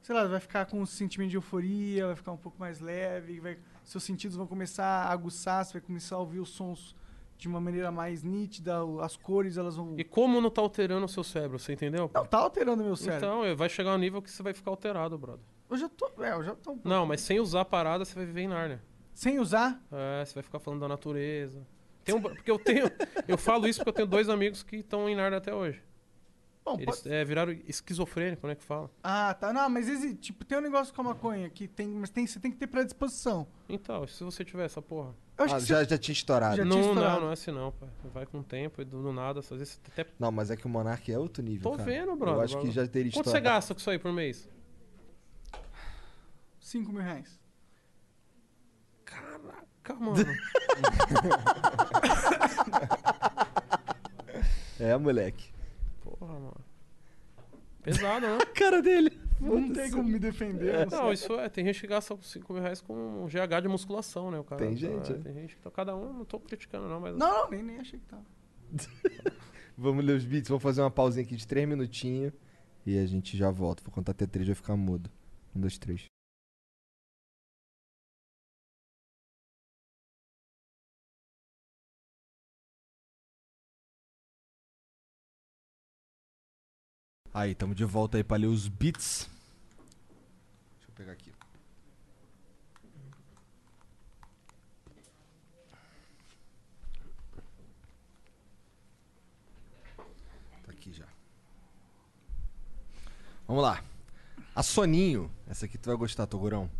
[SPEAKER 2] sei lá, vai ficar com um sentimento de euforia, vai ficar um pouco mais leve, vai- seus sentidos vão começar a aguçar, você vai começar a ouvir os sons de uma maneira mais nítida, o- as cores elas vão.
[SPEAKER 4] E como não tá alterando o seu cérebro, você entendeu?
[SPEAKER 2] Não, tá alterando meu cérebro.
[SPEAKER 4] então, eh, vai chegar um nível que você vai ficar alterado, brother.
[SPEAKER 2] Eu já tô. É, eu já tô.
[SPEAKER 4] Não, mas sem usar a parada, você vai viver em Nárnia.
[SPEAKER 2] Sem usar,
[SPEAKER 4] É, você vai ficar falando da natureza. Tem um, porque eu tenho. Eu falo isso porque eu tenho dois amigos que estão em Narnia até hoje.
[SPEAKER 2] bom, pode
[SPEAKER 4] Eles é, viraram esquizofrênico, né? Que fala.
[SPEAKER 2] Ah, tá. Não, mas exi- tipo, tem um negócio com a maconha que tem, mas tem, você tem que ter predisposição.
[SPEAKER 4] Então, se você tiver essa porra.
[SPEAKER 2] Eu acho
[SPEAKER 3] Ah,
[SPEAKER 2] que
[SPEAKER 3] já, já tinha estourado.
[SPEAKER 2] Já-
[SPEAKER 3] Não.
[SPEAKER 2] tinha
[SPEAKER 4] não, não,
[SPEAKER 2] estourado.
[SPEAKER 4] não é assim não, pai. Vai com o tempo e do, do nada, às vezes você até.
[SPEAKER 3] mas é que o Monark é outro nível,
[SPEAKER 4] Tô
[SPEAKER 3] cara.
[SPEAKER 4] vendo, brother.
[SPEAKER 3] Eu acho que
[SPEAKER 4] Agora-
[SPEAKER 3] já teria
[SPEAKER 4] Quanto
[SPEAKER 3] estourado.
[SPEAKER 4] você gasta com isso aí por mês?
[SPEAKER 2] 5 mil reais.
[SPEAKER 4] Caraca, mano.
[SPEAKER 3] É, moleque.
[SPEAKER 4] Porra, mano. Pesado, né?
[SPEAKER 3] Cara dele.
[SPEAKER 2] Não tem como É. me defender. não
[SPEAKER 4] Não,
[SPEAKER 2] sei.
[SPEAKER 4] isso é. Tem gente que gasta 5 mil reais com GH de musculação, né? O cara,
[SPEAKER 3] Tem gente,
[SPEAKER 4] é,
[SPEAKER 3] é.
[SPEAKER 4] Tem gente que. Então, cada um, não tô criticando, não, mas.
[SPEAKER 2] Não, não, nem, nem achei que tava.
[SPEAKER 3] Vamos ler os beats, vamos fazer uma pausinha aqui de três minutinhos e a gente já volta. Vou contar até três, vai ficar mudo. Um, dois, três. Aí, tamo de volta aí pra ler os beats. Deixa eu pegar aqui. Tá Vamos lá. A Soninho, essa aqui tu vai gostar, Togurão.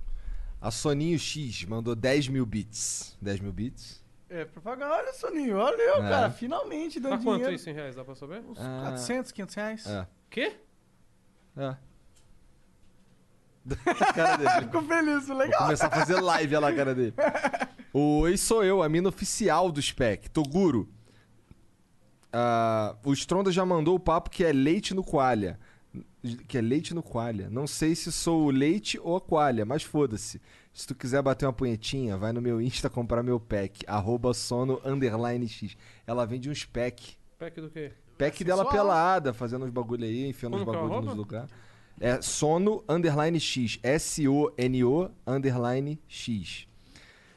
[SPEAKER 3] A Soninho X mandou 10 mil bits. 10 mil bits?
[SPEAKER 2] É, propaganda. Olha, Soninho, olha eu,
[SPEAKER 3] É.
[SPEAKER 2] cara. Finalmente dando
[SPEAKER 4] Tá
[SPEAKER 2] dinheiro.
[SPEAKER 4] quanto isso em reais? Dá pra saber?
[SPEAKER 2] Uns
[SPEAKER 3] Ah.
[SPEAKER 2] 400, 500 reais.
[SPEAKER 3] É.
[SPEAKER 4] Quê?
[SPEAKER 3] É. A cara dele.
[SPEAKER 2] Ficou feliz,
[SPEAKER 3] Vou
[SPEAKER 2] legal.
[SPEAKER 3] começar a fazer live olha lá, a cara dele. Oi, sou eu, a mina oficial do SPEC, Toguro. Ah, o Stronda já mandou o papo que é leite no coalha. Que é leite no coalha. Não sei se sou o leite ou a coalha, mas foda-se. Se tu quiser bater uma punhetinha, vai no meu Insta comprar meu pack. Arroba sono underline x. Ela vende uns pack.
[SPEAKER 4] Pack do quê?
[SPEAKER 3] Pack dela
[SPEAKER 2] Sensual.
[SPEAKER 3] pelada, fazendo uns bagulho aí, enfiando uns
[SPEAKER 4] Assim, Como que é o
[SPEAKER 3] bagulho nos
[SPEAKER 4] arroba?
[SPEAKER 3] lugares. É sono underline x. S-O-N-O underline x.
[SPEAKER 4] Deixa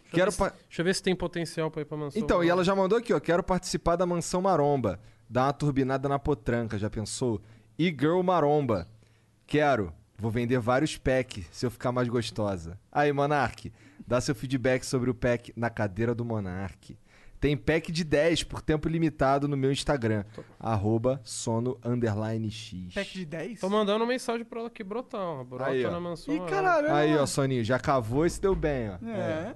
[SPEAKER 4] eu
[SPEAKER 3] Quero
[SPEAKER 4] ver
[SPEAKER 3] pa-
[SPEAKER 4] se, Deixa eu ver se tem potencial pra ir pra mansão. né?
[SPEAKER 3] Então, e ela já mandou aqui, ó. Quero participar da mansão maromba. Dar uma turbinada na potranca, já pensou? E girl maromba. Quero. Vou vender vários pack se eu ficar mais gostosa. Aí, Monark, dá seu feedback sobre o pack na cadeira do Monark. Tem pack de 10 por tempo limitado no meu Instagram. Arroba sono underline x.
[SPEAKER 2] Pack de 10?
[SPEAKER 4] Tô mandando mensagem pra ela que brotar, ó. Brota
[SPEAKER 3] Aí, ó.
[SPEAKER 4] na mansão.
[SPEAKER 2] Ih,
[SPEAKER 4] ela-
[SPEAKER 2] caralho. olha
[SPEAKER 3] né? Aí,
[SPEAKER 2] lá.
[SPEAKER 3] ó, Soninho, já cavou e se deu bem, ó.
[SPEAKER 2] É.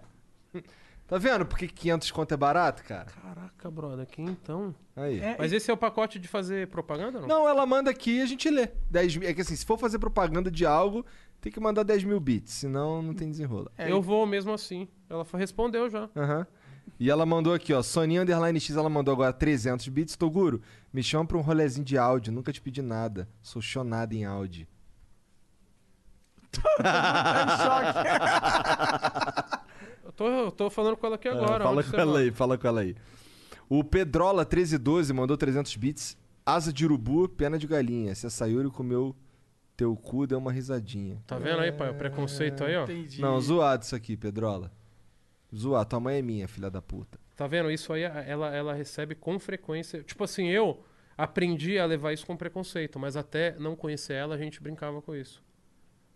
[SPEAKER 3] Tá vendo porque 500 conto é barato, cara?
[SPEAKER 4] Caraca, brother, que então?
[SPEAKER 3] Aí.
[SPEAKER 2] É,
[SPEAKER 4] Mas esse é o pacote de fazer propaganda, não?
[SPEAKER 3] Não, ela manda aqui e a gente lê. 10 mil. É que assim, se for fazer propaganda de algo, tem que mandar 10 mil bits, senão não tem desenrolo.
[SPEAKER 4] Eu vou mesmo assim. Ela fa- respondeu já.
[SPEAKER 3] Aham. E ela mandou aqui, ó, Soninha Underline X, ela mandou agora 300 bits. Toguro, me chama pra um rolezinho de áudio, nunca te pedi nada. Sou chonada em áudio.
[SPEAKER 4] Eu tô, eu tô falando com ela aqui
[SPEAKER 3] É,
[SPEAKER 4] agora.
[SPEAKER 3] fala
[SPEAKER 4] onde
[SPEAKER 3] com
[SPEAKER 4] você tá?
[SPEAKER 3] ela
[SPEAKER 4] mora?
[SPEAKER 3] aí, fala com ela aí. O Pedrola 1312 mandou 300 bits. Asa de urubu, pena de galinha. Se a Sayuri comeu teu cu, deu uma risadinha.
[SPEAKER 4] Tá vendo aí, pai? O preconceito aí, ó.
[SPEAKER 2] entendi.
[SPEAKER 3] Não, zoado isso aqui, Pedrola. Zoado. Tua mãe é minha, filha da puta.
[SPEAKER 4] Tá vendo? Isso aí, ela, ela recebe com frequência. Tipo assim, eu aprendi a levar isso com preconceito, mas até não conhecer ela, a gente brincava com isso.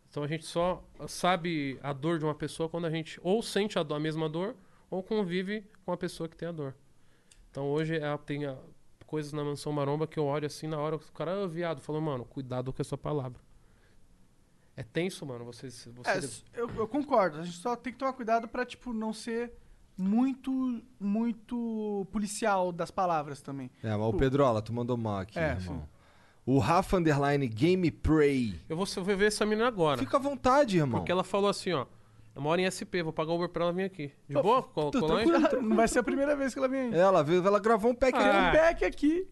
[SPEAKER 4] Então a gente só sabe a dor de uma pessoa quando a gente ou sente a, dor- a mesma dor ou convive com a pessoa que tem a dor. Então hoje ela tem a- coisas na mansão maromba que eu olho assim na hora, o cara, ah, viado, falou, mano, cuidado com essa palavra. É tenso, mano. Você, você
[SPEAKER 2] É, s- eu, eu concordo. A gente só tem que tomar cuidado pra, tipo, não ser muito, muito policial das palavras também.
[SPEAKER 3] É, mas o Pedrola, tu mandou mal aqui,
[SPEAKER 2] É,
[SPEAKER 3] irmão.
[SPEAKER 2] sim.
[SPEAKER 3] O Rafa Underline Gameplay.
[SPEAKER 4] Eu vou eu vou ver essa menina agora.
[SPEAKER 3] Fica à vontade, irmão.
[SPEAKER 4] Porque ela falou assim, ó. Eu moro em SP, vou pagar Uber pra ela vir aqui. De boa? Col
[SPEAKER 3] tá
[SPEAKER 4] colões?
[SPEAKER 2] Não vai ser a primeira vez que ela
[SPEAKER 4] é
[SPEAKER 2] vem.
[SPEAKER 3] Ela veio, ela gravou um pack
[SPEAKER 4] Ah,
[SPEAKER 2] Um pack aqui.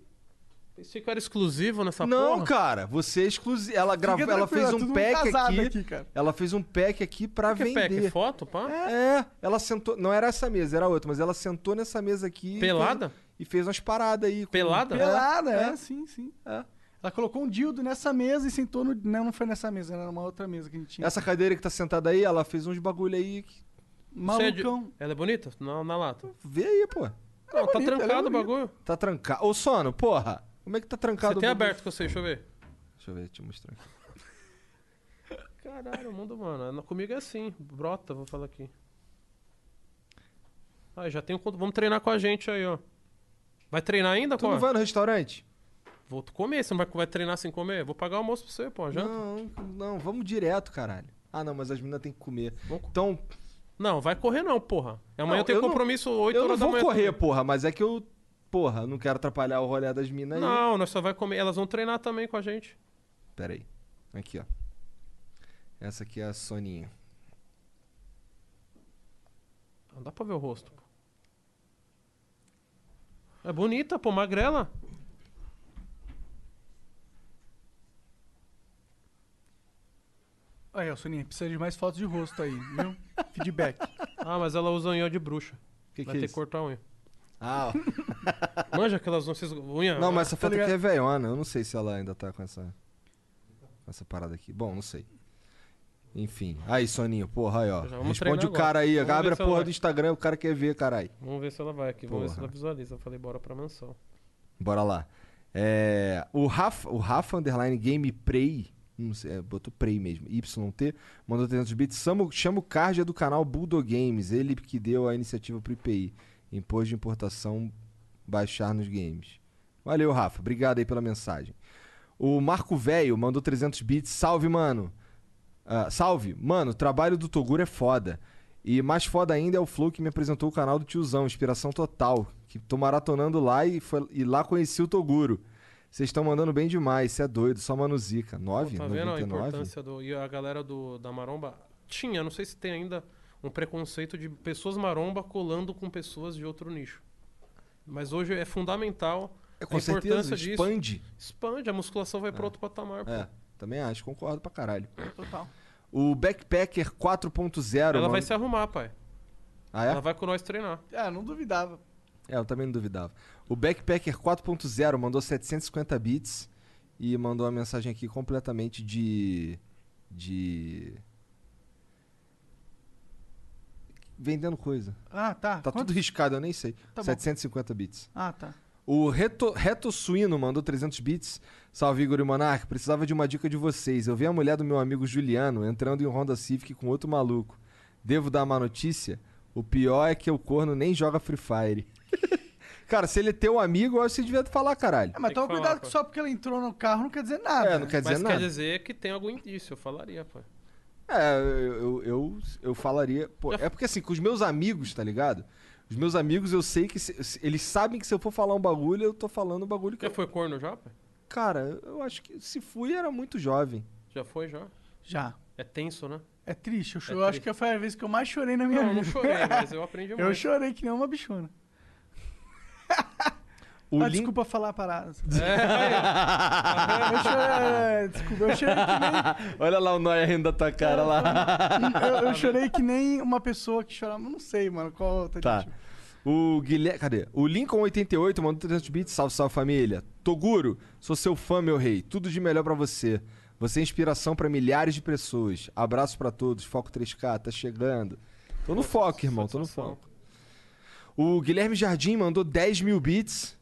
[SPEAKER 4] Pensei que eu era é exclusivo nessa
[SPEAKER 3] Não,
[SPEAKER 4] porra.
[SPEAKER 3] cara, você é exclusivo. Ela gravou,
[SPEAKER 2] Fica
[SPEAKER 3] ela
[SPEAKER 2] tranquilo,
[SPEAKER 3] fez
[SPEAKER 2] todo
[SPEAKER 3] um
[SPEAKER 2] mundo
[SPEAKER 3] pack
[SPEAKER 2] casado
[SPEAKER 3] aqui.
[SPEAKER 2] aqui, cara.
[SPEAKER 3] Ela fez um pack aqui pra
[SPEAKER 4] Que
[SPEAKER 3] vender.
[SPEAKER 4] pack? Foto, pá?
[SPEAKER 3] É, ela sentou. Não era essa mesa, era outra, mas ela sentou nessa mesa aqui. e
[SPEAKER 4] Pelada?
[SPEAKER 3] fez- E fez umas paradas aí. com-
[SPEAKER 4] Pelada?
[SPEAKER 2] Pelada, é,
[SPEAKER 3] É.
[SPEAKER 2] sim, sim.
[SPEAKER 3] É.
[SPEAKER 2] Ela colocou um dildo nessa mesa e sentou no. Não, não foi nessa mesa, era numa outra mesa que a gente tinha.
[SPEAKER 3] Essa cadeira que tá sentada aí, ela fez uns bagulho aí. que-
[SPEAKER 4] Você é de-
[SPEAKER 2] Malucão.
[SPEAKER 4] Ela é bonita? Na, na lata.
[SPEAKER 3] Vê aí, pô.
[SPEAKER 4] Não, tá
[SPEAKER 2] bonita, ela é
[SPEAKER 4] trancado o bagulho.
[SPEAKER 3] Tá trancado. Ô, sono, porra. Como é que tá trancado
[SPEAKER 4] Você tem
[SPEAKER 3] o bagulho?
[SPEAKER 4] aberto que eu sei, deixa eu ver.
[SPEAKER 3] Deixa eu ver, deixa eu mostrar aqui.
[SPEAKER 4] Caralho, o mundo, mano. Comigo é assim. Brota, vou falar aqui. Ah, já tem um... conto- Vamos treinar com a gente aí, ó. Vai treinar ainda,
[SPEAKER 3] Tu não
[SPEAKER 4] pô?
[SPEAKER 3] vai no restaurante?
[SPEAKER 4] Vou comer, você não vai, vai treinar sem comer? Vou pagar o almoço pra você, pô. Já? Não.
[SPEAKER 3] Não, não, vamos direto, caralho. Ah, não, mas as meninas têm que comer.
[SPEAKER 4] Vamos co-
[SPEAKER 3] Então,
[SPEAKER 4] vai correr não, porra. Amanhã
[SPEAKER 3] Não,
[SPEAKER 4] eu tenho
[SPEAKER 3] eu não-
[SPEAKER 4] compromisso 8
[SPEAKER 3] eu não
[SPEAKER 4] horas da
[SPEAKER 3] vou
[SPEAKER 4] manhã.
[SPEAKER 3] correr,
[SPEAKER 4] também.
[SPEAKER 3] porra, mas é que eu, porra, não quero atrapalhar o rolê das minas aí.
[SPEAKER 4] Não, nós só vai comer. Elas vão treinar também com a gente.
[SPEAKER 3] Pera aí. Aqui, ó. Essa aqui é a Soninha.
[SPEAKER 4] Não dá pra ver o rosto. pô. É bonita, pô, magrela.
[SPEAKER 2] Aí, ó, Soninha, precisa de mais fotos de rosto aí, viu? Feedback.
[SPEAKER 4] Ah, mas ela usa unha de bruxa.
[SPEAKER 3] Que
[SPEAKER 4] vai
[SPEAKER 3] que é
[SPEAKER 4] ter
[SPEAKER 3] isso?
[SPEAKER 4] que cortar a unha.
[SPEAKER 3] Ah, ó.
[SPEAKER 4] Manja aquelas unhas. Unha.
[SPEAKER 3] Não, mas essa
[SPEAKER 2] Tá
[SPEAKER 3] foto aqui
[SPEAKER 2] ligado?
[SPEAKER 3] é veiona. Eu não sei se ela ainda tá com essa. com essa parada aqui. Bom, não sei. Enfim. Aí, Soninho, porra, aí, ó.
[SPEAKER 4] Já vamos
[SPEAKER 3] Responde
[SPEAKER 4] treinar
[SPEAKER 3] o cara
[SPEAKER 4] agora.
[SPEAKER 3] aí.
[SPEAKER 4] Vamos
[SPEAKER 3] Abre
[SPEAKER 4] ver
[SPEAKER 3] a
[SPEAKER 4] se ela
[SPEAKER 3] porra
[SPEAKER 4] vai.
[SPEAKER 3] do Instagram, o cara quer ver, caralho.
[SPEAKER 4] Vamos ver se ela vai aqui. Vamos ver se
[SPEAKER 3] Porra.
[SPEAKER 4] ela visualiza. Eu falei, bora pra mansão.
[SPEAKER 3] Bora lá. É, o Rafa, o Rafa Underline Gameplay, não sei, é, botou Prey mesmo, YT, mandou 300 bits. Chama, o- chama o Cardia do canal Bulldog Games, ele que deu a iniciativa pro IPI, Imposto de Importação Baixar nos Games. Valeu, Rafa, obrigado aí pela mensagem. O Marco Velho mandou 300 bits. Salve, mano. Ah, salve. Mano, o trabalho do Toguro é foda. E mais foda ainda é o Flow que me apresentou o canal do tiozão, inspiração total. Que tô maratonando lá e, foi- e lá conheci o Toguro. Vocês estão mandando bem demais, cê é doido, só mano zica. 9?
[SPEAKER 4] Tá vendo a
[SPEAKER 3] 99?
[SPEAKER 4] importância do. E a galera do, da maromba tinha, não sei se tem ainda, um preconceito de pessoas maromba colando com pessoas de outro nicho. Mas hoje é fundamental
[SPEAKER 3] É,
[SPEAKER 4] a
[SPEAKER 3] com
[SPEAKER 4] importância
[SPEAKER 3] certeza,
[SPEAKER 4] disso.
[SPEAKER 3] expande.
[SPEAKER 4] Expande, a musculação vai pra outro patamar. pô.
[SPEAKER 3] É, também acho, concordo pra caralho.
[SPEAKER 2] Total.
[SPEAKER 3] O Backpacker 4.0.
[SPEAKER 4] Ela
[SPEAKER 3] mano-
[SPEAKER 4] vai se arrumar, pai.
[SPEAKER 3] Ah, é?
[SPEAKER 4] Ela vai com nós treinar.
[SPEAKER 2] É, não duvidava.
[SPEAKER 3] É, eu também não duvidava. O Backpacker 4.0 mandou 750 bits e mandou uma mensagem aqui completamente de. de. vendendo coisa.
[SPEAKER 2] Ah, tá.
[SPEAKER 3] Tá
[SPEAKER 2] Quanto?
[SPEAKER 3] tudo riscado, eu nem sei.
[SPEAKER 2] Tá bom.
[SPEAKER 3] 750 bits.
[SPEAKER 2] Ah, tá.
[SPEAKER 3] O Reto, Reto Suíno mandou 300 bits. Salve, Igor e Monark. Precisava de uma dica de vocês. Eu vi a mulher do meu amigo Juliano entrando em um Honda Civic com outro maluco. Devo dar má notícia? O pior é que o corno nem joga Free Fire. Cara, se ele é teu amigo, eu acho que você devia falar, caralho.
[SPEAKER 2] É, mas
[SPEAKER 4] Tem
[SPEAKER 2] toma
[SPEAKER 4] que falar,
[SPEAKER 2] cuidado que
[SPEAKER 4] pô.
[SPEAKER 2] só porque ela entrou no carro não quer dizer nada.
[SPEAKER 3] É, não quer dizer
[SPEAKER 4] Mas
[SPEAKER 3] nada.
[SPEAKER 4] quer dizer que tem algum indício, eu falaria, pai.
[SPEAKER 3] É, eu, eu, eu, eu falaria. pô, é porque assim, com os meus amigos, tá ligado? Os meus amigos, eu sei que. se- se- eles sabem que se eu for falar um bagulho, eu tô falando um bagulho que.
[SPEAKER 4] Já
[SPEAKER 3] Eu,
[SPEAKER 4] foi corno já, pai?
[SPEAKER 3] cara, eu acho que se fui, era muito jovem.
[SPEAKER 4] Já foi já?
[SPEAKER 2] Já.
[SPEAKER 4] É tenso, né?
[SPEAKER 2] É triste. Eu, cho-
[SPEAKER 4] É
[SPEAKER 2] eu acho
[SPEAKER 4] triste.
[SPEAKER 2] que foi a vez que eu mais chorei na minha
[SPEAKER 4] Não, eu
[SPEAKER 2] vida.
[SPEAKER 4] não chorei, mas eu aprendi muito.
[SPEAKER 2] Eu chorei que nem uma bichona.
[SPEAKER 3] O
[SPEAKER 2] ah,
[SPEAKER 3] link-
[SPEAKER 2] desculpa falar a parada.
[SPEAKER 4] É, pai,
[SPEAKER 2] Eu chorei, é, desculpa, eu chorei que nem,
[SPEAKER 3] Olha lá o Noia rindo da tua cara lá.
[SPEAKER 2] eu, eu chorei que nem uma pessoa que chorava. Não sei, mano, qual outra
[SPEAKER 3] Tá.
[SPEAKER 2] gente.
[SPEAKER 3] O Guilherme. Cadê? O Lincoln88 mandou 300 bits. Salve, salve família. Toguro, sou seu fã, meu rei. Tudo de melhor pra você. Você é inspiração pra milhares de pessoas. Abraço pra todos. Foco 3K, tá chegando. Tô no foco, irmão. Tô no
[SPEAKER 4] satisfação.
[SPEAKER 3] foco. O Guilherme Jardim mandou 10 mil bits.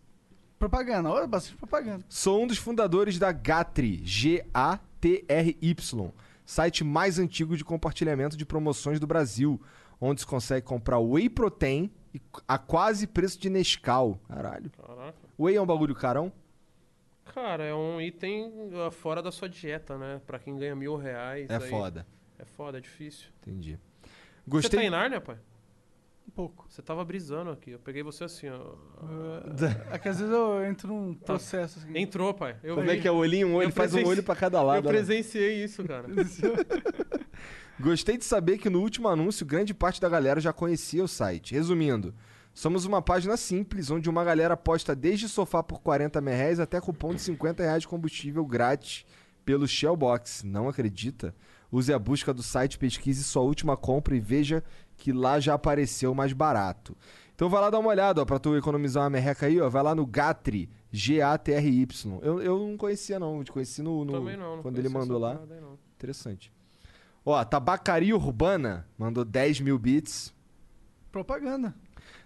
[SPEAKER 2] Propaganda, olha bastante propaganda.
[SPEAKER 3] Sou um dos fundadores da Gatri, G-A-T-R-Y, site mais antigo de compartilhamento de promoções do Brasil, onde se consegue comprar whey protein e- a quase preço de Nescau. Caralho.
[SPEAKER 4] Caraca.
[SPEAKER 3] Whey é um bagulho carão?
[SPEAKER 4] Cara, é um item ah, fora da sua dieta, né? Pra quem ganha mil reais.
[SPEAKER 3] É
[SPEAKER 4] aí-
[SPEAKER 3] foda.
[SPEAKER 4] É foda, é difícil.
[SPEAKER 3] Entendi.
[SPEAKER 4] Você tá
[SPEAKER 3] Gostei.
[SPEAKER 4] em Nárnia, pai?
[SPEAKER 2] Um pouco.
[SPEAKER 4] Você tava brisando aqui. Eu peguei você assim, ó.
[SPEAKER 2] É que às vezes eu entro num
[SPEAKER 4] Tá.
[SPEAKER 2] processo assim.
[SPEAKER 4] Entrou, pai. Eu
[SPEAKER 3] Como
[SPEAKER 4] vi.
[SPEAKER 3] é que é o olhinho? Um olho,
[SPEAKER 4] Eu
[SPEAKER 3] faz um
[SPEAKER 4] presenci-
[SPEAKER 3] olho pra cada
[SPEAKER 4] Eu
[SPEAKER 3] lado. né?
[SPEAKER 4] presenciei isso, cara.
[SPEAKER 3] Gostei de saber que no último anúncio, grande parte da galera já conhecia o site. Resumindo, somos uma página simples, onde uma galera posta desde sofá por 40 reais até cupom de 50 reais de combustível grátis pelo Shellbox. Não acredita? Use a busca do site, pesquise sua última compra e veja que lá já apareceu mais barato. Então vai lá dar uma olhada, ó, pra tu economizar uma merreca aí, ó. Vai lá no Gatry, G-A-T-R-Y. Eu, eu não conhecia, não. Eu conheci no, no-
[SPEAKER 4] Também não. não
[SPEAKER 3] quando ele
[SPEAKER 4] conhecia
[SPEAKER 3] mandou
[SPEAKER 4] essa
[SPEAKER 3] lá.
[SPEAKER 4] parada aí, não.
[SPEAKER 3] Interessante. Ó, Tabacaria Urbana mandou 10 mil bits.
[SPEAKER 2] Propaganda.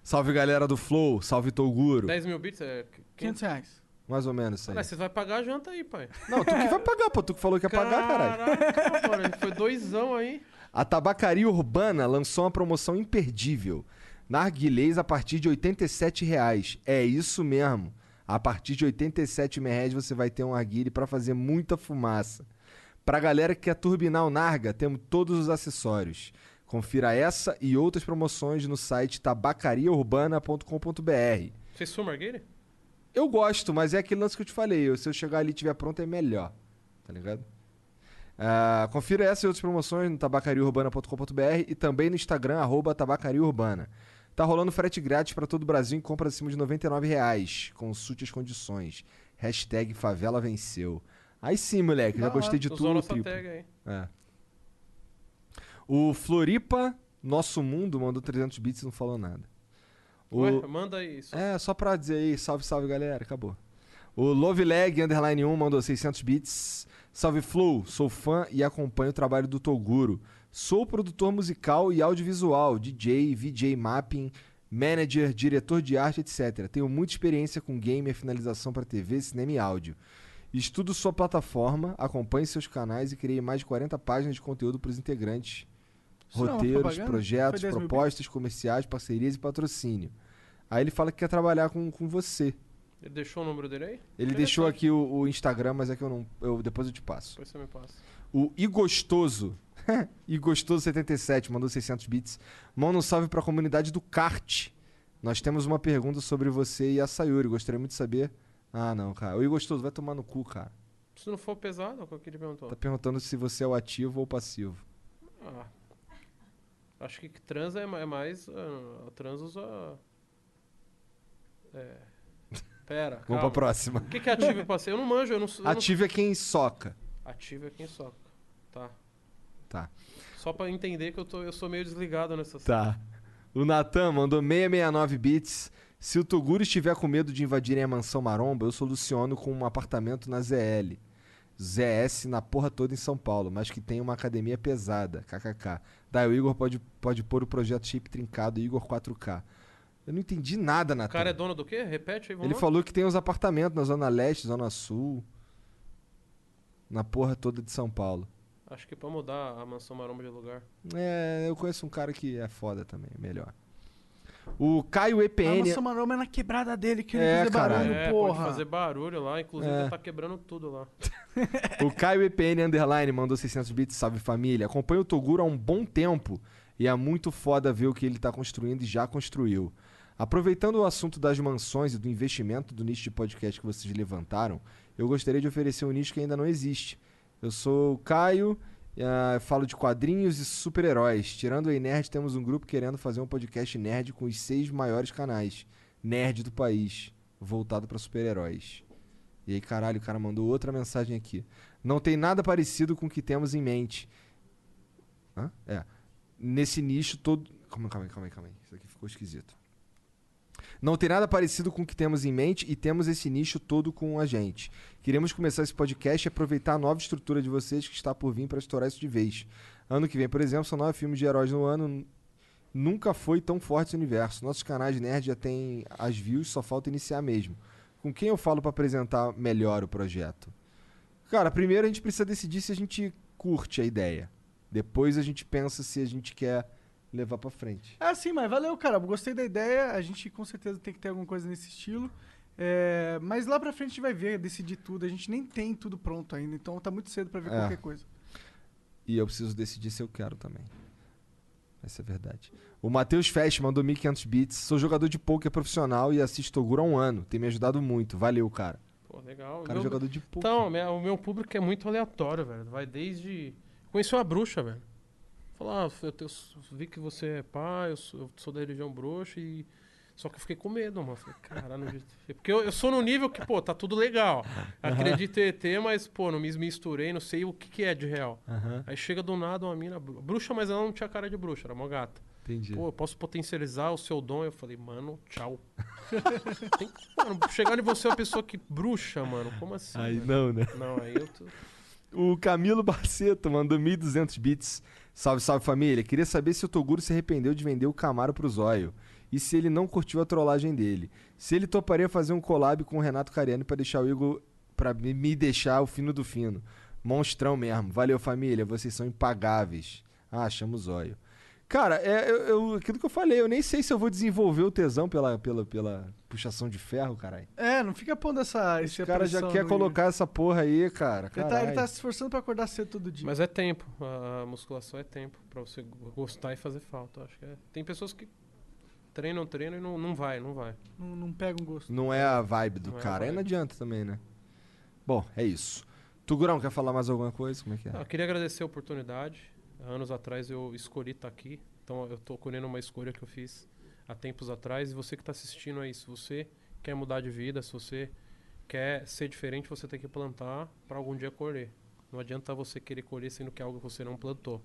[SPEAKER 3] Salve galera do Flow, salve Toguro.
[SPEAKER 4] 10 mil bits é. qu-
[SPEAKER 2] 500 reais.
[SPEAKER 3] Mais ou menos isso aí.
[SPEAKER 4] Mas você vai pagar a janta aí, pai.
[SPEAKER 3] Não, tu que vai pagar, pô. Tu que falou que ia pagar, caralho.
[SPEAKER 4] Caraca, mano. Foi doisão aí.
[SPEAKER 3] A Tabacaria Urbana lançou uma promoção imperdível. Narguilés a partir de R$ 87 reais. É isso mesmo. A partir de R$ 87 reais você vai ter um narguile pra fazer muita fumaça. Pra galera que quer turbinar o Narga, temos todos os acessórios. Confira essa e outras promoções no site tabacariaurbana.com.br.
[SPEAKER 4] Você suma Argueira?
[SPEAKER 3] Eu gosto, mas é aquele lance que eu te falei. eu- Se eu chegar ali e tiver pronto, é melhor. Tá ligado? Ah, confira essa e outras promoções no tabacariaurbana.com.br e também no Instagram, arroba tabacariaurbana. Tá rolando frete grátis para todo o Brasil em compras acima de R$ 99 reais. Consulte as condições. Hashtag favela venceu. Aí sim, moleque. Já
[SPEAKER 2] Da hora.
[SPEAKER 3] gostei de
[SPEAKER 4] Usou a
[SPEAKER 3] tudo.
[SPEAKER 4] nossa
[SPEAKER 3] Triplo.
[SPEAKER 4] tag aí.
[SPEAKER 3] É. O Floripa Nosso Mundo mandou 300 bits e não falou nada. O...
[SPEAKER 4] Ué, manda aí. Só...
[SPEAKER 3] É, só pra dizer aí, salve, salve galera, acabou. O Lovelag Underline 1 mandou 600 bits. Salve Flow, sou fã e acompanho o trabalho do Toguro. Sou produtor musical e audiovisual, DJ, VJ mapping, manager, diretor de arte, etc. Tenho muita experiência com game e finalização pra TV, cinema e áudio. Estudo sua plataforma, acompanhe seus canais e criei mais de 40 páginas de conteúdo para os integrantes.
[SPEAKER 2] Isso não é uma
[SPEAKER 3] Roteiros,
[SPEAKER 2] propaganda?
[SPEAKER 3] projetos,
[SPEAKER 2] Foi 10 mil
[SPEAKER 3] propostas, comerciais, parcerias e patrocínio. Aí ele fala que quer trabalhar com, com você.
[SPEAKER 4] Ele deixou o número dele aí?
[SPEAKER 3] Ele deixou aqui o, o Instagram, mas é que eu não. Eu, depois eu te passo.
[SPEAKER 4] Depois você me passa.
[SPEAKER 3] O Igostoso. Igostoso77 mandou 600 bits. Manda um salve pra comunidade do kart. Nós temos uma pergunta sobre você e a Sayuri. Gostaria muito de saber. Ah, não, cara. O Igostoso vai tomar no cu, cara.
[SPEAKER 4] Se não for pesado, é o que ele perguntou.
[SPEAKER 3] Tá perguntando se você é o ativo ou o passivo.
[SPEAKER 4] Ah. Acho que trans é ma- é mais. ah, trans usa. É. Pera.
[SPEAKER 3] Vamos
[SPEAKER 4] calma.
[SPEAKER 3] pra próxima.
[SPEAKER 4] O que, que é ativo e passivo? Eu não manjo, eu não sou.
[SPEAKER 3] Ativo é quem soca.
[SPEAKER 4] Ativo é quem soca. Tá.
[SPEAKER 3] Tá.
[SPEAKER 4] Só pra entender que eu, tô, eu sou meio desligado nessa
[SPEAKER 3] Tá. O Natan mandou 669 bits. Se o Toguro estiver com medo de invadirem a mansão maromba, eu soluciono com um apartamento na ZL. ZS na porra toda em São Paulo, mas que tem uma academia pesada. KKK. Daí o Igor pode, pode pôr o projeto Chip Trincado Igor 4K. Eu não entendi nada,
[SPEAKER 4] O cara é
[SPEAKER 3] Natan.
[SPEAKER 4] dono do quê? Repete aí, vamos
[SPEAKER 3] tá. Ele
[SPEAKER 4] lá.
[SPEAKER 3] falou que tem uns apartamentos na Zona Leste, Zona Sul. Na porra toda de São Paulo.
[SPEAKER 4] Acho que pra mudar a mansão maromba de lugar.
[SPEAKER 3] É, eu conheço um cara que é foda também, melhor. O Caio
[SPEAKER 2] Ah,
[SPEAKER 3] EPN.
[SPEAKER 2] mas São Maroma é na quebrada dele, que ele
[SPEAKER 3] É,
[SPEAKER 2] fazer
[SPEAKER 3] caralho.
[SPEAKER 2] barulho,
[SPEAKER 4] é,
[SPEAKER 2] porra.
[SPEAKER 4] pode fazer barulho lá, inclusive
[SPEAKER 3] É.
[SPEAKER 4] ele tá quebrando tudo lá.
[SPEAKER 3] O Caio EPN Underline mandou 600 bits, salve família. Acompanho o Toguro há um bom tempo e é muito foda ver o que ele está construindo e já construiu. Aproveitando o assunto das mansões e do investimento do nicho de podcast que vocês levantaram, eu gostaria de oferecer um nicho que ainda não existe. Eu sou o Caio, ah, falo de quadrinhos e super-heróis. Tirando o Ei Nerd, temos um grupo querendo fazer um podcast nerd com os seis maiores canais nerd do país, voltado para super-heróis. E aí, caralho, o cara mandou outra mensagem aqui. Não tem nada parecido com o que temos em mente. Hã? É. Nesse nicho todo. Calma, calma aí, calma aí, calma aí. Isso aqui ficou esquisito. Não tem nada parecido com o que temos em mente e temos esse nicho todo com a gente. Queremos começar esse podcast e aproveitar a nova estrutura de vocês que está por vir para estourar isso de vez. Ano que vem, por exemplo, são nove filmes de heróis no ano. Nunca foi tão forte esse universo. Nossos canais nerd já têm as views, só falta iniciar mesmo. Com quem eu falo para apresentar melhor o projeto? Cara, primeiro a gente precisa decidir se a gente curte a ideia. Depois a gente pensa se a gente quer levar pra frente.
[SPEAKER 2] É sim, mas valeu, cara. Gostei da ideia. A gente com certeza tem que ter alguma coisa nesse estilo. É, mas lá pra frente a gente vai ver, decidir tudo. A gente nem tem tudo pronto ainda, então tá muito cedo pra ver
[SPEAKER 3] É.
[SPEAKER 2] qualquer coisa.
[SPEAKER 3] E eu preciso decidir se eu quero também. Essa é a verdade. O Matheus Fest mandou 1.500 bits. Sou jogador de poker profissional e assisto Toguro há um ano. Tem me ajudado muito. Valeu, cara.
[SPEAKER 4] Pô, legal.
[SPEAKER 3] O cara é
[SPEAKER 4] Meu-
[SPEAKER 3] jogador de poker.
[SPEAKER 4] Então, minha- o meu público é muito aleatório, velho. Vai desde. Conheci uma bruxa, velho. Falar, ah, eu, te- eu s- vi que você é pai, eu sou, eu sou da religião bruxa e. Só que eu fiquei com medo, mano. Falei, caralho, não acredito. Porque eu, eu sou no nível que, pô, tá tudo legal. Acredito em ET, mas, pô, não me misturei, não sei o que, que é de real.
[SPEAKER 3] Aham,
[SPEAKER 4] Aí chega do nada uma mina bru- bruxa, mas ela não tinha cara de bruxa, era mó gata.
[SPEAKER 3] entendi.
[SPEAKER 4] Pô, eu posso potencializar o seu dom? Eu falei, mano, tchau. Tem que- mano, chegar em você é uma pessoa que bruxa, mano. Como assim?
[SPEAKER 3] Aí
[SPEAKER 4] velho?
[SPEAKER 3] não, né?
[SPEAKER 4] Não, aí eu tô...
[SPEAKER 3] O Camilo Barceto mandou 1.200 bits. Salve, salve família. Queria saber se o Toguro se arrependeu de vender o Camaro pro Zóio. E se ele não curtiu a trollagem dele. Se ele toparia fazer um collab com o Renato Cariani pra deixar o Igor. pra me me deixar o fino do fino. Monstrão mesmo. Valeu, família. Vocês são impagáveis. Ah, chama o Zóio. Cara, é eu, eu- aquilo que eu falei, eu nem sei se eu vou desenvolver o tesão pela, pela, pela puxação de ferro, caralho.
[SPEAKER 2] É, não fica pondo essa.
[SPEAKER 3] Esse
[SPEAKER 2] essa
[SPEAKER 3] cara já
[SPEAKER 2] pressão
[SPEAKER 3] quer
[SPEAKER 2] no-
[SPEAKER 3] colocar essa porra aí, cara.
[SPEAKER 2] Ele tá, ele
[SPEAKER 3] Caralho.
[SPEAKER 2] tá se esforçando pra acordar cedo todo dia.
[SPEAKER 4] Mas é tempo. A musculação é tempo pra você go- gostar e fazer falta. eu Acho que é. Tem pessoas que treinam, treinam e não, não vai, não vai.
[SPEAKER 2] Não, não pega um gosto.
[SPEAKER 3] Não é a vibe do
[SPEAKER 4] Não é a
[SPEAKER 3] cara. Aí não
[SPEAKER 4] vibe.
[SPEAKER 3] adianta também, né? Bom, é isso. Tugurão, quer falar mais alguma coisa? Como é que é?
[SPEAKER 4] Ah, eu queria agradecer a oportunidade. Há Anos atrás eu escolhi estar aqui. Então eu tô colhendo uma escolha que eu fiz há tempos atrás. E você que está assistindo aí, se você quer mudar de vida, se você quer ser diferente, você tem que plantar para algum dia colher. Não adianta você querer colher sendo que é algo que você não plantou.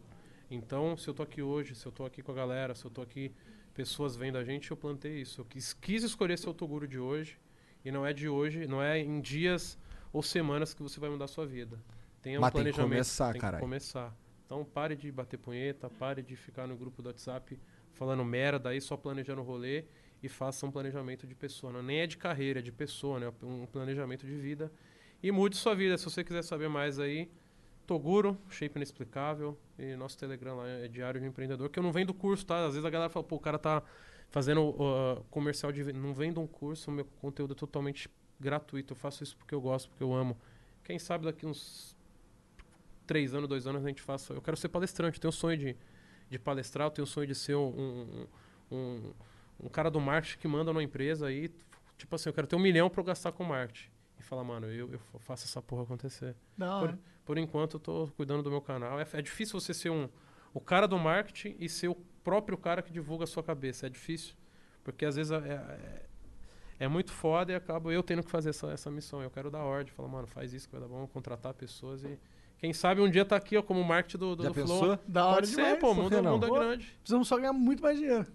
[SPEAKER 4] Então, se eu tô aqui hoje, se eu tô aqui com a galera, se eu tô aqui pessoas vendo a gente, eu plantei isso. Eu quis, quis escolher seu Toguro de hoje e não é de hoje, não é em dias ou semanas que você vai mudar a sua vida. Tenha um
[SPEAKER 3] Mas tem que
[SPEAKER 4] planejamento,
[SPEAKER 3] começar,
[SPEAKER 4] tem
[SPEAKER 3] caralho.
[SPEAKER 4] que começar. Então, pare de bater punheta, pare de ficar no grupo do WhatsApp falando merda aí, só planejando rolê e faça um planejamento de pessoa. Não, nem é de carreira, é de pessoa, né? Um planejamento de vida. E mude sua vida. Se você quiser saber mais aí, Toguro, Shape Inexplicável, e nosso Telegram lá é Diário de Empreendedor, que eu não vendo curso, tá? Às vezes a galera fala, pô, o cara tá fazendo ah, comercial de... ven- Não vendo um curso, meu conteúdo é totalmente gratuito. Eu faço isso porque eu gosto, porque eu amo. Quem sabe daqui uns três anos, dois anos a gente faça. Eu quero ser palestrante. Eu tenho o sonho de, de palestrar, eu tenho o sonho de ser um, um, um, um cara do marketing que manda numa empresa aí. Tipo assim, eu quero ter um milhão pra eu gastar com marketing. E falar, mano, eu, eu faço essa porra acontecer.
[SPEAKER 2] Da hora.
[SPEAKER 4] Por, por enquanto, eu tô cuidando do meu canal. É, é difícil você ser um, o cara do marketing e ser o próprio cara que divulga a sua cabeça. É difícil. Porque às vezes é, é, é muito foda e acabo eu tendo que fazer essa, essa missão. Eu quero dar ordem, falar, mano, faz isso que vai dar bom, contratar pessoas e. Quem sabe um dia tá aqui, ó, como marketing do, do,
[SPEAKER 3] Já
[SPEAKER 4] do
[SPEAKER 3] pensou?
[SPEAKER 4] Flow.
[SPEAKER 2] Da hora
[SPEAKER 4] Pode
[SPEAKER 2] demais,
[SPEAKER 4] ser, pô, o
[SPEAKER 2] por
[SPEAKER 4] mundo,
[SPEAKER 3] que
[SPEAKER 4] o
[SPEAKER 3] não?
[SPEAKER 4] mundo é
[SPEAKER 2] Pô,
[SPEAKER 4] grande.
[SPEAKER 2] Precisamos só ganhar muito mais dinheiro.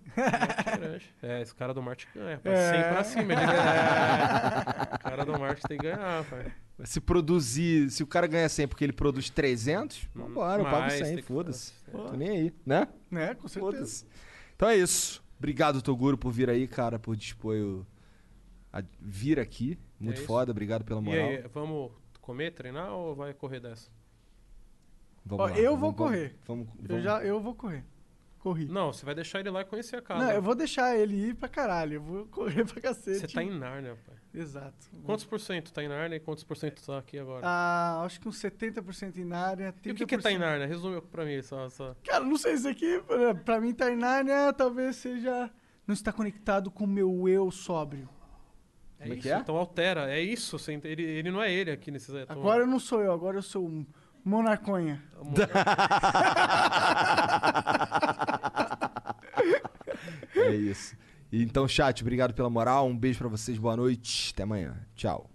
[SPEAKER 4] é grande. É, esse cara do marketing ganha. Pra
[SPEAKER 2] É.
[SPEAKER 4] 100 pra cima. Ele... É. O cara do marketing tem que ganhar, pai.
[SPEAKER 3] Se produzir, se o cara ganha 100 porque ele produz 300, vambora, eu pago
[SPEAKER 4] Hum, mais,
[SPEAKER 3] 100,
[SPEAKER 4] tem que-
[SPEAKER 3] foda-se.
[SPEAKER 2] Pô.
[SPEAKER 3] Tô nem aí, né?
[SPEAKER 2] né? Com certeza.
[SPEAKER 3] Foda-se. Então é isso. Obrigado, Toguro, por vir aí, cara, por dispor eu a vir aqui. Muito
[SPEAKER 4] É isso.
[SPEAKER 3] foda, obrigado pela
[SPEAKER 4] E
[SPEAKER 3] moral.
[SPEAKER 4] aí, vamos comer, treinar ou vai correr dessa?
[SPEAKER 3] Vamos
[SPEAKER 2] Ó,
[SPEAKER 3] lá,
[SPEAKER 2] eu vou
[SPEAKER 3] vamos- vamos-
[SPEAKER 2] correr.
[SPEAKER 3] Vamos,
[SPEAKER 2] Eu,
[SPEAKER 3] vamos-
[SPEAKER 2] já, eu vou correr. Corri.
[SPEAKER 4] Não, você vai deixar ele lá e conhecer a casa.
[SPEAKER 2] Não, eu vou deixar ele ir pra caralho. Eu vou correr pra cacete.
[SPEAKER 4] Você tá em Nárnia, pai.
[SPEAKER 2] Exato.
[SPEAKER 4] Quantos por cento tá em Nárnia e quantos por cento tá aqui agora?
[SPEAKER 2] Ah, acho que uns 70% em área. 30%.
[SPEAKER 4] e o que, que é tá em Nárnia? Resume pra mim essa. essa-
[SPEAKER 2] Cara, não sei isso aqui. pra- Pra mim, tá em Nárnia talvez seja. Não está conectado com o meu eu sóbrio.
[SPEAKER 4] É
[SPEAKER 3] Como é
[SPEAKER 4] isso?
[SPEAKER 3] que é?
[SPEAKER 4] Então altera, é isso. você ent- Ele, ele não é ele aqui nesse.
[SPEAKER 2] Agora eu não sou eu, agora eu sou um monarconha.
[SPEAKER 3] É isso. Então, chat, obrigado pela moral. Um beijo pra vocês, boa noite. Até amanhã. Tchau.